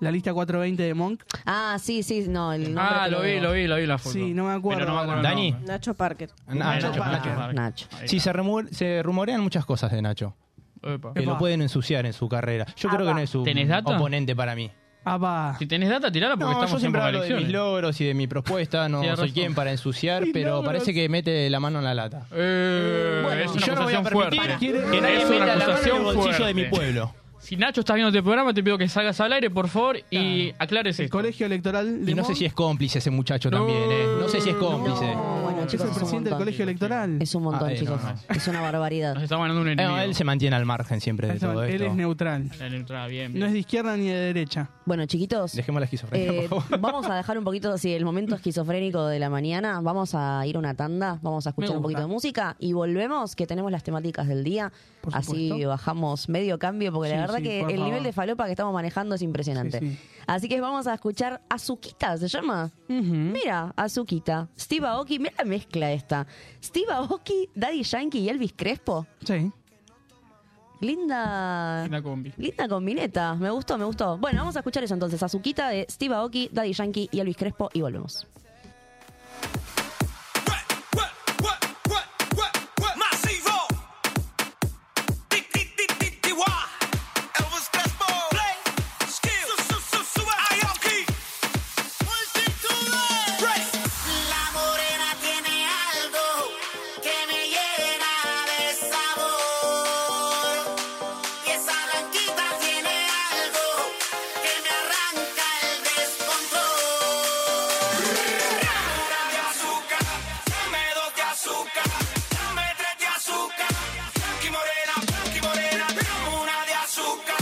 Speaker 5: La lista 420 de Monk.
Speaker 4: Ah, sí, sí, no. El nombre
Speaker 12: Ah,
Speaker 4: te
Speaker 12: lo vi,
Speaker 4: digo.
Speaker 12: lo vi, lo vi la foto.
Speaker 5: Sí, no me acuerdo.
Speaker 12: Pero no me acuerdo el
Speaker 11: Dani.
Speaker 12: nombre.
Speaker 7: Nacho Parker.
Speaker 11: Ah, Nacho, Nacho.
Speaker 4: Nacho.
Speaker 11: Sí, se, rumu- se rumorean muchas cosas de Nacho.
Speaker 12: Epa.
Speaker 11: Que lo
Speaker 12: Epa.
Speaker 11: pueden ensuciar en su carrera. Yo
Speaker 12: Ah,
Speaker 11: creo
Speaker 12: va.
Speaker 11: que no es un
Speaker 12: ¿Tenés data?
Speaker 11: oponente para mí.
Speaker 5: Ah,
Speaker 12: Si tenés data, tirala porque
Speaker 11: No, yo
Speaker 12: estamos en
Speaker 11: siempre
Speaker 12: pocas
Speaker 11: hablo de mis
Speaker 12: elecciones.
Speaker 11: logros y de mi propuesta. No
Speaker 12: Tienes
Speaker 11: soy
Speaker 12: razón.
Speaker 11: quien para ensuciar,
Speaker 12: Mis
Speaker 11: pero
Speaker 12: logros.
Speaker 11: parece que mete la mano en la lata.
Speaker 12: Eh,
Speaker 11: Bueno,
Speaker 12: es
Speaker 11: y
Speaker 12: una
Speaker 11: yo no voy a
Speaker 12: acusación
Speaker 11: permitir
Speaker 12: fuerte.
Speaker 11: que nadie
Speaker 12: Es
Speaker 11: meta
Speaker 12: una
Speaker 11: la mano en el
Speaker 12: acusación
Speaker 11: bolsillo
Speaker 12: fuerte.
Speaker 11: de mi pueblo.
Speaker 12: Si Nacho estás viendo este programa, te pido que salgas al aire, por favor, y aclares esto.
Speaker 5: Colegio Electoral de
Speaker 11: Y no sé
Speaker 5: Monk.
Speaker 11: si es cómplice ese muchacho también, ¿eh? No sé si es cómplice.
Speaker 4: Bueno,
Speaker 5: es
Speaker 4: chicos,
Speaker 5: el
Speaker 4: es un
Speaker 5: presidente del
Speaker 4: montón.
Speaker 5: colegio electoral.
Speaker 4: Es un montón,
Speaker 11: Ah, eh,
Speaker 4: chicos.
Speaker 11: no, no.
Speaker 4: Es una barbaridad.
Speaker 12: Nos estamos ganando un enemigo.
Speaker 11: Eh, él se mantiene al margen siempre de todo
Speaker 5: Él es
Speaker 11: esto.
Speaker 5: neutral.
Speaker 12: Él entra bien.
Speaker 5: No es de izquierda ni de derecha.
Speaker 4: Bueno, chiquitos.
Speaker 11: Dejemos la esquizofrenia,
Speaker 4: eh,
Speaker 11: por favor.
Speaker 4: vamos a dejar un poquito, si el momento esquizofrénico de la mañana, vamos a ir a una tanda, vamos a escuchar un
Speaker 5: gusta.
Speaker 4: poquito de música y volvemos, que tenemos las temáticas del día, así bajamos medio cambio, porque
Speaker 13: Sí,
Speaker 4: la verdad
Speaker 13: sí,
Speaker 4: que el
Speaker 13: por favor.
Speaker 4: nivel de falopa que estamos manejando es impresionante.
Speaker 13: Sí, sí.
Speaker 4: Así que vamos a escuchar Azuquita, ¿se llama? Mira, Azuquita, Steve Aoki, mira la mezcla esta. Steve Aoki, Daddy Yankee y Elvis Crespo.
Speaker 5: Sí.
Speaker 4: Linda...
Speaker 12: Linda combi.
Speaker 4: Linda combineta, me gustó, me gustó. Bueno, vamos a escuchar eso entonces. Azuquita de Steve Aoki, Daddy Yankee y Elvis Crespo y volvemos.
Speaker 9: Masivo. Ti, ti, ti, ti, ti, guá. Elvis Crespo. Play. Skill. Su, su, su, sube. Aoki. Multitudes. Break.
Speaker 14: La morena tiene algo que me llena de sabor. Y esa blanquita tiene algo que me arranca el descontrol.
Speaker 9: de azúcar, dame dos de azúcar, dame tres de azúcar, Blanqui morena, blanqui morena, dame una de azúcar,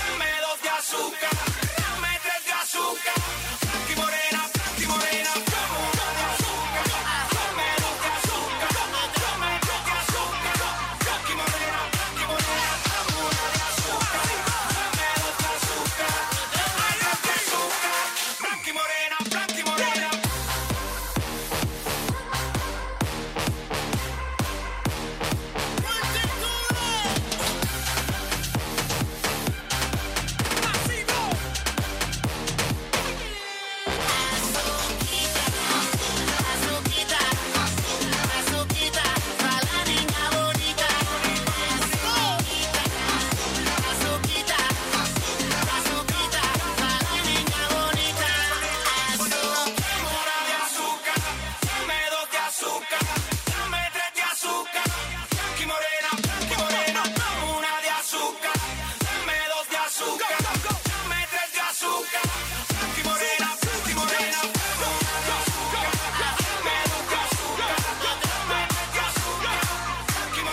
Speaker 9: dame dos de azúcar, dame tres de azúcar, blanqui morena, blanqui morena, dame una de azúcar, dame dos de azúcar, dame tres de azúcar, blanqui morena, blanqui morena, dame una de azúcar, dame dos de azúcar, dame tres de azúcar, blanqui morena, blanqui morena.
Speaker 14: Azuquita, azuquita, pa' la niña bonita. Azuquita, azuquita, azuquita, pa' la niña bonita.
Speaker 9: Una de azúcar, dame dos de azúcar, dame tres de azúcar, blanqui morena, blanqui morena, dame una de azúcar, dame dos de azúcar, dame tres de azúcar, blanqui morena, blanqui morena, dame una de azúcar, dame dos de azúcar, dame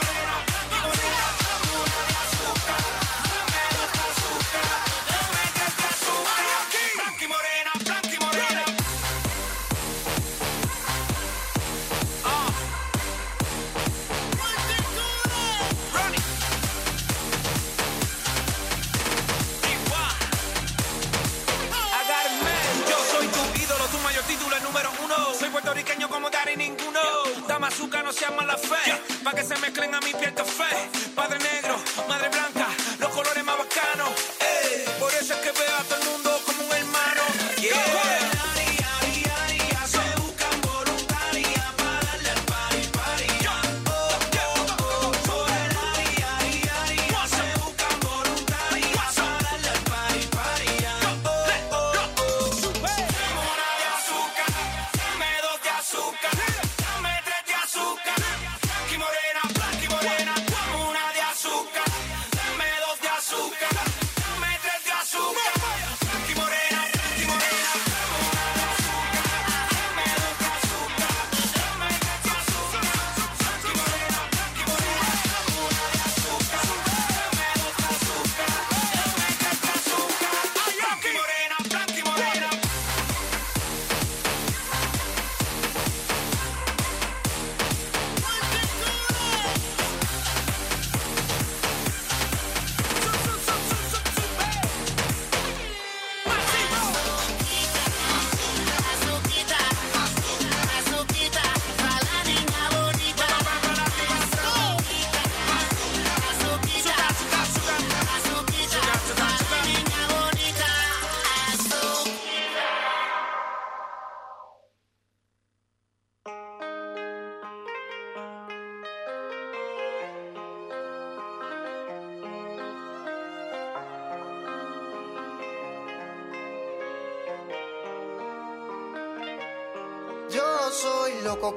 Speaker 9: tres de azúcar, blanqui morena, blanqui morena, dame una de azúcar, dame dos de azúcar, dame tres de azúcar, blanqui morena, blanqui morena. Agarmen, yo soy tu ídolo, tu mayor título, el número uno. Soy puertorriqueño como Dari ninguno. Dama azúcar, no seas mala fe. Pa' que se mezclen a mi piel café. Padre negro, madre blanca, los colores más bacanos. Ey, por eso es que veo a todo el mundo como un hermano. Yeah. Ari, Ari, Ari, se buscan voluntaria para darle al party, party. Oh, oh, oh, soy el Ari, Ari, Ari, se buscan voluntaria para darle al party, party. Oh, oh, oh, Dame una de azúcar, dame dos de azúcar, dame tres de azúcar. Blanqui morena, blanqui morena, dame una
Speaker 13: soy loco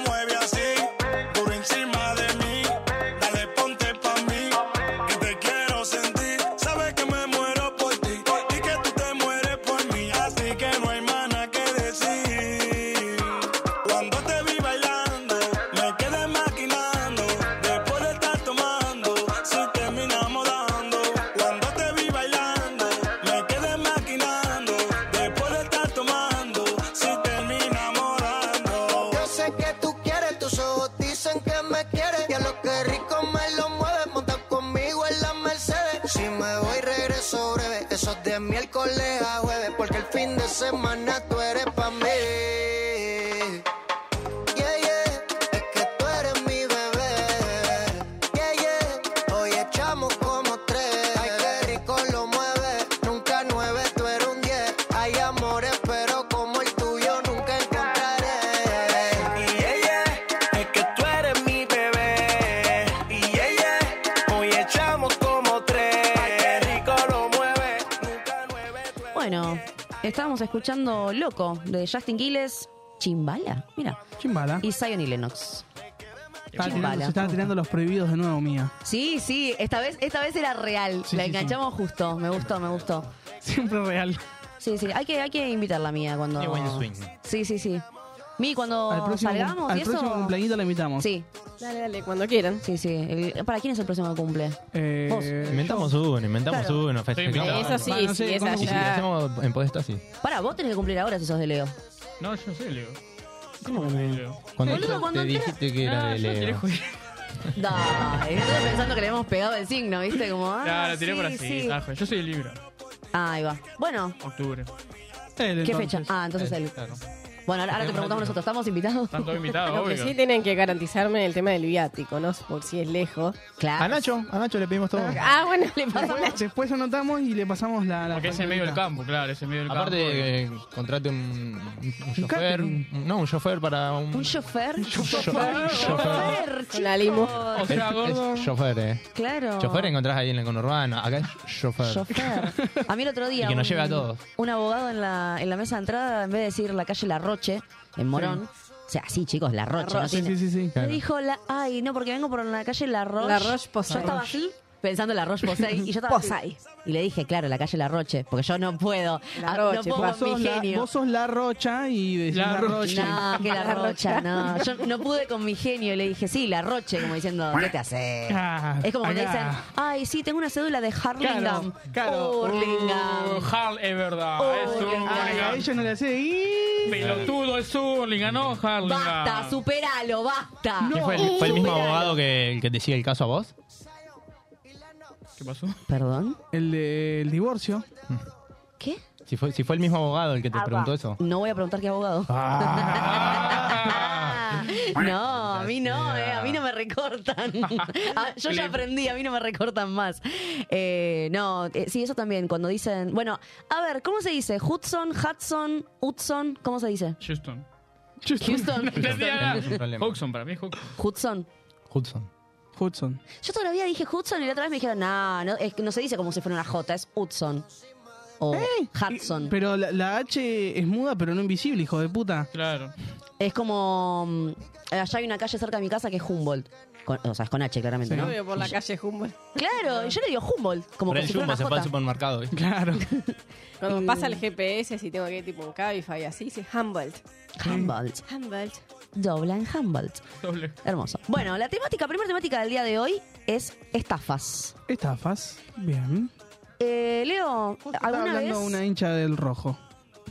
Speaker 9: mueve así, duro encima de mí. Dale, ponte pa' mí, que te quiero sentir. Sabes que me muero por ti y que tú te mueres por mí. Así que no hay más nada que decir. Cuando te vi bailando, me quedé maquinando. Después de estar tomando, si terminamos dando. Cuando te vi bailando, me quedé maquinando. Después de estar tomando, si terminamos dando.
Speaker 13: Yo sé que tú quieres, tus ojos dicen que me quieres. Y a lo que rico me lo mueves, monta conmigo en la Mercedes. Si me voy, regreso breve. Eso es de miércoles a jueves, porque el fin de semana tú eres pa' mí. Yeah, yeah, es que tú eres mi bebé. Yeah, yeah, hoy echamos como tres. Ay, qué rico lo mueves, nunca nueve, tú eres un diez. Hay amores, pero como el tuyo nunca encontraré.
Speaker 9: Y ella es que tú eres mi bebé. Y ella hoy echamos como tres. Qué rico lo mueve.
Speaker 4: Bueno, estábamos escuchando Loco de Justin Quiles, Chimbala, mira.
Speaker 5: Chimbala.
Speaker 4: Y Zion y Lennox.
Speaker 5: Estaba tirando- se estaban tirando los prohibidos de nuevo, mía.
Speaker 4: Sí, sí, esta vez, esta vez era real.
Speaker 5: Sí,
Speaker 4: la
Speaker 5: sí,
Speaker 4: enganchamos justo, me gustó, me gustó.
Speaker 5: Siempre real.
Speaker 4: Sí, sí, hay que, hay que invitarla mía cuando.
Speaker 5: Qué buen swing.
Speaker 4: Sí, sí, sí. Mi, cuando
Speaker 5: al próximo,
Speaker 4: salgamos
Speaker 5: al
Speaker 4: y eso.
Speaker 5: próximo cumpleañito la invitamos.
Speaker 4: Sí.
Speaker 7: Dale, dale, cuando quieran.
Speaker 4: Sí, sí. El- ¿Para quién es el próximo cumple?
Speaker 5: Eh,
Speaker 4: Vos.
Speaker 11: Inventamos uno, inventamos
Speaker 4: Claro.
Speaker 11: uno. Ah, festejamos.
Speaker 4: invitado. Eso sí, Va, no sé, sí, esa ¿cuándo ya-
Speaker 11: Si lo hacemos en Podesta, sí.
Speaker 4: Para, vos tenés que cumplir ahora si sos de Leo.
Speaker 12: No, yo soy Leo.
Speaker 4: ¿Cómo que
Speaker 12: Leo?
Speaker 11: Cuando
Speaker 4: Boludo,
Speaker 11: yo
Speaker 4: cuando
Speaker 11: te
Speaker 4: entré-
Speaker 11: dijiste que era
Speaker 12: Ah,
Speaker 11: de
Speaker 12: yo tiré
Speaker 11: Leo.
Speaker 4: Dale, estoy pensando que le hemos pegado el signo, ¿viste? Como, ah,
Speaker 12: Claro, la tiré
Speaker 4: sí,
Speaker 12: por así,
Speaker 4: sí.
Speaker 12: tajo. Yo soy Libra,
Speaker 4: Ah, ahí va. Bueno,
Speaker 12: octubre.
Speaker 4: ¿qué fecha? Ah, entonces el. Bueno, ahora, ahora te preguntamos nosotros, ¿estamos invitados?
Speaker 12: Están todos invitados,
Speaker 7: Lo que sí tienen que garantizarme el tema del viático, ¿no? Por si es lejos.
Speaker 4: Claro.
Speaker 11: A Nacho, a Nacho le pedimos todo.
Speaker 7: Ah, bueno, le pasamos.
Speaker 5: Después anotamos y le pasamos la. la
Speaker 12: Porque es en medio del campo, claro, es en medio del
Speaker 11: Aparte,
Speaker 12: campo.
Speaker 11: eh, contrate un, un, un chofer. un- no, un chofer para un.
Speaker 4: ¿Un chofer? ¿Un
Speaker 11: chofer? Chofer.
Speaker 7: Con la limo.
Speaker 11: Es- es chofer, eh.
Speaker 4: Claro.
Speaker 11: Chofer encontrás ahí en el conurbano. Acá es chofer.
Speaker 4: Chofer. A mí el otro día.
Speaker 11: Y que nos lleve a todos.
Speaker 4: Un abogado en la, en la mesa de entrada, en vez de decir la calle La Roche, en Morón. O sea, sí, chicos, La Roche. ¿no?
Speaker 5: Sí,
Speaker 4: tiene-
Speaker 5: sí, sí, sí.
Speaker 4: Me dijo la. Ay, no, porque vengo por la calle La Roche.
Speaker 7: La Roche-Posay.
Speaker 4: Yo estaba así, pensando en La Roche-Posay. Y yo estaba. así.
Speaker 7: Posay.
Speaker 4: Y le dije, claro, la calle La Roche, porque yo no puedo.
Speaker 7: La
Speaker 4: Ah,
Speaker 7: Roche,
Speaker 4: no puedo
Speaker 5: vos,
Speaker 4: con
Speaker 5: sos
Speaker 4: mi
Speaker 5: la,
Speaker 4: genio.
Speaker 5: vos sos la rocha y decís la, rocha.
Speaker 4: No, que la
Speaker 7: La
Speaker 4: rocha,
Speaker 7: Rocha.
Speaker 4: no. Yo no pude con mi genio y le dije, sí, la roche, como diciendo, ¿qué te hace?
Speaker 5: Ah,
Speaker 4: es como cuando
Speaker 5: acá.
Speaker 4: dicen, ay, sí, tengo una cédula de Harlingham.
Speaker 5: Claro, claro.
Speaker 4: Hurlingham. Oh,
Speaker 12: Uh, Harl es verdad, es
Speaker 5: Ay, a
Speaker 12: Hurlingham.
Speaker 5: ella no le hace. "Y".
Speaker 12: Pelotudo es Hurlingham, no Harlingham.
Speaker 4: Basta, superalo, basta.
Speaker 11: ¿Qué fue, el, fue el mismo abogado que el que te sigue el caso a vos?
Speaker 12: ¿Qué pasó?
Speaker 4: ¿Perdón?
Speaker 5: El del divorcio.
Speaker 4: ¿Qué?
Speaker 11: Si fue, si fue el mismo abogado el que te
Speaker 4: Ah,
Speaker 11: preguntó
Speaker 4: va.
Speaker 11: eso.
Speaker 4: No voy a preguntar qué abogado. Ah. No, a mí no, eh, a mí no me recortan. Ah, Yo ya aprendí, a mí no me recortan más. Eh, no, eh, sí, eso también, cuando dicen, bueno, a ver, ¿cómo se dice? Hudson, Hudson, Hudson, ¿cómo se dice?
Speaker 12: Houston.
Speaker 4: Houston.
Speaker 12: No entendía nada.
Speaker 11: Es un problema.
Speaker 12: Hawkson, para mí es Hawkson.
Speaker 4: Hudson.
Speaker 11: Hudson.
Speaker 5: Hudson.
Speaker 4: Yo todavía dije Hudson y la otra vez me dijeron, no, no, es que no se dice como si fuera una J, es Hudson. O Hudson.
Speaker 5: Pero la, la H es muda, pero no invisible, hijo de puta.
Speaker 12: Claro.
Speaker 4: Es como. mm, Allá hay una calle cerca de mi casa que es Humboldt. Con- o sea, es con H, claramente,
Speaker 7: Yo
Speaker 4: ¿no?
Speaker 7: veo por la calle Humboldt.
Speaker 4: Claro, y yo le digo Humboldt, como
Speaker 11: Por
Speaker 4: que
Speaker 11: el
Speaker 4: si fuera
Speaker 11: Jumbo
Speaker 4: una
Speaker 11: se fue al
Speaker 4: J. Mm.
Speaker 11: supermercado. ¿viste?
Speaker 5: Claro.
Speaker 7: Cuando pasa el GPS, si tengo que ir tipo un Cabify así, dice Humboldt.
Speaker 4: Humboldt.
Speaker 7: Humboldt.
Speaker 4: Dobla en Humboldt.
Speaker 12: Doble.
Speaker 4: Hermoso. Bueno, la temática, primera temática del día de hoy es estafas.
Speaker 5: Estafas. Bien.
Speaker 4: Eh, Leo,
Speaker 5: Está
Speaker 4: ¿alguna vez?
Speaker 5: hablando una hincha del rojo.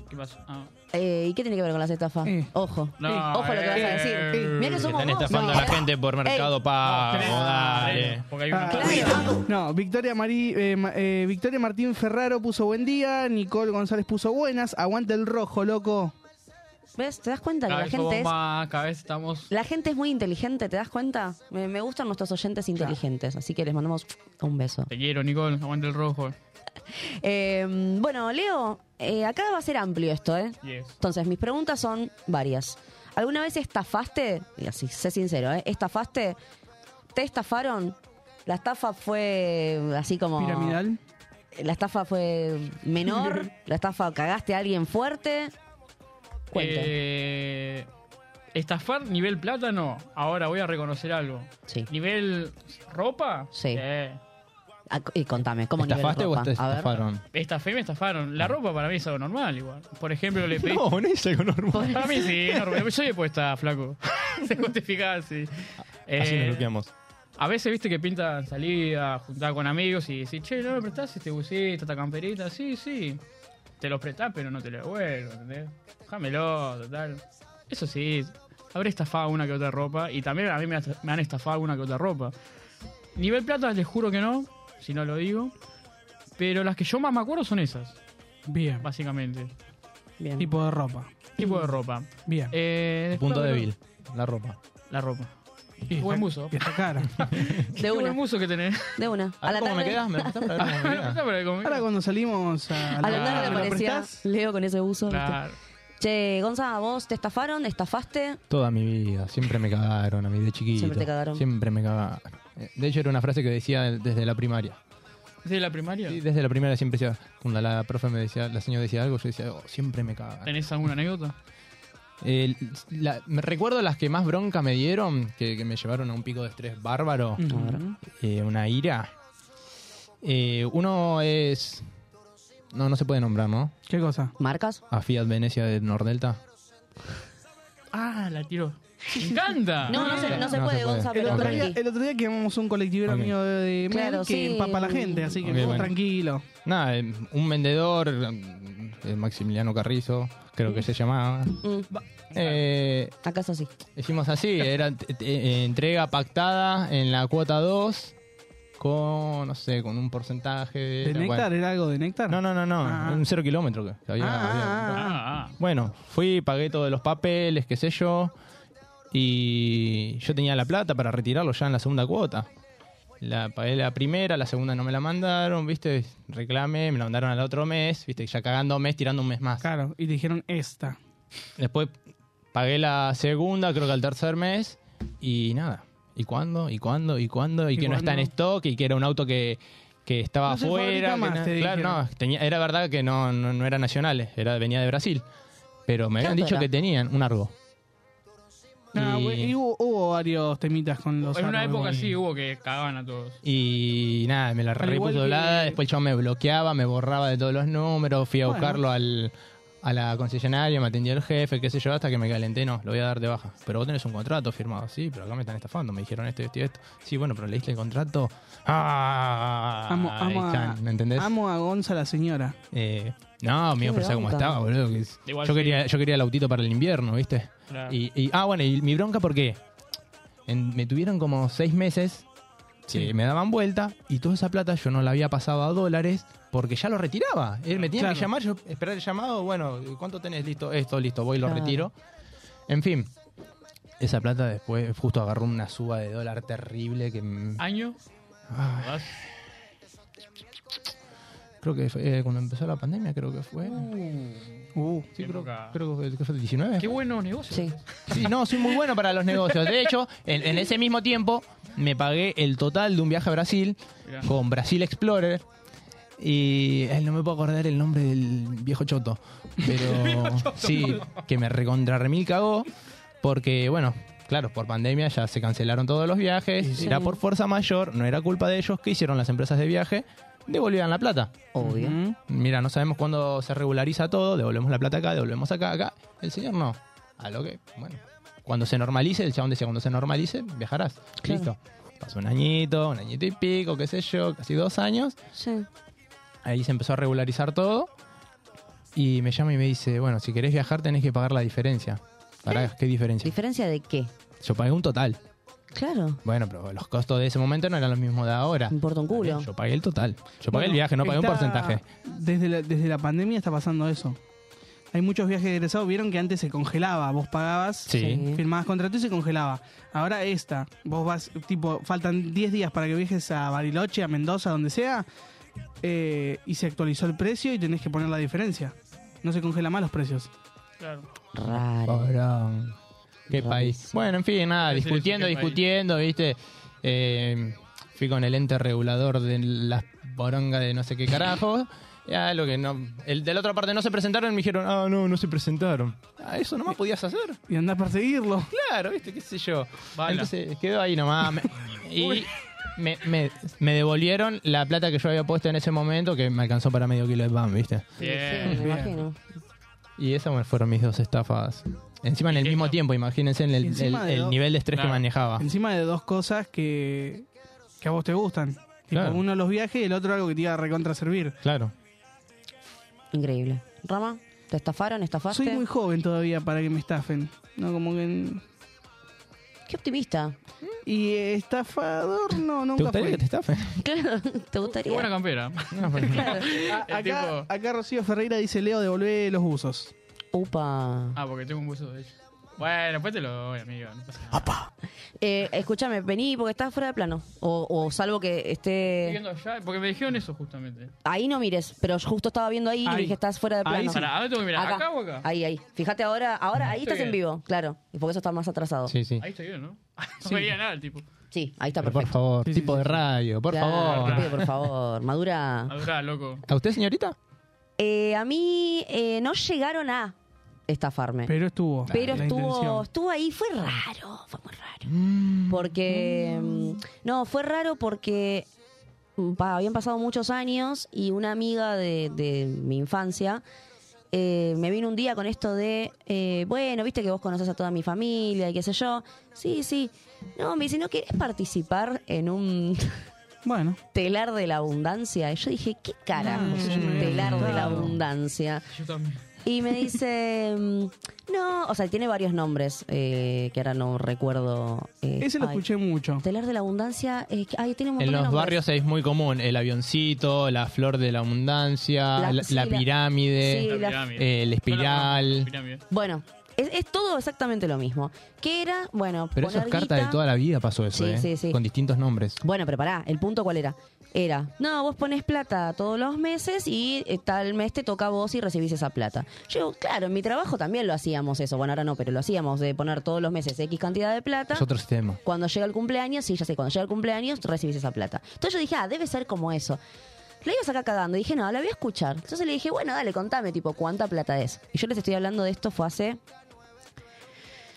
Speaker 12: ¿Qué pasó? Ah.
Speaker 4: Eh, ¿Y qué tiene que ver con las estafas? Ojo.
Speaker 12: No,
Speaker 4: Ojo lo que vas a decir.
Speaker 12: eh.
Speaker 4: Mirá que
Speaker 11: Que
Speaker 4: somos
Speaker 11: están
Speaker 4: vos.
Speaker 11: estafando a la gente por mercado pago.
Speaker 12: tres.
Speaker 11: Ah, dale.
Speaker 12: Porque hay una.
Speaker 5: No, Victoria, Marí- eh, Ma- eh, Victoria Martín Ferraro puso buen día, Nicole González puso buenas, aguante el rojo, loco.
Speaker 4: ¿Ves? ¿Te das cuenta que
Speaker 12: Cada
Speaker 4: la
Speaker 12: vez somos
Speaker 4: gente es
Speaker 12: más, cada vez estamos.
Speaker 4: La gente es muy inteligente, ¿te das cuenta? Me, me gustan nuestros oyentes inteligentes, así que les mandamos un beso.
Speaker 12: Te quiero, Nicole. Aguante el rojo.
Speaker 4: Eh, bueno, Leo, eh, acá va a ser amplio esto, ¿eh?
Speaker 12: Yes.
Speaker 4: Entonces, mis preguntas son varias. ¿Alguna vez estafaste? Y así, sé sincero, ¿eh? ¿Estafaste? ¿Te estafaron? La estafa fue así
Speaker 12: Ah.
Speaker 4: como...
Speaker 5: ¿Piramidal?
Speaker 4: La estafa fue menor, la estafa cagaste a alguien fuerte. Cuente.
Speaker 12: Eh, estafar nivel plata no. Ahora voy a reconocer algo. Nivel ropa.
Speaker 4: Sí.
Speaker 12: Eh,
Speaker 4: Ah, co- y contame, ¿cómo nivel
Speaker 11: ¿Estafaste o
Speaker 4: ropa?
Speaker 11: te
Speaker 4: A ver.
Speaker 11: estafaron?
Speaker 12: Estafé, me estafaron.
Speaker 4: Ah.
Speaker 12: La ropa para mí es algo normal igual. Por ejemplo, le pedí...
Speaker 11: No, no es algo normal.
Speaker 4: Pues,
Speaker 12: Para mí sí, es normal. Yo le puedo estar flaco. Se justifica así.
Speaker 11: Así nos
Speaker 12: Eh,
Speaker 11: bloqueamos.
Speaker 12: A veces, viste, que pintan salida, juntar con amigos y decís, che, ¿no me prestás este busito, esta camperita? Sí, sí. Te lo prestás, pero no te lo devuelvo, ¿entendés? Déjamelo, total. Eso sí, habré estafado una que otra ropa y también a mí me, ast- me han estafado una que otra ropa. Nivel plata, les juro que no, si no lo digo. Pero las que yo más me acuerdo son esas.
Speaker 5: Bien.
Speaker 12: Básicamente.
Speaker 5: Tipo de ropa.
Speaker 12: Tipo de ropa.
Speaker 5: Bien.
Speaker 12: Eh,
Speaker 11: Punto
Speaker 12: después-
Speaker 11: débil, la ropa.
Speaker 12: La ropa.
Speaker 5: Y
Speaker 12: Buen
Speaker 5: está-
Speaker 12: buzo.
Speaker 5: y está cara.
Speaker 12: Qué buen buzo que tenés.
Speaker 4: De una.
Speaker 11: Ah,
Speaker 12: A ver cómo me quedás, me lo prestás para ver cómo me quedás.
Speaker 5: Ahora cuando salimos a
Speaker 4: A la tarde
Speaker 5: ¿me lo
Speaker 4: aparecía
Speaker 5: prestás?
Speaker 4: Leo con ese buzo. ¿viste?
Speaker 11: Claro.
Speaker 4: Che, Gonza, ¿vos te estafaron? ¿Estafaste?
Speaker 11: Toda mi vida, siempre me cagaron a mí de chiquito.
Speaker 4: Siempre te cagaron.
Speaker 11: Siempre me cagaron. Eh, De hecho, era una frase que decía desde la primaria.
Speaker 12: ¿Desde la primaria?
Speaker 11: Sí, desde la primaria siempre decía, cuando la profe me decía, la señora decía algo, yo decía, "Oh, siempre me cagan.
Speaker 12: ¿Tenés alguna anécdota?
Speaker 11: Eh, la- me recuerdo las que más bronca me dieron, que, que me llevaron a un pico de estrés bárbaro,
Speaker 4: Mm.
Speaker 5: Ujú. A ver.
Speaker 11: eh, una ira. Eh, uno es... No, no se puede nombrar, ¿no?
Speaker 5: ¿Qué cosa?
Speaker 4: ¿Marcas?
Speaker 11: A Fiat Venecia de Nordelta.
Speaker 12: Ah, la tiró. ¡Me encanta!
Speaker 4: No, no se, no se
Speaker 11: No
Speaker 4: puede,
Speaker 11: se puede.
Speaker 4: Gonza,
Speaker 5: El
Speaker 4: pero
Speaker 5: otro, día,
Speaker 4: tranqui.
Speaker 5: el otro día quemamos un colectivero
Speaker 11: Ok.
Speaker 5: mío de, de Mel
Speaker 4: Claro,
Speaker 5: que
Speaker 4: sí.
Speaker 5: empapa a la gente, así que
Speaker 11: Ok,
Speaker 5: vos
Speaker 11: bueno.
Speaker 5: tranquilo.
Speaker 11: Nada, eh, un vendedor, eh, Maximiliano Carrizo, creo que
Speaker 12: Mm.
Speaker 11: se llamaba. Eh,
Speaker 4: Acá es así.
Speaker 11: Hicimos así, era t- t- eh, entrega pactada en la cuota 2 con, no sé, con un porcentaje de...
Speaker 5: ¿De néctar? ¿Era algo de néctar?
Speaker 11: No, no, no, no, un cero kilómetro que había. había-
Speaker 12: Ah, ah.
Speaker 11: Bueno, fui, pagué todos los papeles, qué sé yo, y yo tenía la plata para retirarlo ya en la segunda cuota. La pagué la primera, la segunda no me la mandaron, viste, reclamé, me la mandaron al otro mes, viste, ya cagando mes, tirando un mes más.
Speaker 5: Claro, y te dijeron esta.
Speaker 11: Después pagué la segunda, creo que al tercer mes, y nada. ¿Y cuándo? ¿Y cuándo? ¿Y cuándo? Y,
Speaker 5: ¿Y
Speaker 11: que no está en
Speaker 5: cuándo?
Speaker 11: stock, y que era un auto que, que estaba
Speaker 5: No se
Speaker 11: afuera.
Speaker 5: fabrica
Speaker 11: que
Speaker 5: más,
Speaker 11: na-
Speaker 5: te
Speaker 11: claro,
Speaker 5: dijeron.
Speaker 11: no, tenía- era verdad que no, no, no era nacionales, era, venía de Brasil. Pero me habían
Speaker 5: auto
Speaker 11: dicho
Speaker 5: era?
Speaker 11: que tenían un argo.
Speaker 5: No,
Speaker 11: Y-
Speaker 5: güey, y hubo, hubo varios temitas con los.
Speaker 12: En una
Speaker 5: árboles.
Speaker 12: época sí hubo que cagaban a todos.
Speaker 11: Y nada, me la
Speaker 12: Al
Speaker 11: repuso
Speaker 12: igual que-
Speaker 11: doblada. Después el chabón me bloqueaba, me borraba de todos los números. Fui a
Speaker 12: Bueno.
Speaker 11: buscarlo al, a la concesionaria, me atendía el jefe, qué sé yo, hasta que me calenté. No, lo voy a dar de baja. Pero vos tenés un contrato firmado. Sí, pero acá me están estafando. Me dijeron esto, esto y esto. Sí, bueno, pero leíste el contrato. ¡Ah!
Speaker 5: Amo, amo,
Speaker 11: Ahí
Speaker 5: a,
Speaker 11: están, ¿me entendés?
Speaker 5: amo a Gonza la señora.
Speaker 11: Eh, no, me iba a pensar cómo
Speaker 5: bronca.
Speaker 11: estaba, boludo. que es-
Speaker 5: Igual
Speaker 11: yo,
Speaker 5: sí.
Speaker 11: quería, yo quería el autito para el invierno, ¿viste?
Speaker 5: Claro.
Speaker 11: Y, y- ah, bueno, y mi bronca, ¿por qué? En- me tuvieron como seis meses que me daban vuelta y toda esa plata yo no la había pasado a dólares porque ya lo retiraba. Eh, me tenían
Speaker 5: Claro.
Speaker 11: que llamar, yo esperar el llamado, bueno, ¿cuánto tenés listo? Esto, listo, voy y lo
Speaker 5: Claro.
Speaker 11: retiro. En fin, esa plata después justo agarró una suba de dólar terrible que m-
Speaker 5: Ah.
Speaker 12: ¿Año? ¿Vas?
Speaker 11: creo que fue, eh, cuando empezó la pandemia, creo que fue.
Speaker 5: Ah.
Speaker 11: Uh, sí,
Speaker 12: Qué
Speaker 11: creo,
Speaker 12: poca.
Speaker 11: creo que fue- que fue el 19.
Speaker 12: Qué buenos negocios.
Speaker 11: Sí, no, soy muy bueno para los negocios. De hecho, en, en ese mismo tiempo me pagué el total de un viaje a Brasil
Speaker 12: Mirá.
Speaker 11: con Brasil Explorer. Y ay, no me puedo acordar el nombre del viejo choto. Pero sí, que me recontra remil cagó. Porque, bueno, claro, por pandemia ya se cancelaron todos los viajes.
Speaker 5: sí.
Speaker 11: Era por fuerza mayor, no era culpa de ellos. ¿Qué hicieron las empresas de viaje? Devolvían la plata.
Speaker 4: Obvio.
Speaker 11: Mira, no sabemos cuándo se regulariza todo. Devolvemos la plata acá, devolvemos acá, acá. El señor no. A lo que, bueno. Cuando se normalice, el chabón decía, cuando se normalice, viajarás.
Speaker 4: Claro.
Speaker 11: Listo. Pasó un añito, un añito y pico, qué sé yo, casi dos años.
Speaker 4: Sí.
Speaker 11: Ahí se empezó a regularizar todo. Y me llama y me dice, bueno, si querés viajar tenés que pagar la diferencia. Pará, ¿qué diferencia?
Speaker 4: ¿Diferencia de qué?
Speaker 11: Yo pagué un total.
Speaker 4: Claro.
Speaker 11: Bueno, pero los costos de ese momento no eran los mismos de ahora. Me
Speaker 4: importa un culo.
Speaker 11: Yo pagué el total. Yo pagué el
Speaker 5: Bueno,
Speaker 11: viaje, no pagué un
Speaker 5: está-
Speaker 11: porcentaje.
Speaker 5: Desde la, desde la pandemia está pasando eso. Hay muchos viajes de egresados, vieron que antes se congelaba, vos pagabas,
Speaker 11: Sí.
Speaker 5: firmabas contrato y se congelaba. Ahora esta, vos vas, tipo, faltan 10 días para que viajes a Bariloche, a Mendoza, donde sea, eh, y se actualizó el precio y tenés que poner la diferencia. No se congela más los precios.
Speaker 12: Claro.
Speaker 4: Raro.
Speaker 11: Cabrón. Qué país. Bueno, en fin, nada,
Speaker 6: Iba a decir
Speaker 11: discutiendo,
Speaker 6: eso, qué
Speaker 11: discutiendo, ¿viste? Eh, fui con el ente regulador de las borongas de no sé qué carajo. Ya, lo que no. El de la otra parte no se presentaron y me dijeron, ah, no, no se presentaron. Ah, eso nomás podías hacer.
Speaker 5: Y andás a perseguirlo.
Speaker 11: Claro, ¿viste? ¿Qué sé yo? Entonces quedó ahí nomás. Me- y me, me- me devolvieron la plata que yo había puesto en ese momento, que me alcanzó para medio kilo de pan, ¿viste?
Speaker 12: Bien.
Speaker 11: Bien. Y esas me fueron mis dos estafas. Encima en el mismo tiempo, imagínense en el,
Speaker 5: Encima
Speaker 11: el-
Speaker 5: de
Speaker 11: el
Speaker 5: dos-
Speaker 11: nivel de estrés
Speaker 5: Claro.
Speaker 11: que manejaba.
Speaker 5: Encima de dos cosas que, que a vos te gustan. Tipo,
Speaker 11: Claro.
Speaker 5: uno los viajes y el otro algo que te iba a recontra servir.
Speaker 11: Claro.
Speaker 4: Increíble. Rama, ¿te estafaron? ¿Estafaste?
Speaker 5: Soy muy joven todavía para que me estafen. No, como que.
Speaker 4: Qué optimista.
Speaker 5: Y eh, estafador, no, nunca
Speaker 11: gustaría
Speaker 5: fui.
Speaker 11: que te estafen?
Speaker 4: Claro, te gustaría.
Speaker 12: Qué buena campera.
Speaker 11: pues
Speaker 5: A- acá, acá Rocío Ferreira dice: Leo, devolvé los buzos.
Speaker 4: Upa.
Speaker 12: Ah, porque tengo un buzo de ella. Bueno, después te lo doy, amigo. No pasa nada.
Speaker 4: Eh, escúchame, vení porque estás fuera de plano. O, o salvo que
Speaker 12: Estoy
Speaker 4: esté.
Speaker 12: viendo allá, porque me dijeron eso justamente.
Speaker 4: Ahí no mires, pero yo justo estaba viendo ahí y
Speaker 12: Ahí.
Speaker 4: dije estás fuera de
Speaker 12: Ahí
Speaker 4: plano.
Speaker 12: sí. Pará, ¿a dónde tengo que mirar? ¿Acá o acá?
Speaker 4: Ahí, ahí. Fíjate ahora, ahora ahí
Speaker 12: Estoy
Speaker 4: estás en
Speaker 12: bien.
Speaker 4: vivo, claro. Y porque eso está más atrasado.
Speaker 11: Sí, sí.
Speaker 12: Ahí está bien, ¿no? No veía nada el tipo.
Speaker 4: Sí, ahí está
Speaker 11: Pero
Speaker 4: perfecto.
Speaker 11: Por favor, tipo de radio, por
Speaker 4: Claro,
Speaker 11: favor.
Speaker 4: te pido, por favor, madura.
Speaker 12: Madura, loco.
Speaker 11: ¿A usted, señorita?
Speaker 4: Eh, a mí eh, no llegaron a estafarme.
Speaker 5: Pero estuvo.
Speaker 4: Pero
Speaker 5: La
Speaker 4: estuvo,
Speaker 5: intención.
Speaker 4: estuvo ahí, fue raro, fue muy raro. Porque, mm, no, fue raro porque mm, pa- habían pasado muchos años y una amiga de, de mi infancia eh, me vino un día con esto de, eh, bueno, viste que vos conoces a toda mi familia y qué sé yo. Sí, sí. No, me dice, ¿no querés participar en un...
Speaker 5: Bueno.
Speaker 4: Telar de la abundancia. Y yo dije, ¿qué carajo es un telar de la abundancia?
Speaker 12: Yo también.
Speaker 4: Y me dice, mm, no, o sea, tiene varios nombres eh, que ahora no recuerdo. eh,
Speaker 5: Ese lo
Speaker 4: ay,
Speaker 5: escuché mucho.
Speaker 4: Telar de la abundancia, eh, que- ay, tiene un montón
Speaker 11: En
Speaker 4: de
Speaker 11: los
Speaker 4: nombres.
Speaker 11: barrios es muy común el avioncito, la flor de la abundancia, la,
Speaker 4: La- sí,
Speaker 11: la
Speaker 4: la-
Speaker 11: pirámide,
Speaker 4: sí, la-
Speaker 11: eh, el espiral.
Speaker 4: Bueno, es, es todo exactamente lo mismo. ¿Qué era? Bueno,
Speaker 11: Pero eso es
Speaker 4: poner
Speaker 11: carta
Speaker 4: guita-
Speaker 11: de toda la vida pasó eso,
Speaker 4: Sí,
Speaker 11: ¿eh?
Speaker 4: sí, sí.
Speaker 11: Con distintos nombres.
Speaker 4: Bueno, pero pará, ¿el punto cuál era? Era, no, vos pones plata todos los meses y eh, tal mes te toca a vos y recibís esa plata. Yo, digo, claro, en mi trabajo también lo hacíamos eso. Bueno, ahora no, pero lo hacíamos de poner todos los meses X cantidad de plata.
Speaker 11: Es otro sistema.
Speaker 4: Cuando llega el cumpleaños, sí, ya sé, cuando llega el cumpleaños recibís esa plata. Entonces yo dije, ah, debe ser como eso. La iba acá cagando y dije, no, la voy a escuchar. Entonces le dije, bueno, dale, contame, tipo, ¿cuánta plata es? Y yo les estoy hablando de esto, fue hace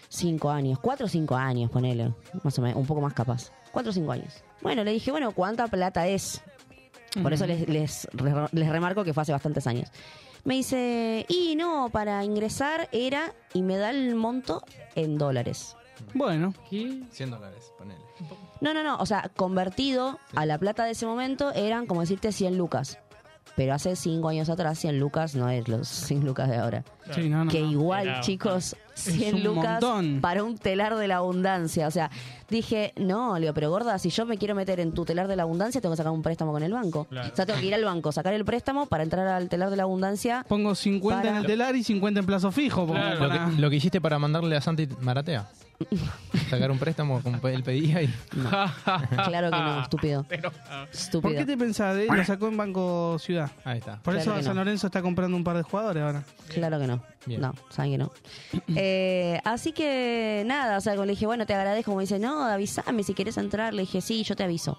Speaker 4: cinco años, cuatro o cinco años, ponele, más o menos, un poco más capaz. Cuatro o cinco años. Bueno, le dije, bueno, ¿cuánta plata es? Por eso les, les, les remarco que fue hace bastantes años. Me dice, y no, para ingresar era, y me da el monto en dólares.
Speaker 5: Bueno.
Speaker 11: 100 dólares, ponele.
Speaker 4: No, no, no. O sea, convertido a la plata de ese momento eran, como decirte, 100 lucas. Pero hace 5 años atrás, 100 lucas no es los 100 lucas de ahora.
Speaker 5: Sí, no, no,
Speaker 4: que
Speaker 5: no.
Speaker 4: igual,
Speaker 5: Era-
Speaker 4: chicos,
Speaker 5: Es
Speaker 4: 100
Speaker 5: un
Speaker 4: lucas
Speaker 5: montón.
Speaker 4: para un telar de la abundancia. O sea, dije, no, Leo, pero gorda, si yo me quiero meter en tu telar de la abundancia, tengo que sacar un préstamo con el banco.
Speaker 5: Claro.
Speaker 4: O sea, tengo que ir al banco, sacar el préstamo para entrar al telar de la abundancia.
Speaker 5: Pongo 50 en el
Speaker 4: Para-
Speaker 5: telar y 50 en plazo fijo. porque
Speaker 11: Lo,
Speaker 5: para-
Speaker 11: que, lo que hiciste para mandarle a Santi Maratea. Sacar un préstamo, como él pedía y...
Speaker 12: Ah,
Speaker 4: Claro que no, estúpido.
Speaker 5: ¿Por qué
Speaker 4: Estúpido.
Speaker 5: te pensás? eh? Lo sacó en Banco Ciudad.
Speaker 11: Ahí está.
Speaker 5: Por
Speaker 4: Claro
Speaker 5: eso
Speaker 4: que
Speaker 5: San
Speaker 4: no.
Speaker 5: Lorenzo está comprando un par de jugadores ahora.
Speaker 4: Claro que no.
Speaker 5: Bien.
Speaker 4: No, saben que no. Eh, así que nada, o sea, como le dije, bueno, te agradezco. Me dice, no, avísame si quieres entrar. Le dije, sí, yo te aviso.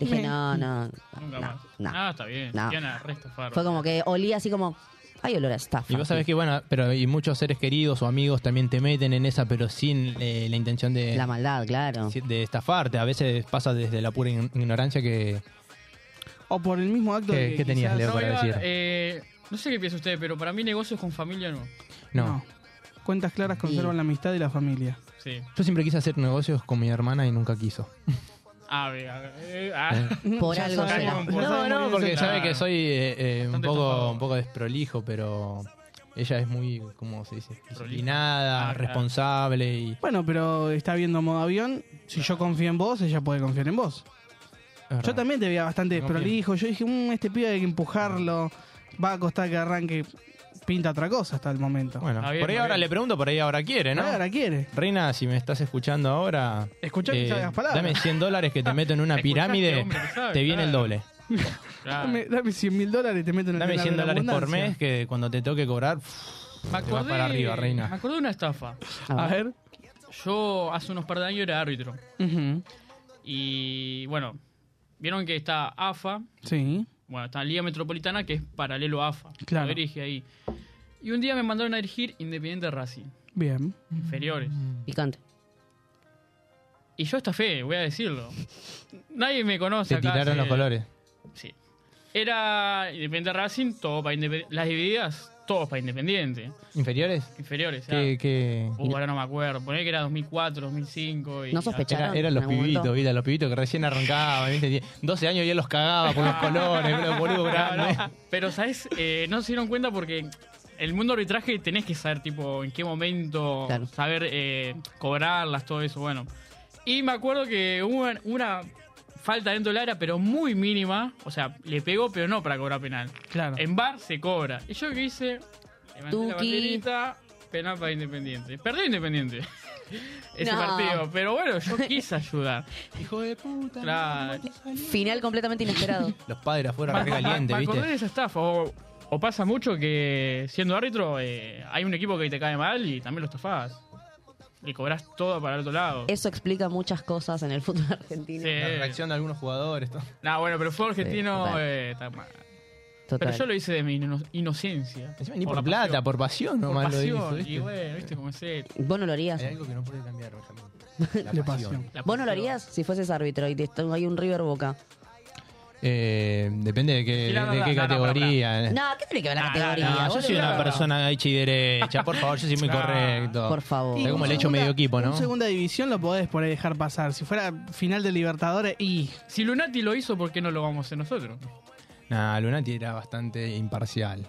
Speaker 4: Le dije,
Speaker 12: Me-
Speaker 4: no, no.
Speaker 12: Nunca más.
Speaker 4: no.
Speaker 12: Ah, está bien.
Speaker 4: No.
Speaker 12: Diana, resto faro.
Speaker 4: Fue como que olía así como, ay, olor a estafa.
Speaker 11: Y vos sabés que, bueno, pero y muchos seres queridos o amigos también te meten en esa, pero sin eh, la intención de...
Speaker 4: La maldad, claro.
Speaker 11: De estafarte. A veces pasa desde la pura ign- ignorancia que...
Speaker 5: O por el mismo acto.
Speaker 11: ¿Qué-
Speaker 5: que
Speaker 11: qué tenías,
Speaker 5: quizás-
Speaker 11: Leo,
Speaker 12: No,
Speaker 11: para
Speaker 12: iba,
Speaker 11: decir?
Speaker 12: eh, no sé qué piensa usted, pero para mí negocios con familia no.
Speaker 11: No.
Speaker 5: Cuentas claras conservan la amistad y la familia.
Speaker 12: Sí.
Speaker 11: Yo siempre quise hacer negocios con mi hermana y nunca quiso.
Speaker 12: A ver, a ver, eh, ah.
Speaker 4: Por
Speaker 12: Ya
Speaker 4: algo
Speaker 12: sabemos,
Speaker 4: será.
Speaker 12: por-
Speaker 4: No,
Speaker 12: sabemos
Speaker 4: no,
Speaker 12: por qué
Speaker 11: Porque
Speaker 12: se-
Speaker 11: sabe
Speaker 12: Claro.
Speaker 11: que soy eh, eh, un,
Speaker 12: Bastante
Speaker 11: poco,
Speaker 12: estafado.
Speaker 11: un poco desprolijo, pero ella es muy, ¿cómo se dice? Disciplinada,
Speaker 5: Ah, claro.
Speaker 11: responsable y...
Speaker 5: Bueno, pero está viendo modo avión. Si yo confío en vos, ella puede confiar en vos. Yo también te veía bastante
Speaker 11: Confío.
Speaker 5: desprolijo. Yo dije, "Mm, este pibe hay que empujarlo. Va a costar que arranque. Pinta otra cosa hasta el momento.
Speaker 11: Bueno, por ahí ahora le pregunto, por ahí ahora quiere, ¿no?
Speaker 5: Ahora quiere.
Speaker 11: Reina, si me estás escuchando ahora... eh,
Speaker 5: Escuchá que sabe las palabras.
Speaker 11: Dame 100 dólares que te meto en una
Speaker 5: Escuchaste,
Speaker 11: pirámide,
Speaker 5: hombre, que sabe,
Speaker 11: te viene el
Speaker 5: claro.
Speaker 11: doble.
Speaker 5: Dame, dame 100 mil dólares, te meto en el
Speaker 11: Ah. Dame
Speaker 5: telar
Speaker 11: 100
Speaker 5: de la
Speaker 11: dólares por
Speaker 5: abundancia.
Speaker 11: mes que cuando te toque cobrar... pff,
Speaker 12: Me
Speaker 11: Te vas
Speaker 12: acordé,
Speaker 11: para arriba, reina.
Speaker 12: Me acordé de una estafa.
Speaker 11: A ver.
Speaker 12: Yo hace unos par de años era árbitro. Y bueno, vieron que está AFA,
Speaker 5: Sí.
Speaker 12: bueno, está Liga Metropolitana, que es paralelo a AFA.
Speaker 5: Claro.
Speaker 12: Lo dirige ahí. Y un día me mandaron a dirigir Independiente Racing,
Speaker 5: Bien.
Speaker 12: inferiores.
Speaker 4: Picante.
Speaker 12: Y yo estafé, voy a decirlo. Nadie me conoce
Speaker 11: Te
Speaker 12: acá.
Speaker 11: tiraron
Speaker 12: sí.
Speaker 11: los colores.
Speaker 12: Sí. Era Independiente Racing, todo para Independiente. Las divididas, todos para Independiente.
Speaker 11: ¿Inferiores?
Speaker 12: Inferiores. era-
Speaker 11: Que, que...
Speaker 12: Uh, ahora no me acuerdo. Poné que era 2004, 2005. Y
Speaker 11: Era- Eran los pibitos, ¿viste? Los pibitos que recién arrancaban, ¿viste? 12 años y él los cagaba con los colores, bro, boludo, grande.
Speaker 12: Pero, ¿sabes? Eh, no se dieron cuenta porque el mundo arbitraje tenés que saber, tipo, en qué momento saber eh, cobrarlas, todo eso, bueno. Y me acuerdo que hubo una- una falta dentro del área, pero muy mínima. O sea, le pegó, pero no para cobrar penal.
Speaker 5: Claro.
Speaker 12: En bar se cobra. Y yo que hice, levanté la
Speaker 4: Tuki.
Speaker 12: banderita, penal para Independiente. Perdió Independiente. Ese
Speaker 4: No.
Speaker 12: partido, pero bueno, yo quise ayudar. Hijo de puta. Claro.
Speaker 4: Final completamente inesperado.
Speaker 11: Los padres afuera
Speaker 12: Me-
Speaker 11: re calientes,
Speaker 12: me acordé
Speaker 11: ¿viste?
Speaker 12: de esa estafa. O, o pasa mucho que siendo árbitro eh, hay un equipo que te cae mal y también lo estafás. Le cobras todo para el otro lado.
Speaker 4: Eso explica muchas cosas en el fútbol argentino.
Speaker 12: Sí.
Speaker 11: La reacción de algunos jugadores. todo.
Speaker 12: Nah, bueno, pero el fútbol argentino
Speaker 11: Sí, total.
Speaker 12: eh, está mal.
Speaker 11: Total.
Speaker 12: Pero yo lo hice de mi ino- inocencia.
Speaker 11: Encima ni por,
Speaker 12: la
Speaker 11: plata,
Speaker 12: pasión.
Speaker 11: por pasión
Speaker 12: Por
Speaker 11: nomás
Speaker 12: pasión,
Speaker 11: lo hizo, ¿viste?
Speaker 12: Y bueno, viste cómo es él.
Speaker 4: Vos no lo harías.
Speaker 11: Hay algo que no puede cambiar, Benjamín.
Speaker 5: La pasión.
Speaker 4: Vos no lo harías si fueses árbitro y te hay un River Boca.
Speaker 11: Eh, depende de qué,
Speaker 4: Y la
Speaker 11: de
Speaker 4: verdad,
Speaker 11: qué
Speaker 4: no, no,
Speaker 11: categoría. eh.
Speaker 4: No, ¿qué tiene que ver la
Speaker 11: Ah,
Speaker 4: categoría?
Speaker 11: no, yo
Speaker 4: boludo?
Speaker 11: soy una persona hecha y derecha, por favor, yo soy muy
Speaker 5: Ah.
Speaker 11: correcto.
Speaker 5: Por
Speaker 11: favor.
Speaker 5: Y
Speaker 11: Es como
Speaker 5: un
Speaker 11: el hecho
Speaker 5: segunda-
Speaker 11: medio equipo, ¿no?
Speaker 5: En segunda división lo podés por ahí dejar pasar. Si fuera final de Libertadores y.
Speaker 12: Si Lunati lo hizo, ¿por qué no lo vamos a hacer nosotros?
Speaker 11: Nah, Lunati era bastante imparcial.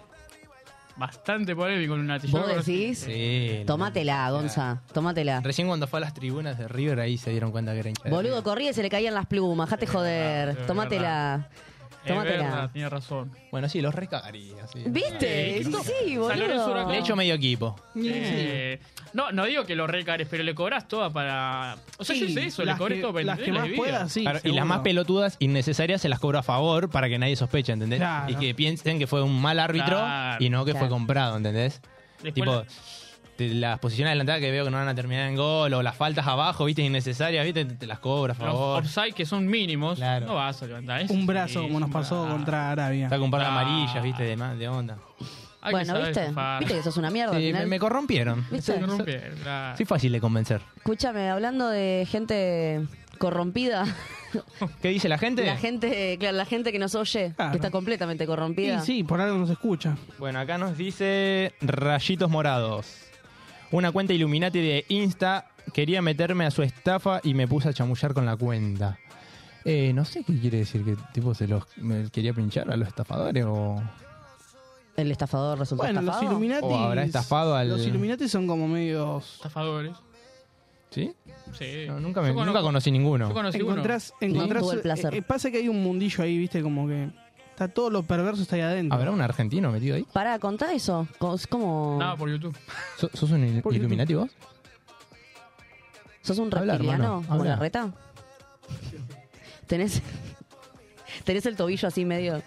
Speaker 12: Bastante polémico Lunati. Yo
Speaker 4: ¿Vos
Speaker 12: lo conocí.
Speaker 4: decís?
Speaker 11: Sí.
Speaker 4: Tómatela, Gonza. Tómatela.
Speaker 11: Recién cuando fue a las tribunas de River ahí se dieron cuenta que era hincha. de
Speaker 4: Boludo, corría y se le caían las plumas. Dejate
Speaker 11: verdad,
Speaker 4: joder.
Speaker 11: es
Speaker 4: Tómatela.
Speaker 11: River.
Speaker 4: Tómatela.
Speaker 12: Tiene razón.
Speaker 11: Bueno, sí, los recagaría. sí. Sí,
Speaker 4: ¿Viste? Sí, sí,
Speaker 12: San Lorenzo
Speaker 4: boludo.
Speaker 12: Huracán.
Speaker 11: El hecho medio equipo.
Speaker 12: Eh, no, no digo que lo recares, pero le cobras toda para. O sea, yo
Speaker 5: Sí,
Speaker 12: hice eso,
Speaker 5: las
Speaker 12: le cobré
Speaker 5: que-
Speaker 12: todo para
Speaker 5: las que
Speaker 12: entender
Speaker 5: más
Speaker 12: la bebida.
Speaker 5: puedas, sí.
Speaker 11: Claro, y
Speaker 5: seguro.
Speaker 11: las más pelotudas innecesarias se las cobro a favor para que nadie sospeche, ¿entendés?
Speaker 5: Claro.
Speaker 11: Y que piensen que fue un mal árbitro
Speaker 12: Claro.
Speaker 11: y no que
Speaker 12: Claro.
Speaker 11: fue comprado, ¿entendés?
Speaker 12: Después
Speaker 11: tipo,
Speaker 12: la-
Speaker 11: te- las posiciones adelantadas que veo que no van a terminar en gol o las faltas abajo, ¿viste? Innecesarias, ¿viste? Te, te las cobro a
Speaker 12: Los
Speaker 11: favor.
Speaker 12: offside que son mínimos, no vas a levantar eso.
Speaker 5: Un brazo,
Speaker 12: Sí,
Speaker 5: como nos
Speaker 12: un
Speaker 5: pasó contra Arabia.
Speaker 11: Está con par de
Speaker 12: Ah.
Speaker 11: amarillas, ¿viste? De, ma- de onda.
Speaker 12: Hay que
Speaker 4: Bueno,
Speaker 12: saber
Speaker 4: ¿viste?
Speaker 12: zafar.
Speaker 4: ¿Viste que sos una mierda? al
Speaker 11: Sí, me,
Speaker 4: final?
Speaker 11: me corrompieron.
Speaker 4: ¿Viste?
Speaker 11: Soy- soy-
Speaker 12: Corrompieron, claro.
Speaker 11: Soy fácil de convencer.
Speaker 4: Escúchame, hablando de gente corrompida.
Speaker 11: ¿Qué dice la gente?
Speaker 4: La gente, claro, la gente que nos oye, que está completamente corrompida.
Speaker 5: Y sí, por algo nos escucha.
Speaker 11: Bueno, acá nos dice Rayitos Morados. Una cuenta Illuminati de Insta quería meterme a su estafa y me puse a chamullar con la cuenta. Eh, no sé qué quiere decir, que tipo se los me quería pinchar a los estafadores o...
Speaker 4: El estafador resultó
Speaker 5: Bueno, los
Speaker 4: estafado.
Speaker 5: Illuminati.
Speaker 11: O habrá estafado al-
Speaker 5: Los Illuminati son como medios.
Speaker 12: Estafadores.
Speaker 11: ¿Sí?
Speaker 12: Sí.
Speaker 11: No, nunca, me-
Speaker 12: Yo conozco-
Speaker 11: nunca conocí ninguno.
Speaker 12: yo conocí
Speaker 5: Encontrás.
Speaker 12: uno.
Speaker 5: encontrás
Speaker 12: No tuve el placer.
Speaker 5: eh, eh, pasa que hay un mundillo ahí, viste, como que. Está todo lo perverso está ahí adentro.
Speaker 11: ¿Habrá un argentino metido ahí?
Speaker 4: Pará, contá eso. Co- ¿Cómo?
Speaker 12: No, por YouTube.
Speaker 11: ¿So- ¿Sos un il- Illuminati vos?
Speaker 4: ¿Sos un
Speaker 11: Habla,
Speaker 4: reptiliano?
Speaker 11: hermano,
Speaker 4: ¿Como
Speaker 11: habla.
Speaker 4: la reta? ¿Tenés, tenés el tobillo así medio.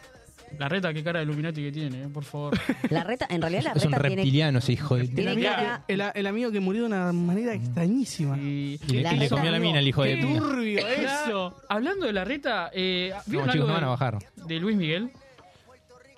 Speaker 12: La reta, qué cara de Illuminati que tiene, eh, por favor.
Speaker 4: La reta, en realidad la
Speaker 11: Es un
Speaker 4: reta tiene.
Speaker 11: reptiliano ese hijo de...
Speaker 5: El
Speaker 4: Tiene
Speaker 5: amigo,
Speaker 4: cara-
Speaker 5: que- el, el amigo que murió de una manera extrañísima.
Speaker 12: Y,
Speaker 11: Y le- y le comió la mina el hijo Mm. de...
Speaker 5: Qué
Speaker 11: puta.
Speaker 5: turbio eso.
Speaker 12: Eso. Hablando de la reta, eh, ¿vieron
Speaker 11: No, chicos,
Speaker 12: algo
Speaker 11: no van a
Speaker 12: de,
Speaker 11: bajar.
Speaker 12: de Luis Miguel?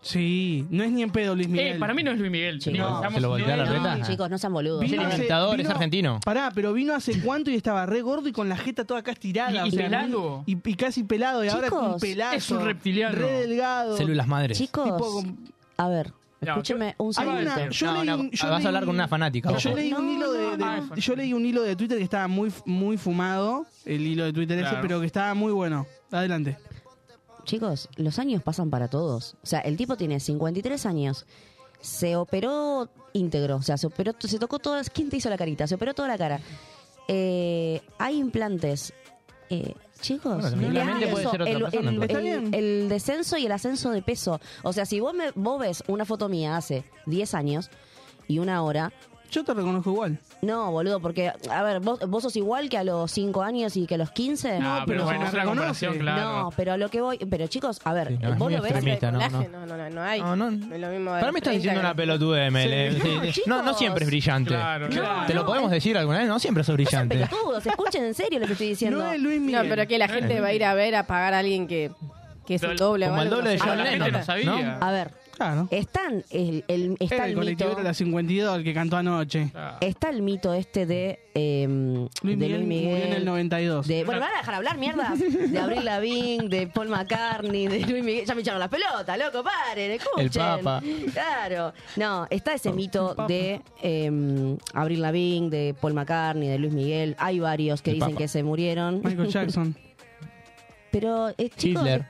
Speaker 5: Sí, no es ni en pedo Luis
Speaker 12: Eh,
Speaker 5: Miguel.
Speaker 12: para mí no es Luis Miguel.
Speaker 5: Sí,
Speaker 12: Digo,
Speaker 5: no.
Speaker 12: seamos
Speaker 11: ¿Se lo voltea la
Speaker 12: honestos.
Speaker 11: reta?
Speaker 4: Chicos, no sean boludos.
Speaker 5: Vino hace-
Speaker 11: dictador, es
Speaker 5: vino-
Speaker 11: argentino.
Speaker 5: Pará, pero vino hace cuánto y estaba re gordo y con la jeta toda acá estirada.
Speaker 12: Y- y
Speaker 5: o sea,
Speaker 12: pelado.
Speaker 5: Y, y casi pelado, y ahora es un
Speaker 4: Chicos,
Speaker 5: pelazo.
Speaker 4: es un reptiliano.
Speaker 5: Re delgado.
Speaker 11: Células madres. Ah,
Speaker 5: Tipo
Speaker 4: Chicos,
Speaker 5: con-
Speaker 4: a ver,
Speaker 11: No,
Speaker 4: escúcheme un
Speaker 5: Hay
Speaker 4: segundo.
Speaker 5: una- yo
Speaker 11: No,
Speaker 5: leí
Speaker 11: no,
Speaker 5: un- yo
Speaker 11: vas
Speaker 5: leí
Speaker 11: a hablar con
Speaker 5: un-
Speaker 11: una fanática.
Speaker 5: Yo
Speaker 11: ojo.
Speaker 5: leí, un hilo de, de-
Speaker 4: Ah,
Speaker 5: yo leí un hilo de Twitter que estaba muy, muy fumado, el hilo de Twitter ese,
Speaker 4: Claro.
Speaker 5: pero que estaba muy bueno. Adelante.
Speaker 4: Chicos, los años pasan para todos. O sea, el tipo tiene 53 años. Se operó íntegro. O sea, se operó, se tocó todas. ¿Quién te hizo la carita? Se operó toda la cara. Eh, hay implantes. Eh, chicos,
Speaker 11: Bueno,
Speaker 4: no le hagan
Speaker 11: tranquilamente puede
Speaker 4: eso.
Speaker 11: ser otra
Speaker 4: el,
Speaker 11: persona,
Speaker 4: el-
Speaker 11: entonces.
Speaker 4: el- el descenso y el ascenso de peso. O sea, si vos, me, vos ves una foto mía hace 10 años y una hora,
Speaker 5: Yo te reconozco igual.
Speaker 4: No, boludo, porque, a ver, vos, vos sos igual que a los 5 años y que a los 15.
Speaker 15: Ah,
Speaker 5: No, No, pero pero bueno,
Speaker 4: no
Speaker 5: es una comparación, claro.
Speaker 4: No, pero a lo que voy. Pero chicos, a ver,
Speaker 11: es
Speaker 4: vos
Speaker 11: muy
Speaker 4: lo ves.
Speaker 11: extremista, ¿no? No.
Speaker 7: No, no, no, no hay.
Speaker 11: No, no.
Speaker 7: es lo mismo de
Speaker 11: Para mí estás
Speaker 7: 30
Speaker 11: diciendo
Speaker 7: que-
Speaker 11: una pelotude, Mele.
Speaker 7: Sí.
Speaker 11: Sí,
Speaker 7: No,
Speaker 11: sí. No, no
Speaker 7: chicos.
Speaker 11: siempre es brillante.
Speaker 7: Claro, claro.
Speaker 11: Te lo podemos decir alguna vez, no siempre sos brillante.
Speaker 4: Pelotudos, escuchen en serio lo que estoy diciendo. No es
Speaker 5: Luis
Speaker 7: No, pero que la gente va a ir a ver a pagar a alguien que, que es el doble. o
Speaker 11: Como el
Speaker 7: algo,
Speaker 11: doble de
Speaker 7: no sé.
Speaker 11: John Lennon. ¿no?
Speaker 4: A ver, están, el, el-
Speaker 5: Era
Speaker 4: está
Speaker 5: el
Speaker 4: el
Speaker 5: colectivo
Speaker 4: mito.
Speaker 5: de la 52, el que cantó anoche.
Speaker 4: Está el mito este de, eh, de
Speaker 5: Miguel
Speaker 4: Luis
Speaker 5: murió en el
Speaker 4: Miguel.
Speaker 5: 92.
Speaker 4: de- bueno, me van a dejar hablar, mierda. De Abril Lavigne, de Paul McCartney, de Luis Miguel. Ya me echaron las pelotas, loco, paren, escuchen.
Speaker 11: El Papa.
Speaker 4: Claro. No, está ese mito de eh, Abril Lavigne, de Paul McCartney, de Luis Miguel. Hay varios que
Speaker 5: El
Speaker 4: dicen
Speaker 5: Papa.
Speaker 4: que se murieron.
Speaker 5: Michael Jackson.
Speaker 4: Pero, eh, chicos,
Speaker 11: Hitler.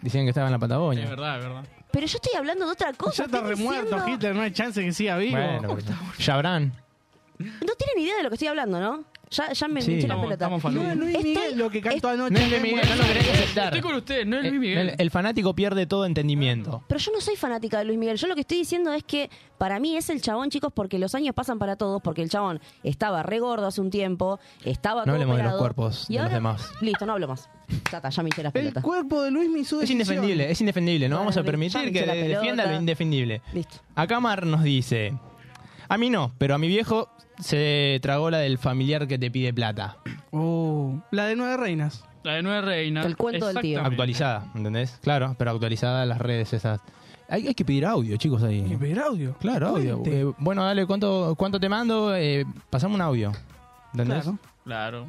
Speaker 11: Dicen que estaba en la Patagonia.
Speaker 12: Es verdad, es verdad.
Speaker 4: pero yo estoy hablando de otra cosa.
Speaker 5: Ya está
Speaker 4: estoy
Speaker 5: remuerto
Speaker 4: diciendo-
Speaker 5: Hitler, no hay chance que siga vivo.
Speaker 11: Bueno, Chabrán.
Speaker 4: No tienen idea de lo que estoy hablando, ¿no? Ya, ya me
Speaker 11: Sí.
Speaker 4: hinché la
Speaker 11: Estamos-
Speaker 4: pelota.
Speaker 11: estamos falludos. No es
Speaker 5: Luis Miguel lo que cantó anoche.
Speaker 11: No es Luis Miguel, no lo querés aceptar.
Speaker 12: Estoy con ustedes, no es Luis
Speaker 11: El-
Speaker 12: Miguel.
Speaker 11: Eh, El, el fanático pierde todo entendimiento.
Speaker 4: Pero yo no soy fanática de Luis Miguel. Yo lo que estoy diciendo es que para mí es el chabón, chicos, porque los años pasan para todos. Porque el chabón estaba re gordo hace un tiempo, estaba
Speaker 11: No
Speaker 4: todo
Speaker 11: hablemos de los
Speaker 4: operado,
Speaker 11: cuerpos
Speaker 4: y
Speaker 11: de los
Speaker 4: ahora-
Speaker 11: demás.
Speaker 4: Listo, no hablo más. Ya está, ya me hinché las pelotas.
Speaker 5: cuerpo de Luis Misú
Speaker 11: Es indefendible, eh. es indefendible. No vamos a
Speaker 4: Bueno, ya
Speaker 11: permitir
Speaker 4: me
Speaker 11: que
Speaker 4: hice la pelota.
Speaker 11: defienda lo indefendible.
Speaker 4: Listo.
Speaker 11: Acá Mar nos dice: A mí no, pero a mi viejo se tragó la del familiar que te pide plata.
Speaker 5: Oh, la de Nueve Reinas.
Speaker 12: La de Nueve Reinas. Exactamente.
Speaker 11: Actualizada, ¿entendés? Claro, pero actualizada a las redes esas. Hay, hay que pedir audio, chicos, ahí. Hay que
Speaker 5: pedir audio.
Speaker 11: Claro, audio.
Speaker 5: Cuente.
Speaker 11: Eh, bueno, dale, ¿cuánto, cuánto te mando? Eh, pasame un audio. ¿Entendés?
Speaker 5: Claro.
Speaker 12: Claro.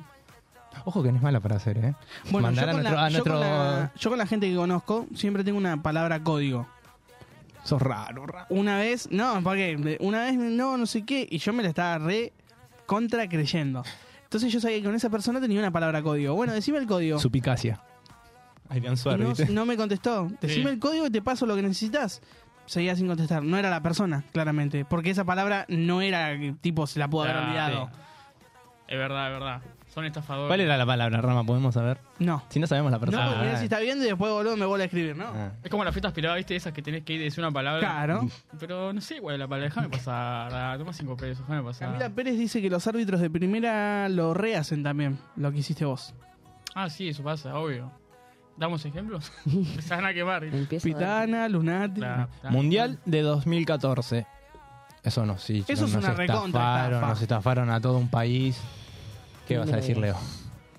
Speaker 11: Ojo que no es mala para hacer, ¿eh?
Speaker 5: Bueno, yo
Speaker 11: Mandar a
Speaker 5: con,
Speaker 11: nuestro.
Speaker 5: la,
Speaker 11: a
Speaker 5: yo con
Speaker 11: nuestro-
Speaker 5: la- yo con la gente que conozco siempre tengo una palabra código.
Speaker 11: Sos raro, raro.
Speaker 5: Una vez, no, porque una vez no, no sé qué, y yo me la estaba re contra creyendo. Entonces yo sabía que con esa persona tenía una palabra código. Bueno, decime el código.
Speaker 11: Supicacia. Adrián
Speaker 5: Y
Speaker 11: Suárez,
Speaker 5: no,
Speaker 11: ¿viste?
Speaker 5: no me contestó. Decime el código y te paso lo que necesitas. Seguía sin contestar. No era la persona, claramente. Porque esa palabra no era, tipo, se la pudo haber
Speaker 12: Ah,
Speaker 5: olvidado.
Speaker 12: Es verdad, es verdad. Son estafadores.
Speaker 11: ¿Cuál era la palabra, Rama? ¿Podemos saber?
Speaker 5: No.
Speaker 11: Si no sabemos la
Speaker 5: No,
Speaker 11: persona.
Speaker 5: porque mirá si está viendo y después, boludo, me vuelve a escribir, ¿no?
Speaker 11: Ah.
Speaker 12: Es como las fiestas privadas, ¿viste? Esas que tenés que ir y decir una palabra.
Speaker 5: Claro.
Speaker 12: Pero no sé, güey, la palabra. Déjame pasar. ah, Toma cinco pesos, déjame pasar.
Speaker 5: Camila Pérez dice que los árbitros de primera lo rehacen también, lo que hiciste vos.
Speaker 12: Ah, sí, eso pasa, obvio. ¿Damos ejemplos? Se van a quemar.
Speaker 5: Pitana, Lunati.
Speaker 11: Mundial de 2014. Eso no, sí.
Speaker 5: Eso
Speaker 11: chicos,
Speaker 5: es
Speaker 11: nos
Speaker 5: una recontra
Speaker 11: estafaron,
Speaker 5: estafa.
Speaker 11: Nos estafaron a todo un país. ¿Qué vas a decir, Leo?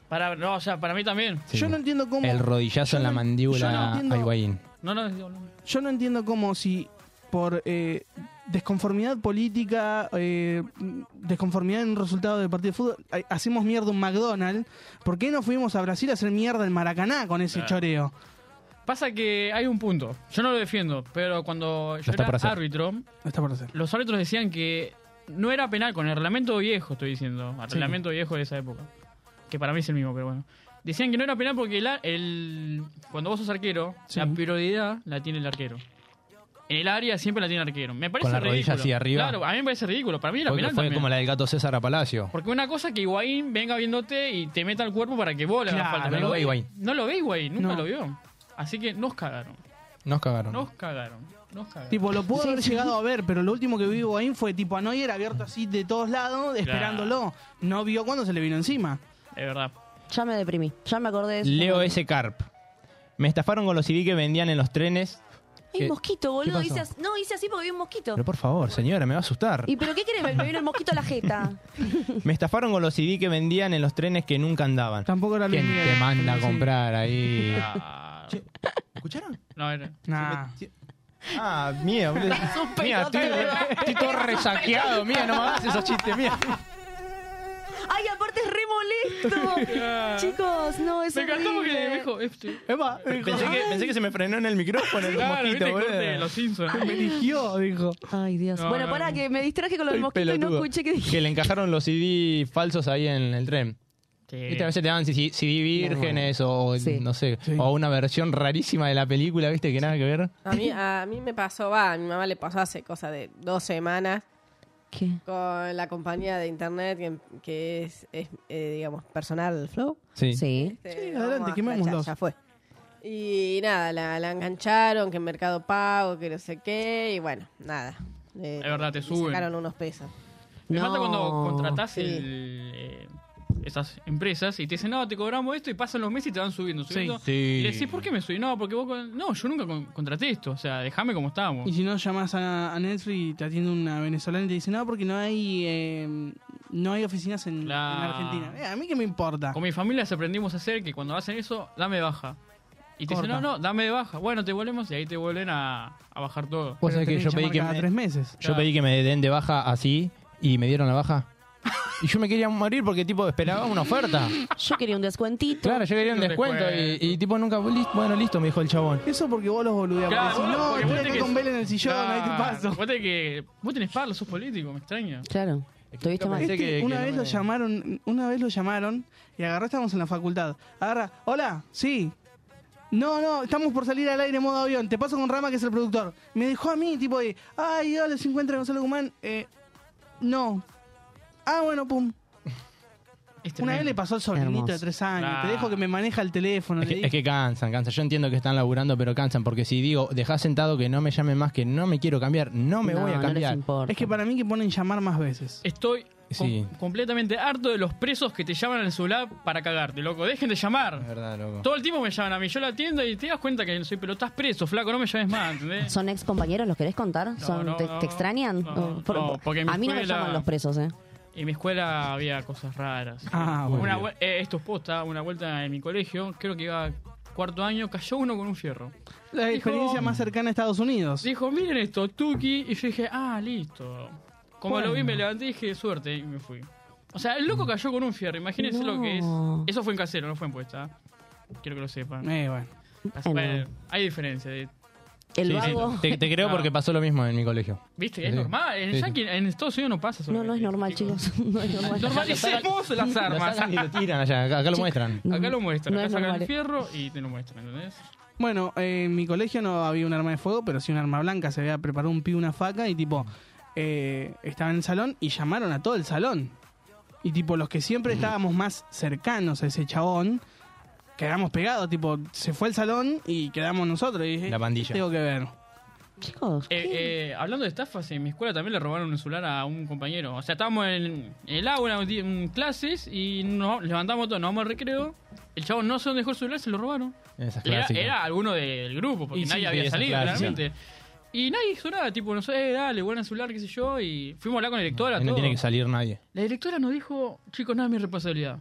Speaker 12: Para, no, o sea, para mí también.
Speaker 5: Yo no entiendo cómo.
Speaker 11: El rodillazo en la mandíbula
Speaker 5: yo no entiendo-
Speaker 11: a Higuaín.
Speaker 12: No, no, no, no.
Speaker 5: Yo no entiendo cómo si por eh, desconformidad política, eh, desconformidad en un resultado de partido de fútbol, ha- hacemos mierda un McDonald's. ¿Por qué no fuimos a Brasil a hacer mierda el Maracaná con ese
Speaker 12: Claro.
Speaker 5: choreo?
Speaker 12: Pasa que hay un punto. Yo no lo defiendo, pero cuando yo
Speaker 5: está por hacer.
Speaker 12: era árbitro,
Speaker 5: No está por hacer.
Speaker 12: los árbitros decían que no era penal con el reglamento viejo, estoy diciendo. El
Speaker 5: Sí.
Speaker 12: reglamento viejo de esa época. Que para mí es el mismo, pero bueno. Decían que no era penal porque el, ar- el- cuando vos sos arquero, la prioridad la tiene el arquero. En el área siempre la tiene el arquero. Me parece
Speaker 11: la
Speaker 12: ridículo.
Speaker 11: rodilla así arriba.
Speaker 12: Claro, a mí me parece ridículo. Para mí era
Speaker 11: Fue,
Speaker 12: penal
Speaker 11: fue
Speaker 12: también.
Speaker 11: como la del gato César a Palacio.
Speaker 12: Porque una cosa es que Higuaín venga viéndote y te meta el cuerpo para que vos le hagas
Speaker 11: Claro,
Speaker 12: falta.
Speaker 11: no
Speaker 12: Pero
Speaker 11: lo ve Higuaín.
Speaker 12: No lo ve Higuaín, nunca
Speaker 11: No.
Speaker 12: lo vio. Así que nos cagaron.
Speaker 11: Nos cagaron.
Speaker 12: Nos cagaron. Nos cagaron.
Speaker 5: Tipo, lo pudo
Speaker 12: Sí,
Speaker 5: haber
Speaker 12: sí.
Speaker 5: llegado a ver, pero lo último que vio ahí fue tipo a Neuer abierto así de todos lados, esperándolo. No vio cuando se le vino encima.
Speaker 12: Es verdad.
Speaker 4: Ya me deprimí, ya me acordé de eso.
Speaker 11: Leo S. Carp. Me estafaron con los CD que vendían en los trenes.
Speaker 4: Hay
Speaker 11: Que-
Speaker 4: un mosquito, boludo.
Speaker 11: pasó?
Speaker 4: Hice as- no, hice así porque vi un mosquito.
Speaker 11: Pero por favor, señora, me va a asustar.
Speaker 4: ¿Y pero qué querés? ver? Me vino el mosquito a la jeta.
Speaker 11: Me estafaron con los CD que vendían en los trenes que nunca andaban.
Speaker 5: Tampoco era
Speaker 11: ¿Quién
Speaker 5: Luis Miguel.
Speaker 11: te manda a
Speaker 5: Sí.
Speaker 11: comprar ahí?
Speaker 12: ¿Escucharon? No, era.
Speaker 5: Nah.
Speaker 11: Ah, mía, boludo. Mía, estoy, estoy todo resaqueado, mía, no me hagas esos chistes, mía.
Speaker 4: Ay, aparte es re molesto. Chicos, no, es
Speaker 12: Ah, Me encantó porque
Speaker 4: horrible.
Speaker 12: me dijo, este.
Speaker 5: Emma,
Speaker 11: Pensé que, pensé que se me frenó en el micrófono el
Speaker 12: Claro,
Speaker 11: mosquito,
Speaker 12: viste, corte de
Speaker 11: boludo.
Speaker 12: los Simpsons.
Speaker 5: Me eligió, dijo.
Speaker 4: Ay, Dios.
Speaker 11: No,
Speaker 4: bueno,
Speaker 11: no,
Speaker 4: pará,
Speaker 11: no.
Speaker 4: que me distraje con lo del
Speaker 11: Estoy
Speaker 4: mosquito y no
Speaker 11: pelotudo.
Speaker 4: escuché que dije.
Speaker 11: Que le encajaron los CD falsos ahí en el tren. Viste, a veces te dan CD, vírgenes o no sé, o una versión rarísima de la película, ¿viste? Que nada que ver.
Speaker 7: A mí, a mí me pasó, va, a mi mamá le pasó hace cosa de dos semanas. Con la compañía de internet que, que es, es, eh, digamos, personal flow.
Speaker 11: Sí.
Speaker 4: Sí.
Speaker 7: Este,
Speaker 5: Sí,
Speaker 7: vamos
Speaker 5: adelante,
Speaker 7: a
Speaker 5: quemémoslos.
Speaker 7: flashar, Ya fue. Y nada, la, la engancharon, que en Mercado Pago, que no sé qué, y bueno, nada. eh,
Speaker 12: Es verdad, te
Speaker 7: le
Speaker 12: suben.
Speaker 7: sacaron unos pesos.
Speaker 12: Me
Speaker 7: No,
Speaker 12: falta cuando contratás
Speaker 7: sí.
Speaker 12: el, eh, esas empresas y te dicen, no, te cobramos esto y pasan los meses y te van subiendo, subiendo.
Speaker 6: Sí.
Speaker 12: Y le decís, ¿por qué me subí? No, porque vos... con- No, yo nunca con- contraté esto. O sea, déjame como estábamos.
Speaker 5: Y si no llamas a, a Netflix y te atiende una venezolana y te dice, no, porque no hay eh, no hay oficinas en, en Argentina. Eh, a mí que me importa.
Speaker 12: Con mi familia se aprendimos a hacer que cuando hacen eso, dame de baja. Y te dicen,
Speaker 5: Corta.
Speaker 12: no, no, dame de baja. Bueno, te volvemos y ahí te vuelven a, a bajar todo.
Speaker 11: Vos sabés que yo pedí que me- Yo pedí que me den de baja así y me dieron la baja. Y yo me quería morir porque tipo esperaba una oferta.
Speaker 4: Yo quería un descuentito.
Speaker 11: Claro, yo quería un descuento y, y, tipo nunca li- bueno, listo, me dijo el chabón.
Speaker 5: Eso porque vos los boludeas,
Speaker 12: Claro,
Speaker 5: porque si no,
Speaker 12: porque
Speaker 5: yo
Speaker 12: vos
Speaker 5: acá
Speaker 12: tenés-
Speaker 5: con Vela en el sillón,
Speaker 12: Claro,
Speaker 5: ahí te paso.
Speaker 12: Vos tenés, que, vos tenés palo, sos político, me extraña.
Speaker 4: Claro.
Speaker 12: Tuviste mal.
Speaker 5: Este,
Speaker 12: Pensé que-
Speaker 5: una
Speaker 12: que
Speaker 5: vez
Speaker 12: no
Speaker 5: lo
Speaker 12: me-
Speaker 5: llamaron, una vez lo llamaron y agarró, estábamos en la facultad. Agarra, hola, sí. No, no, estamos por salir al aire en modo avión. Te paso con Rama, que es el productor. Me dejó a mí, tipo de, ay, hola, se encuentra Gonzalo Guzmán. Eh, no. Ah, bueno, pum. Una vez le pasó al sobrinito de
Speaker 11: Hermoso.
Speaker 5: tres años.
Speaker 11: Ah.
Speaker 5: Te dejo que me maneja el teléfono.
Speaker 11: Es que,
Speaker 5: le dije.
Speaker 11: es que cansan, cansan. Yo entiendo que están laburando, pero cansan. Porque si digo, dejá sentado que no me llamen más, que no me quiero cambiar, no me voy a cambiar.
Speaker 5: Es que para mí que ponen llamar más veces.
Speaker 12: Estoy com-
Speaker 11: Sí.
Speaker 12: completamente harto de los presos que te llaman al celular para cagarte, loco. Dejen de llamar.
Speaker 11: verdad, loco.
Speaker 12: Todo el tiempo me llaman a mí. Yo la atiendo y te das cuenta que soy, pero estás preso, flaco, no me llames más, ¿entendés?
Speaker 4: ¿Son ex compañeros? ¿Los querés contar? ¿Son,
Speaker 12: no,
Speaker 4: te,
Speaker 12: no,
Speaker 4: te extrañan?
Speaker 12: no,
Speaker 4: Oh, por-
Speaker 12: no, porque en mi
Speaker 4: a mí no me
Speaker 12: escuela-
Speaker 4: llaman los presos, ¿eh?
Speaker 12: En mi escuela había cosas raras.
Speaker 5: Ah, bueno.
Speaker 12: Una vue- eh, esto es posta, una vuelta en mi colegio, creo que iba cuarto año, cayó uno con un fierro.
Speaker 5: La
Speaker 12: Dijo-
Speaker 5: experiencia más cercana a Estados Unidos.
Speaker 12: Dijo, miren esto, Tuki. Y yo dije, ah, listo. Como lo vi,
Speaker 5: Bueno.
Speaker 12: me levanté y dije, suerte, y me fui. O sea, el loco cayó con un fierro, imagínense
Speaker 5: No.
Speaker 12: lo que es. Eso fue en casero, no fue en puesta. Quiero que lo sepan.
Speaker 5: Eh, bueno.
Speaker 12: Así, bueno, hay diferencia. de-
Speaker 4: El
Speaker 11: Sí, sí,
Speaker 4: vago.
Speaker 11: Te, te creo
Speaker 12: Ah.
Speaker 11: porque pasó lo mismo en mi colegio.
Speaker 12: ¿Viste? Es
Speaker 11: Sí.
Speaker 12: normal. En,
Speaker 11: Sí, sí.
Speaker 12: Yankee- en Estados Unidos no pasa eso.
Speaker 4: No, no es normal, chicos. No es normal.
Speaker 12: Normalicemos las armas.
Speaker 11: Lo sacan y lo tiran allá. Acá, acá lo muestran.
Speaker 12: Acá lo muestran.
Speaker 5: No
Speaker 12: acá
Speaker 5: es
Speaker 12: sacan
Speaker 5: normal.
Speaker 12: el fierro y te lo muestran, ¿entendés?
Speaker 5: Bueno, eh, en mi colegio no había un arma de fuego, pero sí un arma blanca. Se había preparado un pibe, una faca y tipo, eh, estaba en el salón y llamaron a todo el salón. Y tipo, los que siempre estábamos más cercanos a ese chabón, quedamos pegados. Tipo, se fue al salón y quedamos nosotros. Y dije,
Speaker 11: La pandilla.
Speaker 5: Tengo que ver.
Speaker 4: Chicos.
Speaker 12: Eh, eh, hablando de estafas, en mi escuela también le robaron un celular a un compañero. O sea, estábamos en el aula, en- en clases, y nos levantamos todos, nos vamos al recreo. El chavo no sé dónde dejó el celular, se lo robaron.
Speaker 11: Esas
Speaker 12: Era,
Speaker 11: clásicas.
Speaker 12: era alguno del grupo, porque
Speaker 11: Y sí,
Speaker 12: nadie
Speaker 11: sí,
Speaker 12: había
Speaker 11: esas
Speaker 12: salido,
Speaker 11: clásicas.
Speaker 12: claramente. Y nadie hizo nada, tipo, no sé, eh, dale, guarda el celular, qué sé yo, y fuimos a hablar con la directora,
Speaker 11: Ahí no
Speaker 12: todo.
Speaker 11: tiene que salir nadie.
Speaker 12: La directora nos dijo, chicos, no es mi responsabilidad.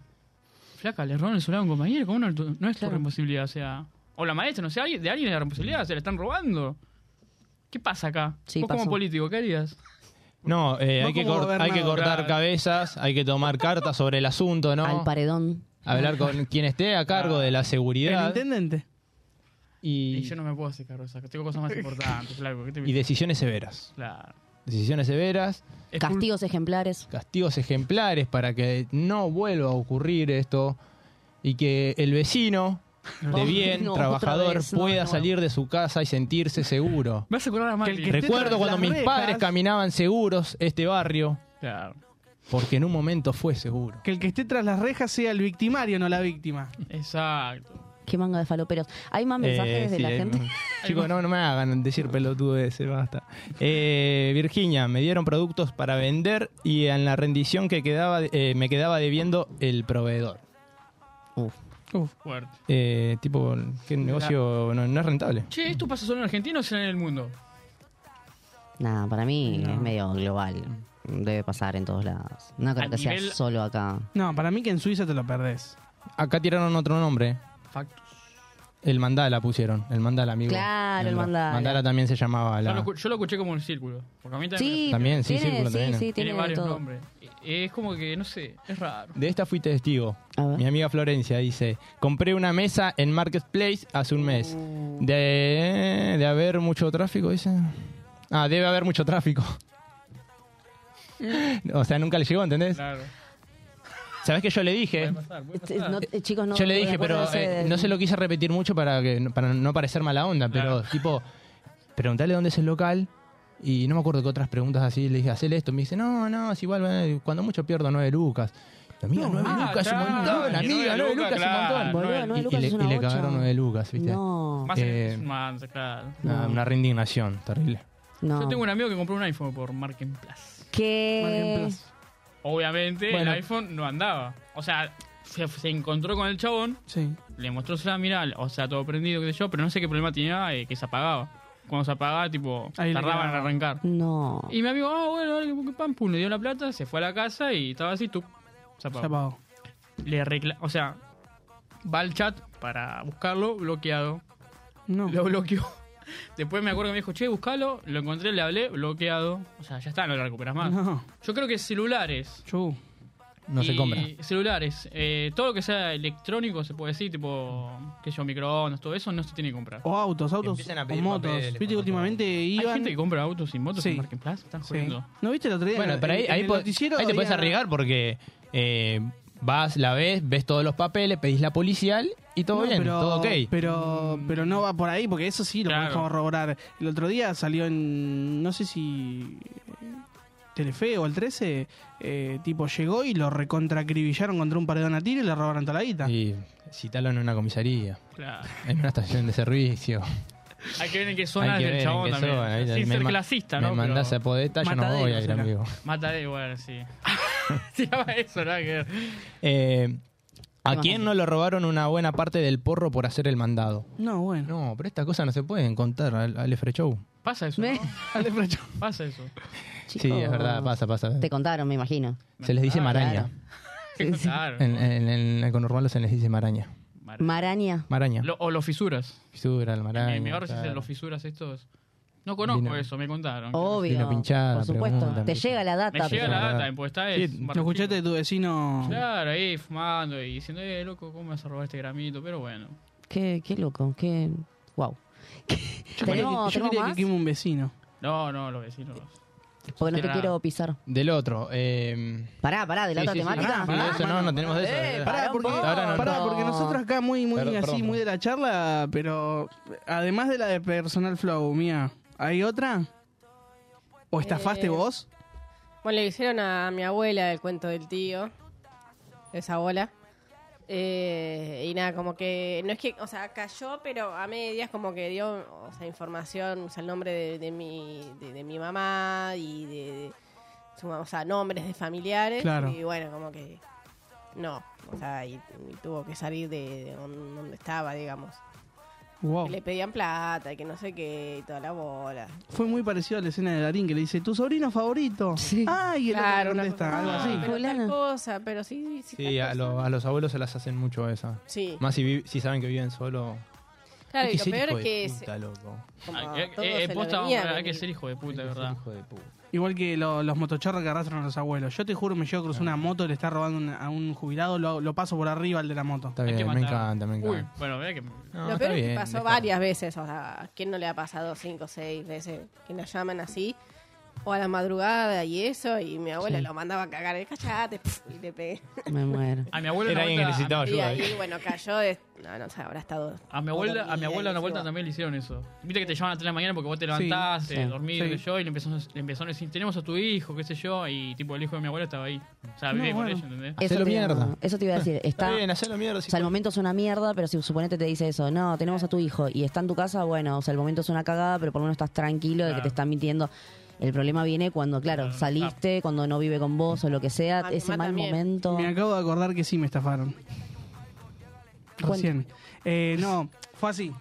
Speaker 12: Flaca, le robaron el celular a un compañero, ¿cómo no, no es tu responsabilidad? O sea, o la maestra, no sé, alguien- de alguien es la responsabilidad, se la están robando. ¿Qué pasa acá?
Speaker 11: Sí,
Speaker 12: Vos
Speaker 11: pasó.
Speaker 12: como político, ¿qué harías?
Speaker 11: No, eh,
Speaker 12: No
Speaker 11: hay, que
Speaker 12: como
Speaker 11: cort- hay que
Speaker 12: gobernador.
Speaker 11: cortar
Speaker 12: Claro.
Speaker 11: cabezas, hay que tomar cartas sobre el asunto, ¿no?
Speaker 4: Al paredón.
Speaker 11: Hablar con quien esté a cargo de la
Speaker 5: El
Speaker 11: seguridad
Speaker 5: intendente.
Speaker 11: Y-
Speaker 12: yo no me puedo hacer cargo de esas, tengo cosas más importantes, flaco. ¿qué te-
Speaker 11: y decisiones severas.
Speaker 12: Claro.
Speaker 11: Decisiones severas.
Speaker 4: Castigos ejemplares.
Speaker 11: Castigos ejemplares para que no vuelva a ocurrir esto y que el vecino de
Speaker 12: No,
Speaker 11: bien,
Speaker 12: no,
Speaker 11: trabajador,
Speaker 12: otra vez, no,
Speaker 11: pueda
Speaker 12: de nuevo.
Speaker 11: salir de su casa y sentirse seguro.
Speaker 12: Me hace acordar a Macri.
Speaker 11: Recuerdo cuando mis padres caminaban seguros este barrio,
Speaker 12: Claro.
Speaker 11: porque en un momento fue seguro.
Speaker 5: Que el que esté tras las rejas sea el victimario, no la víctima.
Speaker 12: Exacto.
Speaker 4: Qué manga de faloperos. Hay más mensajes
Speaker 11: Eh,
Speaker 4: de
Speaker 11: sí,
Speaker 4: la
Speaker 11: hay-
Speaker 4: gente.
Speaker 11: Chicos, no, no me hagan decir pelotudeces, basta. Eh, Virginia, me dieron productos para vender y en la rendición que quedaba eh, me quedaba debiendo el proveedor.
Speaker 12: Fuerte.
Speaker 11: Eh, tipo, qué negocio no, no es rentable.
Speaker 12: Che, ¿esto pasa solo en Argentina o será en el mundo?
Speaker 4: Nada, para mí es medio global. Debe pasar en todos lados. No creo
Speaker 12: A
Speaker 4: que
Speaker 12: nivel-
Speaker 4: sea solo acá.
Speaker 5: No, para mí que en Suiza te lo perdés.
Speaker 11: Acá tiraron otro nombre.
Speaker 12: Factus.
Speaker 11: El mandala pusieron, el mandala amigo.
Speaker 4: Claro, el mandala.
Speaker 11: Mandala también se llamaba
Speaker 12: Yo, lo,
Speaker 11: la...
Speaker 12: escu- yo lo escuché como un círculo. Porque a mí
Speaker 4: Sí,
Speaker 12: también
Speaker 11: También, sí,
Speaker 12: tiene,
Speaker 11: tiene- círculo sí, también. sí,
Speaker 12: tiene,
Speaker 11: tiene de
Speaker 12: varios
Speaker 11: todo.
Speaker 12: nombres. Eh, Es como que, no sé, es raro.
Speaker 11: De esta fui testigo. Mi amiga Florencia dice, compré una mesa en Marketplace hace un mes. De, de haber mucho tráfico, dice. Ah, debe haber mucho tráfico. O sea, nunca le llegó, ¿entendés?
Speaker 12: Claro.
Speaker 11: ¿Sabés que yo le dije?
Speaker 4: Eh, no, eh, chicos, no,
Speaker 11: yo le
Speaker 4: de
Speaker 11: dije,
Speaker 4: acuerdo
Speaker 11: pero
Speaker 4: a ese-
Speaker 11: eh, no se lo quise repetir mucho para, que, para no parecer mala onda, pero tipo, preguntale dónde es el local y no me acuerdo qué otras preguntas así, le dije, hacele esto, me dice, no, no, es igual, bueno, cuando mucho pierdo nueve lucas. Amiga, nueve
Speaker 12: ah,
Speaker 11: lucas es un
Speaker 12: claro,
Speaker 11: montón,
Speaker 12: que
Speaker 11: amiga,
Speaker 12: nueve
Speaker 11: nueve
Speaker 12: lucas,
Speaker 11: lucas es un
Speaker 12: claro,
Speaker 11: montón.
Speaker 12: Boludo, nueve
Speaker 11: Y- y
Speaker 12: lucas
Speaker 11: le-
Speaker 12: es
Speaker 11: y
Speaker 12: una
Speaker 11: le
Speaker 12: bocha.
Speaker 11: cagaron nueve lucas, ¿viste?
Speaker 4: No.
Speaker 12: Más
Speaker 11: Eh,
Speaker 12: en- más, claro.
Speaker 11: nada, Una rendición terrible.
Speaker 4: No.
Speaker 12: Yo tengo un amigo que compró un iPhone por Marketplace.
Speaker 4: ¿Qué?
Speaker 12: Obviamente el
Speaker 4: Bueno.
Speaker 12: iPhone no andaba. O sea, se, se encontró con el chabón, le mostró su mira, o sea, todo prendido, qué sé yo, pero no sé qué problema tenía eh, que se apagaba. Cuando se apagaba, tipo,
Speaker 4: Ahí le
Speaker 12: tardaban en
Speaker 4: quedaba.
Speaker 12: arrancar.
Speaker 4: No.
Speaker 12: Y mi amigo, ah, bueno, dale, pum, pam, pum, le dio la plata, se fue a la casa y estaba así, tú. Se apagó.
Speaker 5: Se apagó.
Speaker 12: Le recla- o sea, va al chat para buscarlo, bloqueado. No. Lo bloqueó. Después me acuerdo que me dijo, che, buscalo, lo encontré, le hablé, bloqueado. O sea, ya está, no lo recuperas más.
Speaker 5: No.
Speaker 12: Yo creo que celulares.
Speaker 11: No se
Speaker 12: y
Speaker 11: compra.
Speaker 12: Celulares. eh, todo lo que sea electrónico, se puede decir, tipo, que yo, microondas, todo eso, no se tiene que comprar.
Speaker 5: O autos, autos
Speaker 12: Empiezan a
Speaker 5: o
Speaker 12: pedir
Speaker 5: motos.
Speaker 12: papeles,
Speaker 5: Viste que últimamente iban...
Speaker 12: Hay gente que compra autos y motos
Speaker 5: Sí.
Speaker 12: en Marketplace, están
Speaker 5: Sí.
Speaker 12: jodiendo.
Speaker 5: ¿No viste el otro día?
Speaker 12: Bueno,
Speaker 5: en-
Speaker 11: Pero ahí,
Speaker 5: en
Speaker 11: ahí
Speaker 5: el
Speaker 11: po-
Speaker 5: noticiero
Speaker 11: ahí te puedes
Speaker 5: había-
Speaker 11: arriesgar porque eh, vas, la ves, ves todos los papeles, pedís la policial y todo
Speaker 5: No,
Speaker 11: bien,
Speaker 5: pero,
Speaker 11: todo ok.
Speaker 5: Pero, pero no va por ahí, porque eso sí lo
Speaker 11: Claro.
Speaker 5: podemos corroborar. El otro día salió en, no sé si eh, Telefe o el 13, eh, tipo llegó y lo recontracribillaron contra un paredón a tiro y le robaron toda la guita.
Speaker 11: Y citalo en una comisaría,
Speaker 12: Claro.
Speaker 11: en una estación de servicio.
Speaker 12: Hay que ver en qué zona
Speaker 11: Hay que
Speaker 12: es
Speaker 11: ver
Speaker 12: del
Speaker 11: en
Speaker 12: chabón
Speaker 11: qué
Speaker 12: también.
Speaker 11: zona, ahí
Speaker 12: Sin
Speaker 11: me
Speaker 12: ser
Speaker 11: ma-
Speaker 12: clasista,
Speaker 11: me
Speaker 12: ¿no?
Speaker 11: mandás
Speaker 12: Pero-
Speaker 11: a Podesta, yo no voy a ir, amigo.
Speaker 12: Mataré igual, sí. Tiraba eso, nada que ver.
Speaker 11: Eh, ¿A quién no le robaron una buena parte del porro por hacer el mandado?
Speaker 5: No, bueno.
Speaker 11: No, pero estas cosas no se pueden contar al, al Efre Show.
Speaker 12: Pasa eso. ¿no? Pasa eso.
Speaker 11: Sí, es verdad, pasa, pasa.
Speaker 15: Te Ah, contaron, me imagino.
Speaker 11: Se les dice maraña.
Speaker 12: Claro.
Speaker 11: En, en- en el conurbano se les dice maraña.
Speaker 15: Maraña.
Speaker 11: Maraña.
Speaker 12: Lo- o los fisuras.
Speaker 11: Fisura, el maraña.
Speaker 12: Mi- mi ahora se
Speaker 11: claro.
Speaker 12: dicen los fisuras estos. No conozco
Speaker 11: Vino-
Speaker 12: eso, me contaron.
Speaker 15: Obvio.
Speaker 11: Vino pinchada,
Speaker 15: por supuesto.
Speaker 11: preguntan.
Speaker 15: Te llega la data.
Speaker 12: Me llega la
Speaker 11: pero-
Speaker 12: data, pues está
Speaker 5: Sí,
Speaker 12: es.
Speaker 5: lo escuchaste de tu vecino.
Speaker 12: Claro, ahí fumando y diciendo, eh, loco, ¿cómo vas a robar este gramito? Pero bueno.
Speaker 15: Qué, qué loco, qué. Wow.
Speaker 5: Yo quería, que, yo
Speaker 15: ¿Tenemos-
Speaker 5: quería que
Speaker 15: más?
Speaker 5: queme un vecino.
Speaker 12: No, no, los vecinos.
Speaker 15: Porque no te quiero pisar.
Speaker 11: Del otro. Eh,
Speaker 15: Pará, pará, de la
Speaker 11: Sí,
Speaker 15: otra
Speaker 11: sí, sí.
Speaker 15: temática.
Speaker 11: Pará, pará, eso no, no tenemos de eso.
Speaker 7: Eh,
Speaker 11: de
Speaker 12: Eh,
Speaker 11: verdad.
Speaker 5: Pará, porque,
Speaker 11: Ahora no-
Speaker 5: pará, porque nosotros acá muy, muy
Speaker 11: Perdón,
Speaker 5: así,
Speaker 11: perdón.
Speaker 5: muy de la charla, pero además de la de Personal Flow, mía, ¿hay otra? ¿O estafaste
Speaker 7: Eh,
Speaker 5: vos?
Speaker 7: Bueno, le hicieron a mi abuela el cuento del tío, de esa bola. Eh, y nada, como que, no es que, o sea, cayó, pero a medias como que dio, o sea, información, o sea, el nombre de, de mi, de, de mi mamá y de, de su mamá, o sea, nombres de familiares.
Speaker 15: Claro.
Speaker 7: Y bueno, como que, no, o sea, y, y tuvo que salir de, de don- donde estaba, digamos.
Speaker 5: Wow.
Speaker 7: Que Le pedían plata y que no sé qué y toda la bola.
Speaker 5: Fue muy parecido a la escena de Darín que le dice, tu sobrino favorito. Sí. Ay, el
Speaker 7: Claro,
Speaker 5: otro
Speaker 7: una
Speaker 5: contesta,
Speaker 7: cosa
Speaker 5: algo
Speaker 7: así.
Speaker 5: así.
Speaker 7: Pero tal cosa, pero sí, sí.
Speaker 11: Sí, a, lo- a los abuelos se las hacen mucho esa.
Speaker 7: Sí.
Speaker 11: Más si, vi- si saben que viven solo.
Speaker 7: Claro,
Speaker 11: Hay
Speaker 7: y lo
Speaker 11: ser
Speaker 7: peor
Speaker 11: hijo
Speaker 7: es
Speaker 11: de
Speaker 7: que es-
Speaker 11: puta, loco.
Speaker 7: como
Speaker 12: Hay,
Speaker 7: a
Speaker 12: hay-
Speaker 7: todos
Speaker 12: eh,
Speaker 7: se lo
Speaker 12: posta,
Speaker 7: venían
Speaker 12: hay
Speaker 7: venir.
Speaker 12: que ser hijo de puta, ¿verdad?
Speaker 5: Igual que lo- los motocharros que arrastran a los abuelos. Yo te juro, me llevo a cruzar una moto, le está robando una- a un jubilado, lo, lo paso por arriba al de la moto.
Speaker 11: Está bien, me encanta, me
Speaker 12: Uy,
Speaker 11: encanta.
Speaker 12: bueno, vea que.
Speaker 7: Lo peor es que pasó varias veces, o sea, ¿a quién no le ha pasado cinco o seis veces que la llaman así? O a la madrugada y eso, y mi abuela
Speaker 15: Sí.
Speaker 7: lo mandaba a cagar, eh, callate, pf, y le pegué.
Speaker 15: Me muero.
Speaker 12: A mi abuela
Speaker 11: Era
Speaker 12: una
Speaker 11: alguien que necesitaba
Speaker 12: vuelta- a mi-
Speaker 7: Y
Speaker 11: ayuda,
Speaker 7: ahí, bueno, cayó, de, no, no, o sea, habrá estado...
Speaker 12: A mi abuela, a mi abuela una vuelta también le hicieron eso. Viste que te llaman a las 3 de la mañana porque vos te levantás,
Speaker 5: Sí,
Speaker 12: eh,
Speaker 5: sí,
Speaker 12: dormís,
Speaker 5: sí.
Speaker 12: qué sé yo, y le empezaron, le empezaron a decir, tenemos a tu hijo, qué sé yo, y tipo el hijo de mi abuela estaba ahí. O sea,
Speaker 5: No,
Speaker 12: vive con
Speaker 5: bueno.
Speaker 12: ella, ¿entendés?
Speaker 15: Eso te, eso te iba a decir. Está,
Speaker 11: bien, hacelo mierda,
Speaker 15: o sea, el momento es una mierda, pero si suponete te dice eso, no, tenemos a tu hijo y está en tu casa, bueno, o sea, el momento es una cagada, pero por lo menos estás tranquilo de que
Speaker 7: Claro.
Speaker 15: te están mintiendo. El problema viene cuando, claro, saliste, cuando no vive con vos o lo que sea,
Speaker 7: A mi
Speaker 15: ese
Speaker 7: mamá
Speaker 15: mal
Speaker 7: también.
Speaker 15: momento.
Speaker 5: Me acabo de acordar que sí me estafaron. Recién. Eh, no, fue así.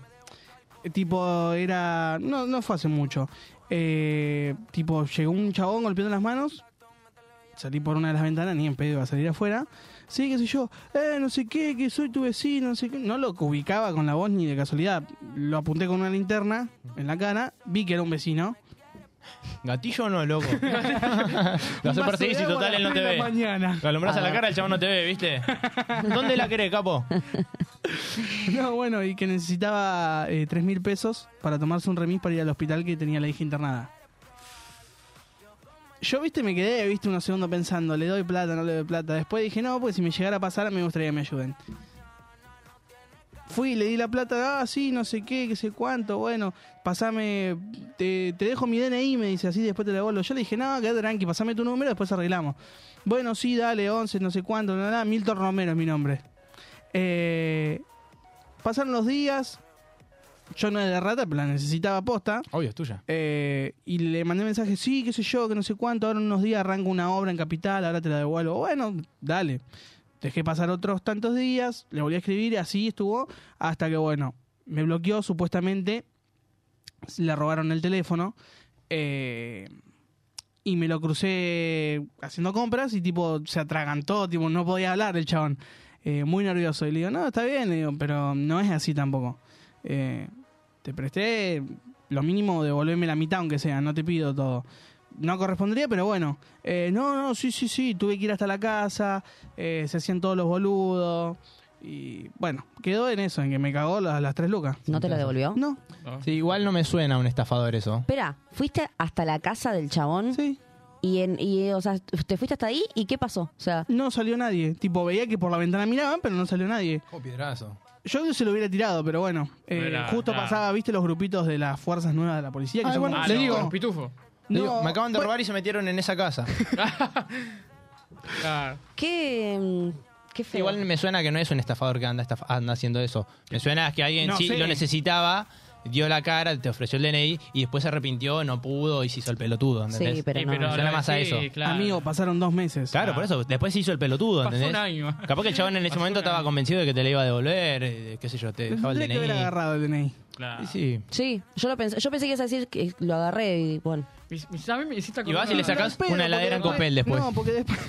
Speaker 5: Eh, Tipo, era. No, no fue hace mucho. Eh, tipo, llegó un chabón golpeando las manos. Salí por una de las ventanas, ni en pedo iba a salir afuera. Sí, qué sé yo, eh, no sé qué, que soy tu vecino, no sé qué. No lo ubicaba con la voz ni de casualidad. Lo apunté con una linterna en la cara, vi que era un vecino.
Speaker 11: Gatillo o no, loco. Lo
Speaker 5: Un
Speaker 11: hace
Speaker 5: vaso
Speaker 11: perseguir
Speaker 5: de
Speaker 11: si
Speaker 5: agua
Speaker 11: total
Speaker 5: a
Speaker 11: él
Speaker 5: las
Speaker 11: no te
Speaker 5: tres de
Speaker 11: ve.
Speaker 5: la mañana.
Speaker 11: Lo alumbrás a
Speaker 5: Ah.
Speaker 11: la cara, el chabón no te ve, ¿viste? ¿Dónde la querés, capo?
Speaker 5: No, bueno, y que necesitaba eh, 3 mil pesos para tomarse un remis para ir al hospital que tenía la hija internada. Yo, viste, me quedé, viste, unos segundos pensando, le doy plata, no le doy plata. Después dije, no, pues si me llegara a pasar, me gustaría que me ayuden. Fui, le di la plata, ah, sí, no sé qué, qué sé cuánto, bueno, pasame, te, te dejo mi DNI, me dice, así después te la devuelvo. Yo le dije, no, quédate tranqui, pasame tu número, después arreglamos. Bueno, sí, dale, 11, no sé cuánto, nada, nada, Milton Romero es mi nombre. Eh, pasaron los días, yo no era de rata, pero la necesitaba posta.
Speaker 11: Obvio, es tuya.
Speaker 5: Eh, y le mandé mensaje, sí, qué sé yo, que no sé cuánto, ahora en unos días arranco una obra en Capital, ahora te la devuelvo. Bueno, dale. Dejé pasar otros tantos días, le volví a escribir, y así estuvo, hasta que, bueno, me bloqueó supuestamente, le robaron el teléfono, eh, y me lo crucé haciendo compras y tipo se atragantó, tipo no podía hablar el chabón, Eh, muy nervioso. Y le digo, no, está bien, le digo, pero no es así tampoco. Eh, te presté lo mínimo, devolverme la mitad aunque sea, no te pido todo. No correspondería, pero bueno. Eh, no, no, sí, sí, sí, tuve que ir hasta la casa, eh, se hacían todos los boludos. Y bueno, quedó en eso, en que me cagó las, las tres lucas.
Speaker 15: ¿No te la devolvió?
Speaker 5: No.
Speaker 11: Sí, igual no me suena un estafador eso.
Speaker 15: Espera, fuiste hasta la casa del chabón.
Speaker 5: Sí.
Speaker 15: Y, en, y, eh, o sea, te fuiste hasta ahí y qué pasó? O sea,
Speaker 5: No salió nadie. Tipo, veía que por la ventana miraban, pero no salió nadie.
Speaker 11: Oh, piedrazo.
Speaker 5: Yo se lo hubiera tirado, pero bueno. Eh,
Speaker 11: No era
Speaker 5: justo
Speaker 11: nada. Ah,
Speaker 5: pasaba, viste, los grupitos de las fuerzas nuevas de la policía. Que
Speaker 15: Ah,
Speaker 11: Ay,
Speaker 5: son
Speaker 11: bueno,
Speaker 5: como-
Speaker 11: le digo.
Speaker 12: Ah, Pitufo.
Speaker 11: Le
Speaker 5: No,
Speaker 11: digo, me acaban de robar y se metieron en esa casa.
Speaker 15: qué, mm, qué feo.
Speaker 11: Igual me suena que no es un estafador que anda, estaf- anda haciendo eso. Me suena que alguien
Speaker 15: No
Speaker 11: sí
Speaker 15: sé.
Speaker 11: lo necesitaba, dio la cara, te ofreció el DNI y después se arrepintió, no pudo y se hizo el pelotudo. ¿entendés?
Speaker 5: Sí, pero Sí, no. pero
Speaker 11: Me suena
Speaker 5: lo-
Speaker 11: más a
Speaker 5: sí,
Speaker 11: eso.
Speaker 5: claro. Amigo, pasaron dos meses.
Speaker 11: Claro, por eso. Después se hizo el pelotudo,
Speaker 5: Pasó
Speaker 11: ¿entendés?
Speaker 5: un año.
Speaker 11: Capaz que el chabón en ese momento estaba convencido de que te le iba a devolver, eh, qué sé yo, te dejaba el
Speaker 5: Ah. Tendría que haber
Speaker 11: DNI.
Speaker 5: agarrado el DNI.
Speaker 11: Y Sí.
Speaker 15: Sí, yo lo pensé, yo pensé que ibas a decir que lo agarré y bueno.
Speaker 11: Y vas y Ah, le sacás
Speaker 15: Pero
Speaker 11: una
Speaker 15: porque
Speaker 11: heladera en
Speaker 15: después-
Speaker 11: copel después.
Speaker 5: No, porque después.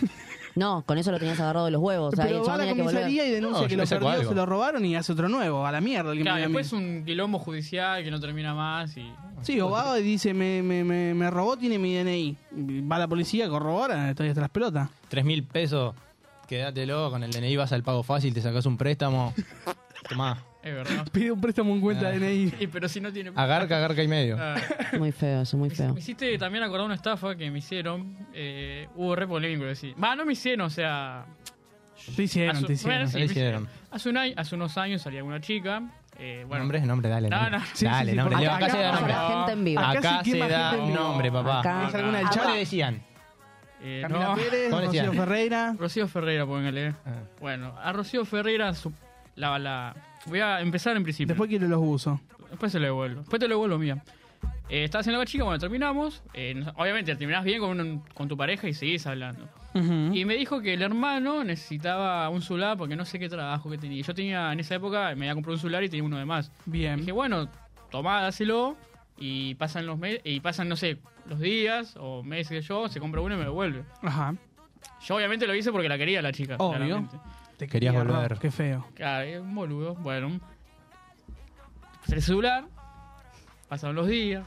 Speaker 15: No, con eso lo tenías agarrado de los huevos. ahí, el
Speaker 5: pero va a
Speaker 15: chabón
Speaker 5: la
Speaker 15: tenía que volver.
Speaker 5: comisaría y denuncia
Speaker 11: No, yo
Speaker 5: que
Speaker 11: me
Speaker 5: lo
Speaker 11: saco
Speaker 5: perdió,
Speaker 11: algo.
Speaker 5: se lo robaron y hace otro nuevo. A la mierda. alguien
Speaker 12: Claro,
Speaker 5: me llama a mí.
Speaker 12: después un quilombo judicial que no termina más y.
Speaker 5: Sí, o va y dice, me, me, me, me robó, tiene mi DNI. Va la policía, corrobora, estoy hasta las pelotas.
Speaker 11: Tres mil pesos, quédatelo, con el DNI vas al pago fácil, te sacás un préstamo. Tomá.
Speaker 12: Es verdad.
Speaker 5: Pide un préstamo en cuenta
Speaker 11: Ah.
Speaker 5: DNI.
Speaker 12: Sí, pero si no tiene.
Speaker 11: Agarca, agarca y medio.
Speaker 12: Ah.
Speaker 15: Muy feo, eso, muy feo.
Speaker 12: Me hiciste también acordar una estafa que me hicieron. Eh, hubo re polémico, decir. Va, no me hicieron, o sea.
Speaker 11: Ah.
Speaker 5: Te hicieron,
Speaker 12: hace-
Speaker 5: te hicieron.
Speaker 12: bueno, sí,
Speaker 11: Te
Speaker 12: me
Speaker 11: hicieron.
Speaker 12: Hace, un año- hace unos años salía una chica. Eh, bueno,
Speaker 11: Nombre, nombre, dale.
Speaker 12: No,
Speaker 11: nombre.
Speaker 12: no. Sí, sí,
Speaker 11: Dale,
Speaker 12: sí,
Speaker 11: nombre.
Speaker 12: porque
Speaker 11: Acá,
Speaker 12: acá
Speaker 11: se da
Speaker 12: vamos a
Speaker 11: nombre.
Speaker 12: la gente en vivo.
Speaker 11: Acá,
Speaker 12: Acá se
Speaker 11: se
Speaker 12: quema
Speaker 11: da
Speaker 12: gente en vivo.
Speaker 11: nombre, papá.
Speaker 12: Acá. ¿Es
Speaker 15: Ah,
Speaker 12: alguna del
Speaker 11: ¿Cómo
Speaker 12: chat?
Speaker 11: le decían?
Speaker 12: Eh,
Speaker 5: Camila Pérez,
Speaker 11: ¿Cómo le
Speaker 5: Rocío
Speaker 11: decían?
Speaker 5: Ferreira.
Speaker 12: Rocío Ferreira, póngale.
Speaker 11: Ah.
Speaker 12: Bueno, a Rocío Ferreira, su- la, la- voy a empezar en principio.
Speaker 5: Después quiero los buzos.
Speaker 12: Después se lo devuelvo. Después te lo devuelvo, mía. Eh, estás en la chica, bueno, terminamos. Eh, no- obviamente, terminás bien con, un- con tu pareja y seguís hablando. Y me dijo que el hermano necesitaba un celular porque no sé qué trabajo que tenía. Yo tenía, en esa época, me había comprado un celular y tenía uno de más.
Speaker 5: Bien.
Speaker 12: Dije, bueno, tomá, dáselo. Y pasan los meses, y pasan, no sé, los días o meses que yo, se compra uno y me lo devuelve.
Speaker 5: Ajá.
Speaker 12: Yo obviamente lo hice porque la quería la chica.
Speaker 5: Obvio.
Speaker 12: claramente.
Speaker 5: Te
Speaker 11: Querías
Speaker 5: quería,
Speaker 11: volver.
Speaker 5: Rob, Qué feo.
Speaker 12: Claro, es un boludo. Bueno. El celular. Pasaron los días.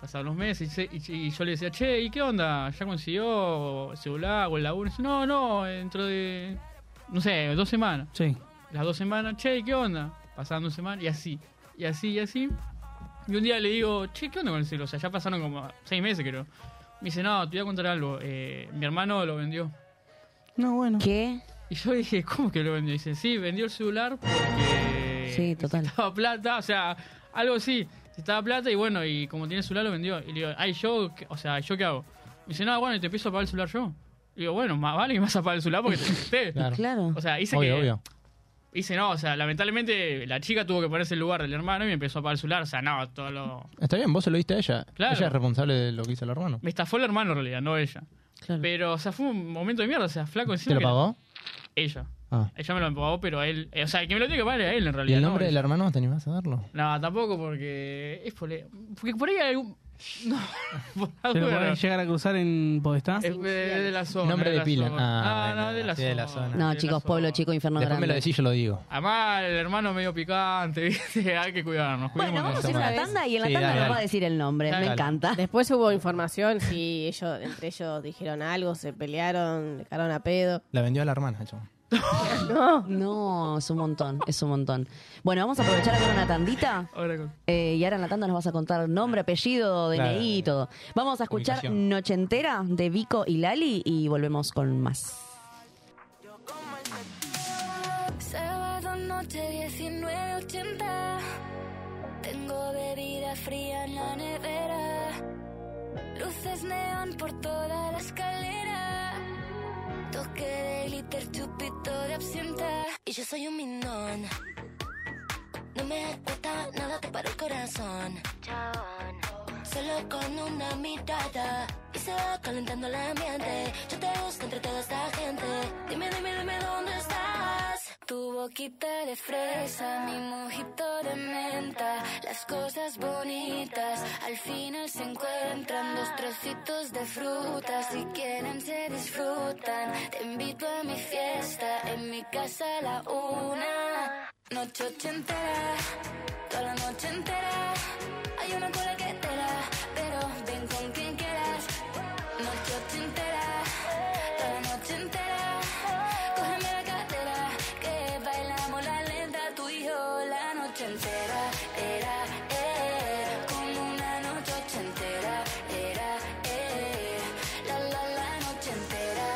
Speaker 12: Pasaron los meses. Y, se- y- y yo le decía, che, ¿y qué onda? ¿Ya consiguió el celular o el laburo? Y dice, no, no, dentro de. No sé, dos semanas.
Speaker 5: Sí.
Speaker 12: Las dos semanas, che, ¿y qué onda? Pasaron dos semanas. Y así. Y así, y así. Y un día le digo, che, ¿qué onda con el celular? O sea, ya pasaron como seis meses, creo. Me dice, no, te voy a contar algo. Eh, mi hermano lo vendió.
Speaker 5: No, bueno.
Speaker 15: ¿Qué?
Speaker 12: Y yo dije, ¿cómo que lo vendió? Dice, sí, vendió el celular porque
Speaker 15: Sí, total.
Speaker 12: necesitaba plata, o sea, algo así, necesitaba plata y bueno, y como tiene el celular lo vendió. Y le digo, ay, yo, qué- o sea, ¿yo qué hago? Me dice, no, bueno, y te empiezo a pagar el celular yo. Y digo, bueno, más vale que me vas a pagar el celular porque te presté.
Speaker 15: Claro. Claro.
Speaker 12: O sea, hice
Speaker 11: Obvio,
Speaker 12: que...
Speaker 11: obvio.
Speaker 12: Hice no, o sea, lamentablemente la chica tuvo que ponerse el lugar del hermano y me empezó a pagar el celular, o sea, no, todo lo...
Speaker 11: Está bien, vos se lo diste a ella.
Speaker 12: Claro.
Speaker 11: Ella es responsable de lo que hizo el hermano.
Speaker 12: Me estafó el hermano en realidad, no ella. Pero, o sea, fue un momento de mierda, o sea, flaco
Speaker 11: ¿Te
Speaker 12: encima
Speaker 11: lo
Speaker 12: que la-
Speaker 11: pagó?
Speaker 12: Ella.
Speaker 11: Ah.
Speaker 12: Ella me lo pagó, pero él. eh, O sea, el que me lo tiene que pagar era él en
Speaker 11: ¿Y
Speaker 12: realidad.
Speaker 11: el
Speaker 12: ¿no?
Speaker 11: nombre del
Speaker 12: Yo-
Speaker 11: hermano te animás a darlo?
Speaker 12: No, tampoco porque. Es por. Porque por ahí hay algún. No, por
Speaker 5: ¿Te
Speaker 12: algo
Speaker 5: lo
Speaker 12: era-
Speaker 5: podés llegar a cruzar en Podestá?
Speaker 12: es eh, de, de la zona.
Speaker 11: Nombre de pila.
Speaker 12: Ah,
Speaker 11: Ah,
Speaker 12: no,
Speaker 11: bueno,
Speaker 12: de la
Speaker 11: sí,
Speaker 12: zona.
Speaker 11: de la zona.
Speaker 15: No, chicos, pueblo chico, infierno
Speaker 11: Después
Speaker 15: grande.
Speaker 11: me lo decís, yo lo digo.
Speaker 12: Además, el hermano medio picante, ¿viste? Hay que cuidarnos.
Speaker 15: Bueno, vamos a ir a la tanda y en la
Speaker 12: Sí,
Speaker 15: tanda
Speaker 12: dale,
Speaker 15: nos va a
Speaker 12: dale.
Speaker 15: decir el nombre.
Speaker 12: Dale.
Speaker 15: Me encanta.
Speaker 7: Después hubo información si ellos, entre ellos dijeron algo, se pelearon, le cagaron a pedo.
Speaker 11: La vendió a la hermana, chabón.
Speaker 15: No. No, es un montón, es un montón. Bueno, vamos a aprovechar a hacer una tandita. Eh, y ahora en la tanda nos vas a contar nombre, apellido, DNI y todo. Vamos a escuchar
Speaker 14: Ubicación.
Speaker 15: Noche Entera de Vico y Lali y volvemos con más.
Speaker 16: Sábado noche 1980. Tengo bebida fría en la nevera. Luces neón por toda la escalera. Toque de glitter, chupito de absenta. Y yo soy un minón. No me aprieta, nada te para el corazón. Chabón. Solo con una mirada y se va calentando el ambiente. Yo te busco entre toda esta gente. Dime, dime, dime dónde estás. Tu boquita de fresa, mi mojito de menta, las cosas bonitas al final se encuentran dos trocitos de fruta, si quieren se disfrutan. Te invito a mi fiesta, en mi casa a la una. Noche ochentera, toda la noche entera, hay una cola que te da, pero ven con quien quieras. Noche ochentera, toda la noche entera, cógeme la cadera, que bailamos la lenta, tú y yo la noche entera. Era, eh, como una noche ochentera, era, eh, la la la noche entera,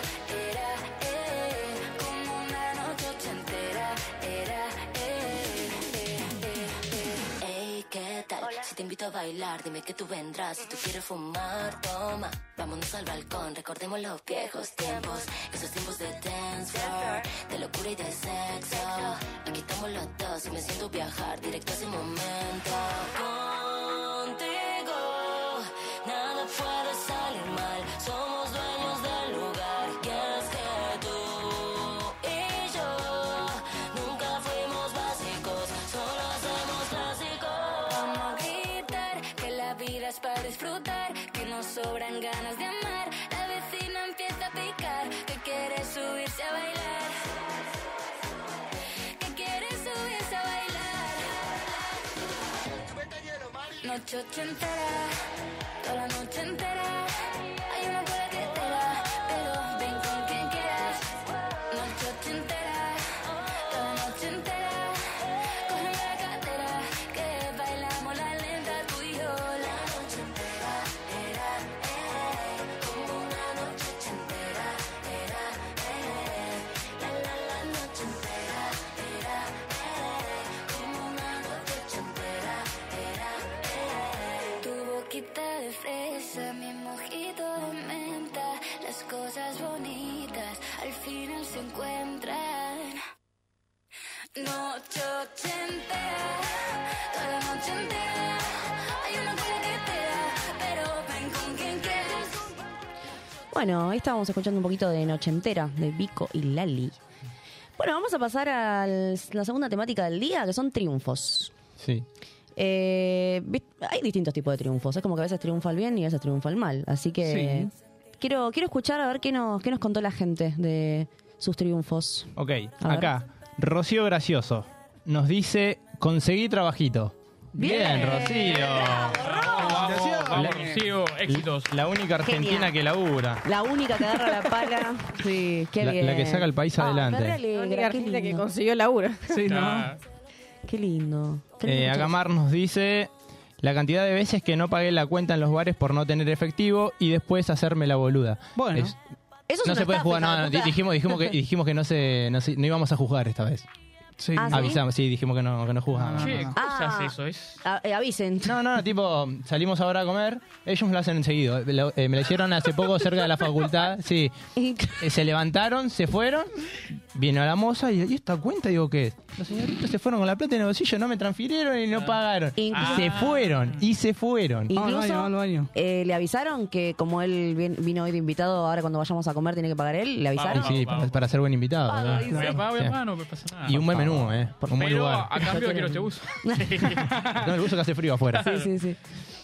Speaker 16: era, eh, como una noche ochentera, era, eh, eh, eh, eh. Ey, ¿qué tal? Si te invito a bailar, dime que tú vendrás. Si tú quieres fumar, toma. Vámonos al balcón, recordemos los viejos tiempos. Esos tiempos de dance floor, de locura y de sexo. Aquí estamos los dos y me siento viajar directo a ese momento. Contigo, nada puede salir mal. Somos dueños del lugar. Quieres que tú y yo nunca fuimos básicos, solo hacemos clásicos. Vamos a gritar que la vida es para disfrutar, que nos sobran ganas de amar. La vecina empieza a picar, que quiere subirse a bailar. Que quiere subirse a bailar. Noche ochentera, toda la noche entera. Hay una cola que te da, pero ven con quien quieras. Noche ochentera, toda la noche entera. Cógeme la cadera, que bailamos la lenta tú y yo. La noche entera, era, eh, como una noche ochentera, era, eh, la la la noche entera, era, eh, como una noche ochentera, era, eh. Tu boquita de fresa, mi mojito de menta, las cosas bonitas al final se encuentran. Noche ochentera, toda la noche entera. Hay una cola que te da, pero ven con quien quieras.
Speaker 15: Bueno, ahí estábamos escuchando un poquito de Noche Entera, de Vico y Lali. Bueno, vamos a pasar a la segunda temática del día, que son triunfos.
Speaker 11: Sí.
Speaker 15: Eh, vi- hay distintos tipos de triunfos. Es como que a veces triunfa el bien y a veces triunfa el mal. Así que quiero, quiero escuchar a ver qué nos, qué nos contó la gente de sus triunfos.
Speaker 11: Ok,
Speaker 15: A ver.
Speaker 11: acá. Rocío Gracioso nos dice: Conseguí trabajito.
Speaker 15: Bien.
Speaker 11: Rocío. Oh,
Speaker 12: Vamos, vamos, Rocío, éxitos.
Speaker 11: La única argentina
Speaker 15: Genial.
Speaker 11: que labura.
Speaker 15: La única que agarra la pala. Sí, qué
Speaker 11: La,
Speaker 15: bien. Ah,
Speaker 11: la que saca el país adelante.
Speaker 7: La única artista que consiguió laburo.
Speaker 11: Sí, ¿no?
Speaker 15: Qué lindo.
Speaker 11: Eh, Agamar nos dice la cantidad de veces que no pagué la cuenta en los bares por no tener efectivo y después hacerme la boluda. Bueno,
Speaker 15: Eso es
Speaker 11: no
Speaker 15: una
Speaker 11: se puede
Speaker 15: estafa,
Speaker 11: jugar.
Speaker 15: hija
Speaker 11: No,
Speaker 15: de
Speaker 11: no, di-
Speaker 15: puta.
Speaker 11: dijimos, dijimos que dijimos que no se, no, se- no íbamos a juzgar esta vez. Sí.
Speaker 15: Ah, ¿sí?
Speaker 11: Avisamos, sí, dijimos que no, que no juzgamos.
Speaker 12: Che,
Speaker 11: No, no,
Speaker 12: ¿cómo se
Speaker 15: Ah.
Speaker 12: hace eso? Es...
Speaker 15: A- eh, avisen.
Speaker 11: No, no, tipo, salimos ahora a comer, ellos me lo hacen enseguido. Eh, lo- eh, me lo hicieron hace poco cerca de la facultad, sí. Eh, se levantaron, se fueron, vino la moza y, ¿y esta cuenta? Digo, ¿qué es? Los señoritos se fueron con la plata en el bolsillo, no me transfirieron y no pagaron.
Speaker 15: Incluso-
Speaker 11: Se fueron, y se
Speaker 5: Ah,
Speaker 11: fueron.
Speaker 15: Incluso eh, le avisaron que como él vien- vino hoy de invitado, ahora cuando vayamos a comer tiene que pagar él, le avisaron.
Speaker 11: Y Ah, sí, para, para ser buen invitado. ¿verdad?
Speaker 12: Voy a pagar, voy a
Speaker 11: Sí.
Speaker 12: pagar, no Ah, me pasa nada.
Speaker 11: Y un buen menú, ¿eh? Un buen
Speaker 12: Pero
Speaker 11: lugar.
Speaker 12: a cambio quiero este uso.
Speaker 11: No, el uso que hace frío afuera.
Speaker 12: Sí, sí,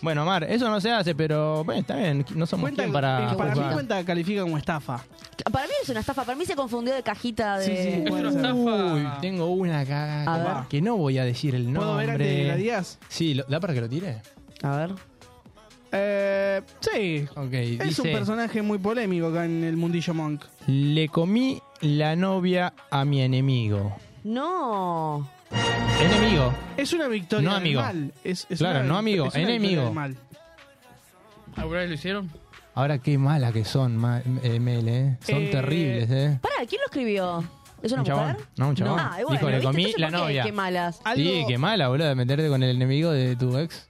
Speaker 11: Bueno, Mar, eso no se hace, pero bueno, está bien. No somos
Speaker 5: Cuenta-
Speaker 11: quien para.
Speaker 5: eh, para mí
Speaker 11: juzgar.
Speaker 5: cuenta califica como estafa.
Speaker 15: Para mí es una estafa, para mí se confundió de cajita de...
Speaker 11: Uy, tengo una
Speaker 15: A
Speaker 11: caga
Speaker 15: ver.
Speaker 11: que no voy a decir el nombre.
Speaker 5: ¿Puedo ver antes de que la digas?
Speaker 11: Sí, lo- ¿da para que lo tire?
Speaker 15: A ver.
Speaker 5: Eh, sí.
Speaker 11: Ok,
Speaker 5: Es
Speaker 11: dice,
Speaker 5: un personaje muy polémico acá en el mundillo monk.
Speaker 11: Le comí la novia a mi enemigo.
Speaker 15: No.
Speaker 11: Enemigo.
Speaker 5: Es una victoria
Speaker 11: No,
Speaker 5: del
Speaker 11: amigo.
Speaker 5: mal. Es- es
Speaker 11: Claro,
Speaker 5: una-
Speaker 11: no, amigo,
Speaker 5: es una victoria
Speaker 11: enemigo.
Speaker 5: del mal.
Speaker 12: ¿Alguna vez lo hicieron?
Speaker 11: Ahora qué mala que son, ma- eh, Mel, eh. Son
Speaker 15: Eh,
Speaker 11: terribles, eh.
Speaker 15: Pará, ¿quién lo escribió? ¿Es una
Speaker 11: Un chabón.
Speaker 15: mujer?
Speaker 11: No, un chabón.
Speaker 15: Ah, bueno,
Speaker 11: Dijo, le
Speaker 15: ¿viste?
Speaker 11: comí
Speaker 15: Entonces,
Speaker 11: la
Speaker 15: ¿por qué?
Speaker 11: novia.
Speaker 15: Qué malas.
Speaker 5: Ah,
Speaker 11: Sí, qué mala, boludo, de meterte con el enemigo de tu ex.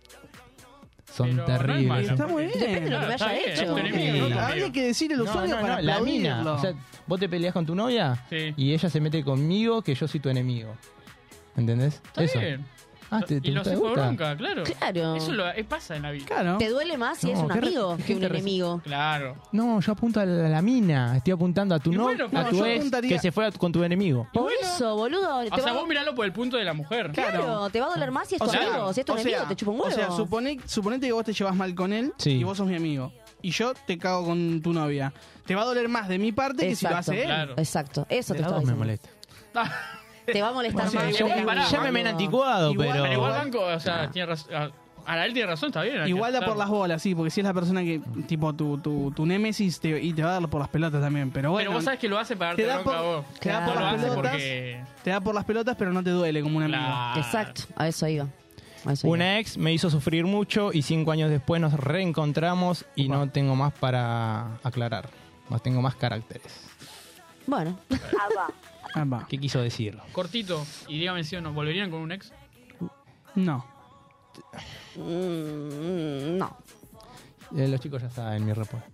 Speaker 11: Son
Speaker 5: Pero no es
Speaker 11: terribles.
Speaker 5: mala.
Speaker 11: son-
Speaker 5: Está muy bien.
Speaker 15: Depende de lo que me
Speaker 5: Está
Speaker 15: haya
Speaker 5: bien,
Speaker 15: hecho.
Speaker 5: es tu enemigo, ¿no? Habría que decirle el
Speaker 11: No,
Speaker 5: usuario
Speaker 11: no,
Speaker 5: para
Speaker 11: no, la mina.
Speaker 5: aplaudirlo.
Speaker 11: O sea, vos te peleas con tu novia y ella se mete conmigo que yo soy tu enemigo. ¿Entendés?
Speaker 12: Está
Speaker 11: Eso.
Speaker 12: bien.
Speaker 11: Ah, te, te
Speaker 12: y los
Speaker 11: gusta,
Speaker 12: se
Speaker 11: te
Speaker 12: fue
Speaker 11: gusta.
Speaker 12: bronca, claro.
Speaker 4: Claro.
Speaker 12: Eso lo- eh, pasa en la vida.
Speaker 4: Te duele más si
Speaker 11: No,
Speaker 4: es un
Speaker 11: qué re-
Speaker 4: amigo
Speaker 11: qué
Speaker 4: que un
Speaker 11: gente reci-
Speaker 4: enemigo.
Speaker 12: Claro.
Speaker 11: No, yo apunto a la, la mina. Estoy apuntando a tu
Speaker 12: Y
Speaker 11: no,
Speaker 12: bueno,
Speaker 11: a
Speaker 12: no,
Speaker 11: tu
Speaker 12: yo
Speaker 11: ex
Speaker 12: apuntaría-
Speaker 11: que se fue a- con tu enemigo.
Speaker 4: Por eso, boludo.
Speaker 12: O
Speaker 4: te
Speaker 12: sea,
Speaker 4: va-
Speaker 12: vos miralo por el punto de la mujer.
Speaker 4: Claro, te va a doler más si es tu amigo. Si es tu
Speaker 5: o sea,
Speaker 4: enemigo, te chupa un huevo.
Speaker 5: O sea, supone, suponete que vos te llevas mal con él y vos sos mi amigo. Y yo te cago con tu novia. Te va a doler más de mi parte que si lo hace él.
Speaker 4: Exacto, eso
Speaker 5: De
Speaker 4: te
Speaker 5: las
Speaker 4: estaba
Speaker 5: dos me
Speaker 4: diciendo. Te va a molestar
Speaker 5: Bueno,
Speaker 4: más.
Speaker 5: sí,
Speaker 4: de-
Speaker 5: pará,
Speaker 11: Llámeme
Speaker 5: banco.
Speaker 11: anticuado,
Speaker 5: Igual-
Speaker 11: pero...
Speaker 12: Pero igual Banco, o sea, tiene razón. a- A él tiene razón, está bien. hay que
Speaker 5: Igual da por
Speaker 12: aceptarlo.
Speaker 5: las bolas, sí, porque si es la persona que, tipo, tu, tu, tu némesis te- y te va a dar por las pelotas también. Pero bueno,
Speaker 12: Pero vos sabés que lo hace para darte
Speaker 5: te da
Speaker 12: bronca a
Speaker 5: por-
Speaker 12: vos.
Speaker 5: te da
Speaker 12: No
Speaker 5: por
Speaker 12: lo
Speaker 5: las
Speaker 12: hace
Speaker 5: pelotas.
Speaker 12: porque...
Speaker 5: te da por las pelotas, pero no te duele como un amigo.
Speaker 4: Exacto, a eso iba.
Speaker 11: Una ex me hizo sufrir mucho y cinco años después nos reencontramos y no tengo más para aclarar. No tengo más caracteres. e.
Speaker 4: Bueno.
Speaker 5: Ah,
Speaker 11: ¿Qué quiso decir?
Speaker 12: Cortito, y dígame si o no, ¿volverían con un ex?
Speaker 5: No.
Speaker 4: no.
Speaker 11: Eh, los chicos ya saben mi respuesta.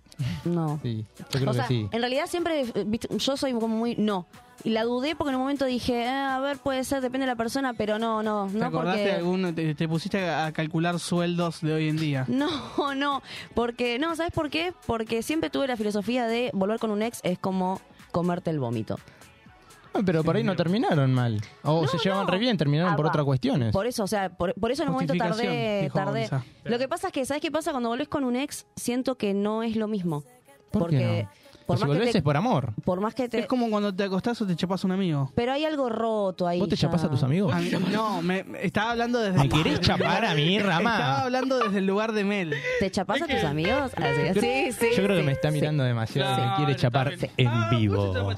Speaker 4: No.
Speaker 11: Sí, yo creo
Speaker 4: o
Speaker 11: que
Speaker 4: sea,
Speaker 11: sí.
Speaker 4: en realidad siempre, eh, viste, yo soy como muy no. Y la dudé porque en un momento dije, eh, a ver, puede ser, depende de la persona, pero no, no,
Speaker 5: ¿Te
Speaker 4: no
Speaker 5: acordaste de
Speaker 4: porque...
Speaker 5: algún, te, te pusiste a a calcular sueldos de hoy en día?
Speaker 4: No, no, porque no, ¿sabes por qué? Porque siempre tuve la filosofía de volver con un ex es como comerte el vómito.
Speaker 11: Ah, pero por ahí no terminaron mal. O se llevan re bien, terminaron por
Speaker 4: Ah, va.
Speaker 11: otras cuestiones.
Speaker 4: Por eso, o sea, por, por eso en un momento
Speaker 11: Justificación,
Speaker 4: tardé,
Speaker 11: dijo
Speaker 4: tardé.
Speaker 11: Gonza.
Speaker 4: Lo que pasa es que, ¿sabes qué pasa? Cuando volvés con un ex, siento que no es lo mismo.
Speaker 11: ¿Por qué
Speaker 4: porque
Speaker 11: no?
Speaker 4: por
Speaker 11: Pues si
Speaker 4: más que
Speaker 11: volvés
Speaker 4: te-
Speaker 11: es por amor.
Speaker 4: por más que te...
Speaker 5: Es como cuando te acostás o te chapas a un amigo.
Speaker 4: Pero hay algo roto ahí.
Speaker 11: ¿Vos te
Speaker 4: ya.
Speaker 11: chapás a tus amigos?
Speaker 5: A mí- no, me, me- estaba hablando desde.
Speaker 11: ¿Me
Speaker 5: el-
Speaker 11: querés chapar a mí, Rama?
Speaker 5: Estaba hablando desde el lugar de Mel.
Speaker 4: ¿Te chapás a tus amigos? Así,
Speaker 11: Yo-
Speaker 4: sí, sí.
Speaker 11: Yo creo que
Speaker 4: sí.
Speaker 11: me está mirando demasiado.
Speaker 4: Sí.
Speaker 11: Me quiere chapar
Speaker 12: Ah,
Speaker 11: en
Speaker 4: Ah,
Speaker 11: vivo.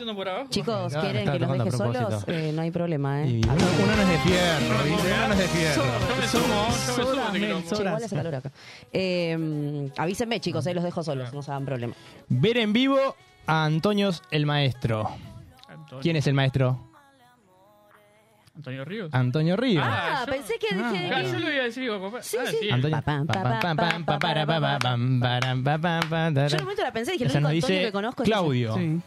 Speaker 4: Chicos,
Speaker 11: No, me estaba
Speaker 4: ¿quieren que los
Speaker 11: tocando
Speaker 4: deje
Speaker 11: a propósito.
Speaker 4: solos? Eh, no hay problema, ¿eh?
Speaker 11: Y uno, uno no es de fierro, ¿viste? Uno no es de fierro.
Speaker 4: Che, igual hace calor acá. Eh, avísenme, chicos, ahí los dejo solos, no se hagan problema.
Speaker 11: Ver en vivo a Antonios el maestro. ¿Quién es el maestro?
Speaker 12: Antonio Ríos.
Speaker 11: Antonio Ríos.
Speaker 12: Ah, yo-
Speaker 4: pensé que
Speaker 12: Ah,
Speaker 4: dije-
Speaker 12: claro, yo lo iba a decir, digo, papá. Sí, sí.
Speaker 11: Antonio.
Speaker 4: Yo en un momento la pensé, dije, el único Antonio que conozco es
Speaker 11: Claudio.
Speaker 4: ese.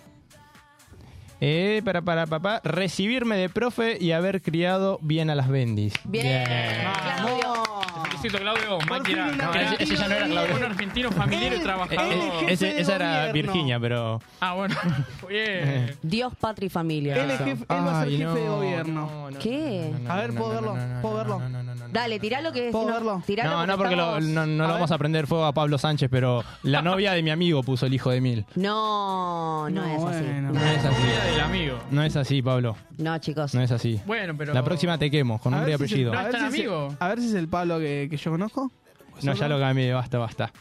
Speaker 11: Eh, para, para, papá. Recibirme de profe y haber criado bien a las bendis.
Speaker 4: Bien. Claudio.
Speaker 12: Felicito, Claudio, máquina.
Speaker 11: una No, ese- ese ya no era Claudio.
Speaker 12: Un argentino familiar y trabajador.
Speaker 11: Eh, ese- esa era Virginia, pero.
Speaker 12: Ah, bueno. Bien.
Speaker 4: Dios, patria y familia.
Speaker 11: Él es
Speaker 4: Eso.
Speaker 11: jefe- él va a ser Ay, jefe no, de gobierno.
Speaker 4: ¿Qué?
Speaker 11: no, A ver, no, ¿puedo no, verlo? no, no, ¿Puedo
Speaker 4: verlo? Dale, tiralo que... ¿Puedo verlo?
Speaker 11: No, no, porque lo- no, no lo vamos a prender fuego a Pablo Sánchez, pero la novia de mi amigo puso el hijo de Mil.
Speaker 4: No, no, es así.
Speaker 11: No es así.
Speaker 12: del amigo.
Speaker 11: No es así, Pablo.
Speaker 4: No, chicos.
Speaker 11: No es así.
Speaker 12: Bueno, pero-
Speaker 11: La próxima te quemo, con
Speaker 5: A
Speaker 11: nombre y
Speaker 5: ver si se-
Speaker 11: apellido.
Speaker 5: a ver si se- a ver si es el Pablo que, que yo conozco.
Speaker 11: No, ya lo cambié, basta, basta.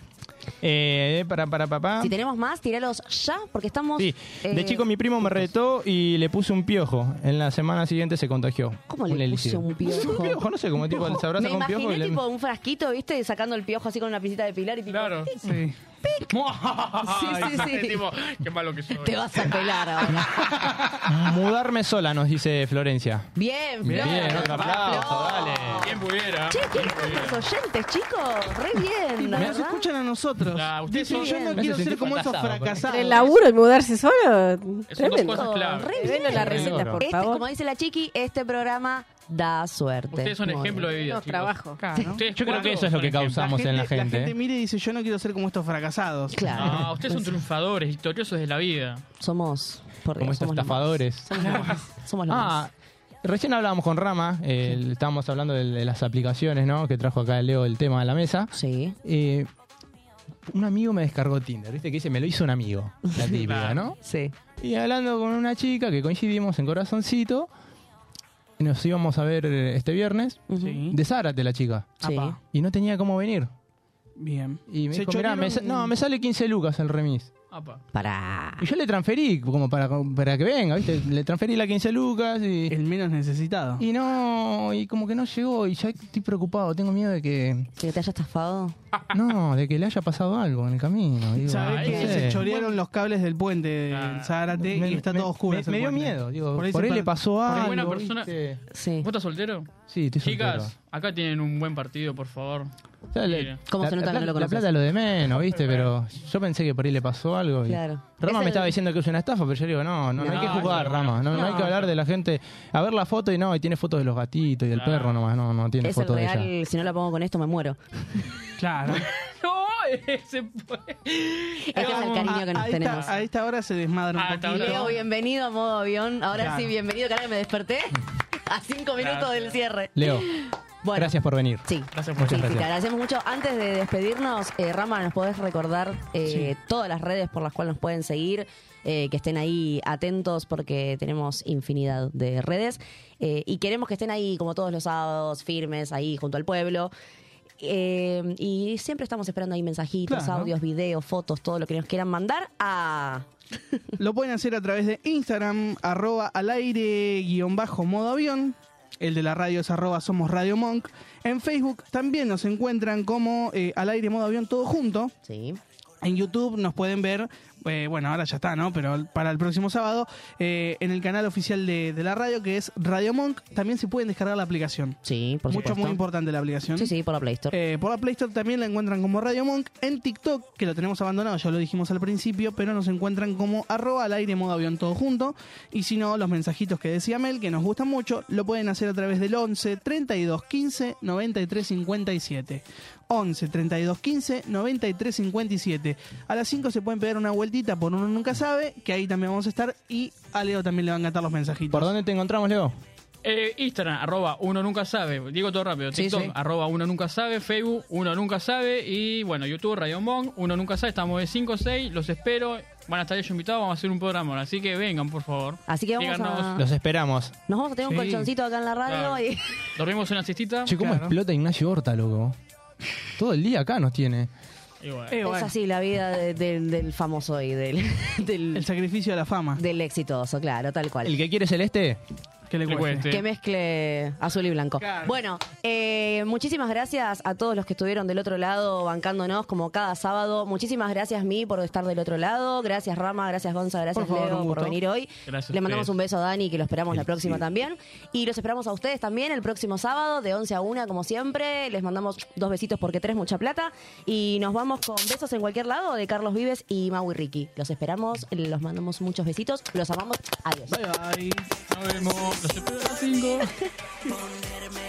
Speaker 11: Eh, para, para, papá.
Speaker 4: Si tenemos más, tíralos ya, porque estamos...
Speaker 11: Sí, de
Speaker 4: eh,
Speaker 11: chico mi primo me retó y le puse un piojo. En la semana siguiente se contagió.
Speaker 4: ¿Cómo le
Speaker 11: elixir.
Speaker 4: puse un piojo?
Speaker 11: Un piojo, no sé, como tipo se abraza
Speaker 4: Me
Speaker 11: con piojo
Speaker 4: imaginé
Speaker 11: y le...
Speaker 4: tipo un frasquito, ¿viste? Sacando el piojo así con una pincita de pilar y tipo... Claro.
Speaker 5: Sí.
Speaker 4: Sí, sí, sí.
Speaker 12: tipo, qué malo que soy.
Speaker 4: Te vas a pelar ahora.
Speaker 11: Ah, Mudarme sola, nos dice Florencia.
Speaker 4: Bien,
Speaker 11: Bien,
Speaker 4: Flor.
Speaker 11: otro aplauso, dale.
Speaker 12: ¿Quién pudiera?
Speaker 4: Che, qué bien los oyentes, chicos. Re bien, la
Speaker 5: Nos
Speaker 4: verdad.
Speaker 5: escuchan a nosotros. Dicen, yo no
Speaker 4: Me
Speaker 5: quiero
Speaker 4: hace
Speaker 5: ser
Speaker 4: sentir
Speaker 5: como esos
Speaker 4: fracasado,
Speaker 5: fracasados.
Speaker 7: El laburo y mudarse solo. Tremendo.
Speaker 12: cosas clave.
Speaker 4: Re
Speaker 7: Bueno,
Speaker 4: bien.
Speaker 7: la receta, por
Speaker 4: Este,
Speaker 7: favor.
Speaker 4: Como dice la chiqui, este programa da suerte.
Speaker 12: Ustedes son
Speaker 4: Muy
Speaker 12: ejemplo de
Speaker 4: bien.
Speaker 12: vida, chicos. Ustedes
Speaker 11: Yo creo que
Speaker 12: cuatro
Speaker 11: eso es lo
Speaker 12: son
Speaker 11: que
Speaker 12: ejemplo.
Speaker 11: causamos en la gente.
Speaker 5: La gente
Speaker 11: ¿eh?
Speaker 5: mira y dice, yo no quiero ser como estos fracasados.
Speaker 4: Claro.
Speaker 12: No, Ah, ustedes son triunfadores, victoriosos de la vida.
Speaker 4: Somos, por
Speaker 11: Como estos estafadores.
Speaker 4: Somos
Speaker 12: los
Speaker 11: Ah, recién hablábamos con Rama, eh, el- estábamos hablando de, de las aplicaciones, ¿no? Que trajo acá Leo el tema a la mesa. Eh,
Speaker 4: Sí.
Speaker 11: un amigo me descargó Tinder, ¿viste? Que dice, me lo hizo un amigo, la típica, ¿no?
Speaker 4: Sí.
Speaker 11: Y hablando con una chica que coincidimos en Corazoncito, nos íbamos a ver eh, este viernes, de Zárate la chica.
Speaker 4: Sí. Apa.
Speaker 11: Y no tenía cómo venir.
Speaker 5: Bien.
Speaker 11: Y me
Speaker 5: Se
Speaker 11: dijo, mirá,
Speaker 5: chorearon-
Speaker 11: me sa- no, me sale 15 lucas el remis.
Speaker 12: Apa.
Speaker 4: Pará.
Speaker 11: Y yo le transferí, como para, para que venga, ¿viste? Le transferí la 15 lucas y...
Speaker 5: El menos necesitado.
Speaker 11: Y no, y como que no llegó y ya estoy preocupado, tengo miedo de que...
Speaker 4: ¿Que te haya estafado?
Speaker 11: No, de que le haya pasado algo en el camino. Digo,
Speaker 5: Sabés
Speaker 11: no
Speaker 5: que
Speaker 11: sé.
Speaker 5: se chorearon los cables del puente
Speaker 11: Ah,
Speaker 5: de Zárate y está todo oscuro.
Speaker 11: me-
Speaker 5: ese
Speaker 11: me dio
Speaker 5: puente.
Speaker 11: miedo, digo,
Speaker 5: se
Speaker 11: por ahí le
Speaker 5: per-
Speaker 11: pasó
Speaker 5: por ahí-
Speaker 12: Qué buena persona.
Speaker 11: ¿viste?
Speaker 4: Sí.
Speaker 12: ¿Vos estás soltero?
Speaker 11: Sí, estoy
Speaker 12: Chicas,
Speaker 11: soltero.
Speaker 12: acá tienen un buen partido, por favor.
Speaker 11: O sea, le-
Speaker 5: eh,
Speaker 4: ¿Cómo
Speaker 11: la-
Speaker 4: se nota
Speaker 11: la
Speaker 4: que
Speaker 11: plata-
Speaker 4: no lo
Speaker 11: La
Speaker 4: conoces?
Speaker 11: plata es lo de menos, ¿viste? Pero yo pensé que por ahí le pasó algo. y-
Speaker 4: Claro. Es
Speaker 11: Rama
Speaker 4: el-
Speaker 11: me estaba diciendo que es una estafa, pero yo le digo, no, no, no hay
Speaker 4: No,
Speaker 11: que jugar,
Speaker 4: no,
Speaker 11: Rama. No, no hay
Speaker 4: no.
Speaker 11: que hablar de la gente. A ver la foto y no, y tiene fotos de los gatitos y del
Speaker 4: Claro.
Speaker 11: perro nomás. No, no tiene
Speaker 4: Es el
Speaker 11: fotos de ella.
Speaker 4: real, si no la pongo con esto me muero.
Speaker 5: Claro.
Speaker 12: No, ese fue.
Speaker 4: Este es el cariño que nos
Speaker 5: a esta-
Speaker 4: tenemos.
Speaker 5: a esta hora se desmadra un
Speaker 11: Ah,
Speaker 5: poquito.
Speaker 4: Leo, bienvenido a modo avión. Ahora
Speaker 5: Claro.
Speaker 4: sí, bienvenido, que ahora me desperté a cinco minutos
Speaker 11: Gracias.
Speaker 4: del cierre.
Speaker 11: Leo,
Speaker 4: Bueno.
Speaker 11: gracias por venir.
Speaker 4: Sí,
Speaker 11: gracias
Speaker 4: Sí, sí, te agradecemos mucho. Antes de despedirnos, eh, Rama, ¿nos podés recordar eh, todas las redes por las cuales nos pueden seguir? Eh, que estén ahí atentos porque tenemos infinidad de redes. Eh, y queremos que estén ahí, como todos los sábados, firmes, ahí junto al pueblo. Eh, y siempre estamos esperando ahí mensajitos,
Speaker 5: Claro.
Speaker 4: audios, videos, fotos, todo lo que nos quieran mandar a...
Speaker 5: Lo pueden hacer a través de Instagram, arroba al aire guión bajo modo avión. El de la radio es arroba somos Radio Monk. En Facebook también nos encuentran como eh, al aire modo avión todo junto.
Speaker 4: Sí.
Speaker 5: En YouTube nos pueden ver, eh, bueno, ahora ya está, ¿no? Pero para el próximo sábado, eh, en el canal oficial de, de la radio, que es Radio Monk, también se pueden descargar la aplicación.
Speaker 4: Sí, por
Speaker 5: Mucho,
Speaker 4: supuesto.
Speaker 5: muy importante la aplicación.
Speaker 4: Sí, sí, por la Play Store.
Speaker 5: Eh, por la Play Store también la encuentran como Radio Monk. En TikTok, que lo tenemos abandonado, ya lo dijimos al principio, pero nos encuentran como arroba al aire modo avión todo junto. Y si no, los mensajitos que decía Mel, que nos gustan mucho, lo pueden hacer a través del 11 32 15 93 57. 11 32 15 93 57. A las 5 se pueden pegar una vueltita por uno nunca sabe, que ahí también vamos a estar. Y a Leo también le van a encantar los mensajitos. ¿Por
Speaker 11: dónde te encontramos, Leo?
Speaker 12: Eh, Instagram, arroba uno nunca sabe. Digo todo rápido.
Speaker 5: Sí,
Speaker 12: TikTok,
Speaker 5: sí.
Speaker 12: arroba uno nunca sabe. Facebook, uno nunca sabe. Y bueno, YouTube, Radio Monk, uno nunca sabe. Estamos de 5 o 6. Los espero. Van a estar ellos invitados. Vamos a hacer un programa. Así que vengan, por favor.
Speaker 4: Así que vamos
Speaker 12: Díganos.
Speaker 4: a...
Speaker 11: Los esperamos.
Speaker 4: Nos vamos a tener un
Speaker 12: Sí.
Speaker 4: colchoncito acá en la radio
Speaker 12: Claro.
Speaker 4: y...
Speaker 12: Dormimos una siestita.
Speaker 11: Che, ¿cómo explota Ignacio Horta, loco? Todo el día acá nos tiene.
Speaker 12: Y bueno.
Speaker 5: Eh,
Speaker 4: Es así la vida de- del- del famoso y del, del...
Speaker 5: El sacrificio de la fama.
Speaker 4: Del exitoso, claro, tal cual.
Speaker 11: ¿El que quiere celeste?
Speaker 5: Que le
Speaker 11: cueste.
Speaker 4: Que mezcle azul y blanco. Bueno, eh, muchísimas gracias a todos los que estuvieron del otro lado bancándonos como cada sábado. Muchísimas gracias, Mi, por estar del otro lado. Gracias, Rama. Gracias, Gonza. Gracias,
Speaker 5: Por favor,
Speaker 4: Leo,
Speaker 5: un
Speaker 4: por
Speaker 5: gusto.
Speaker 4: venir hoy.
Speaker 5: Gracias a
Speaker 4: Le mandamos
Speaker 5: ustedes.
Speaker 4: un beso a Dani, que lo esperamos la próxima también. Y los esperamos a ustedes también el próximo sábado de 11 a 1, como siempre. Les mandamos dos besitos porque tres mucha plata. Y nos vamos con besos en cualquier lado de Carlos Vives y Mau y Ricky. Los esperamos, los mandamos muchos besitos. Los amamos. Adiós.
Speaker 5: Bye bye.
Speaker 12: Nos vemos. Los espero a las 5.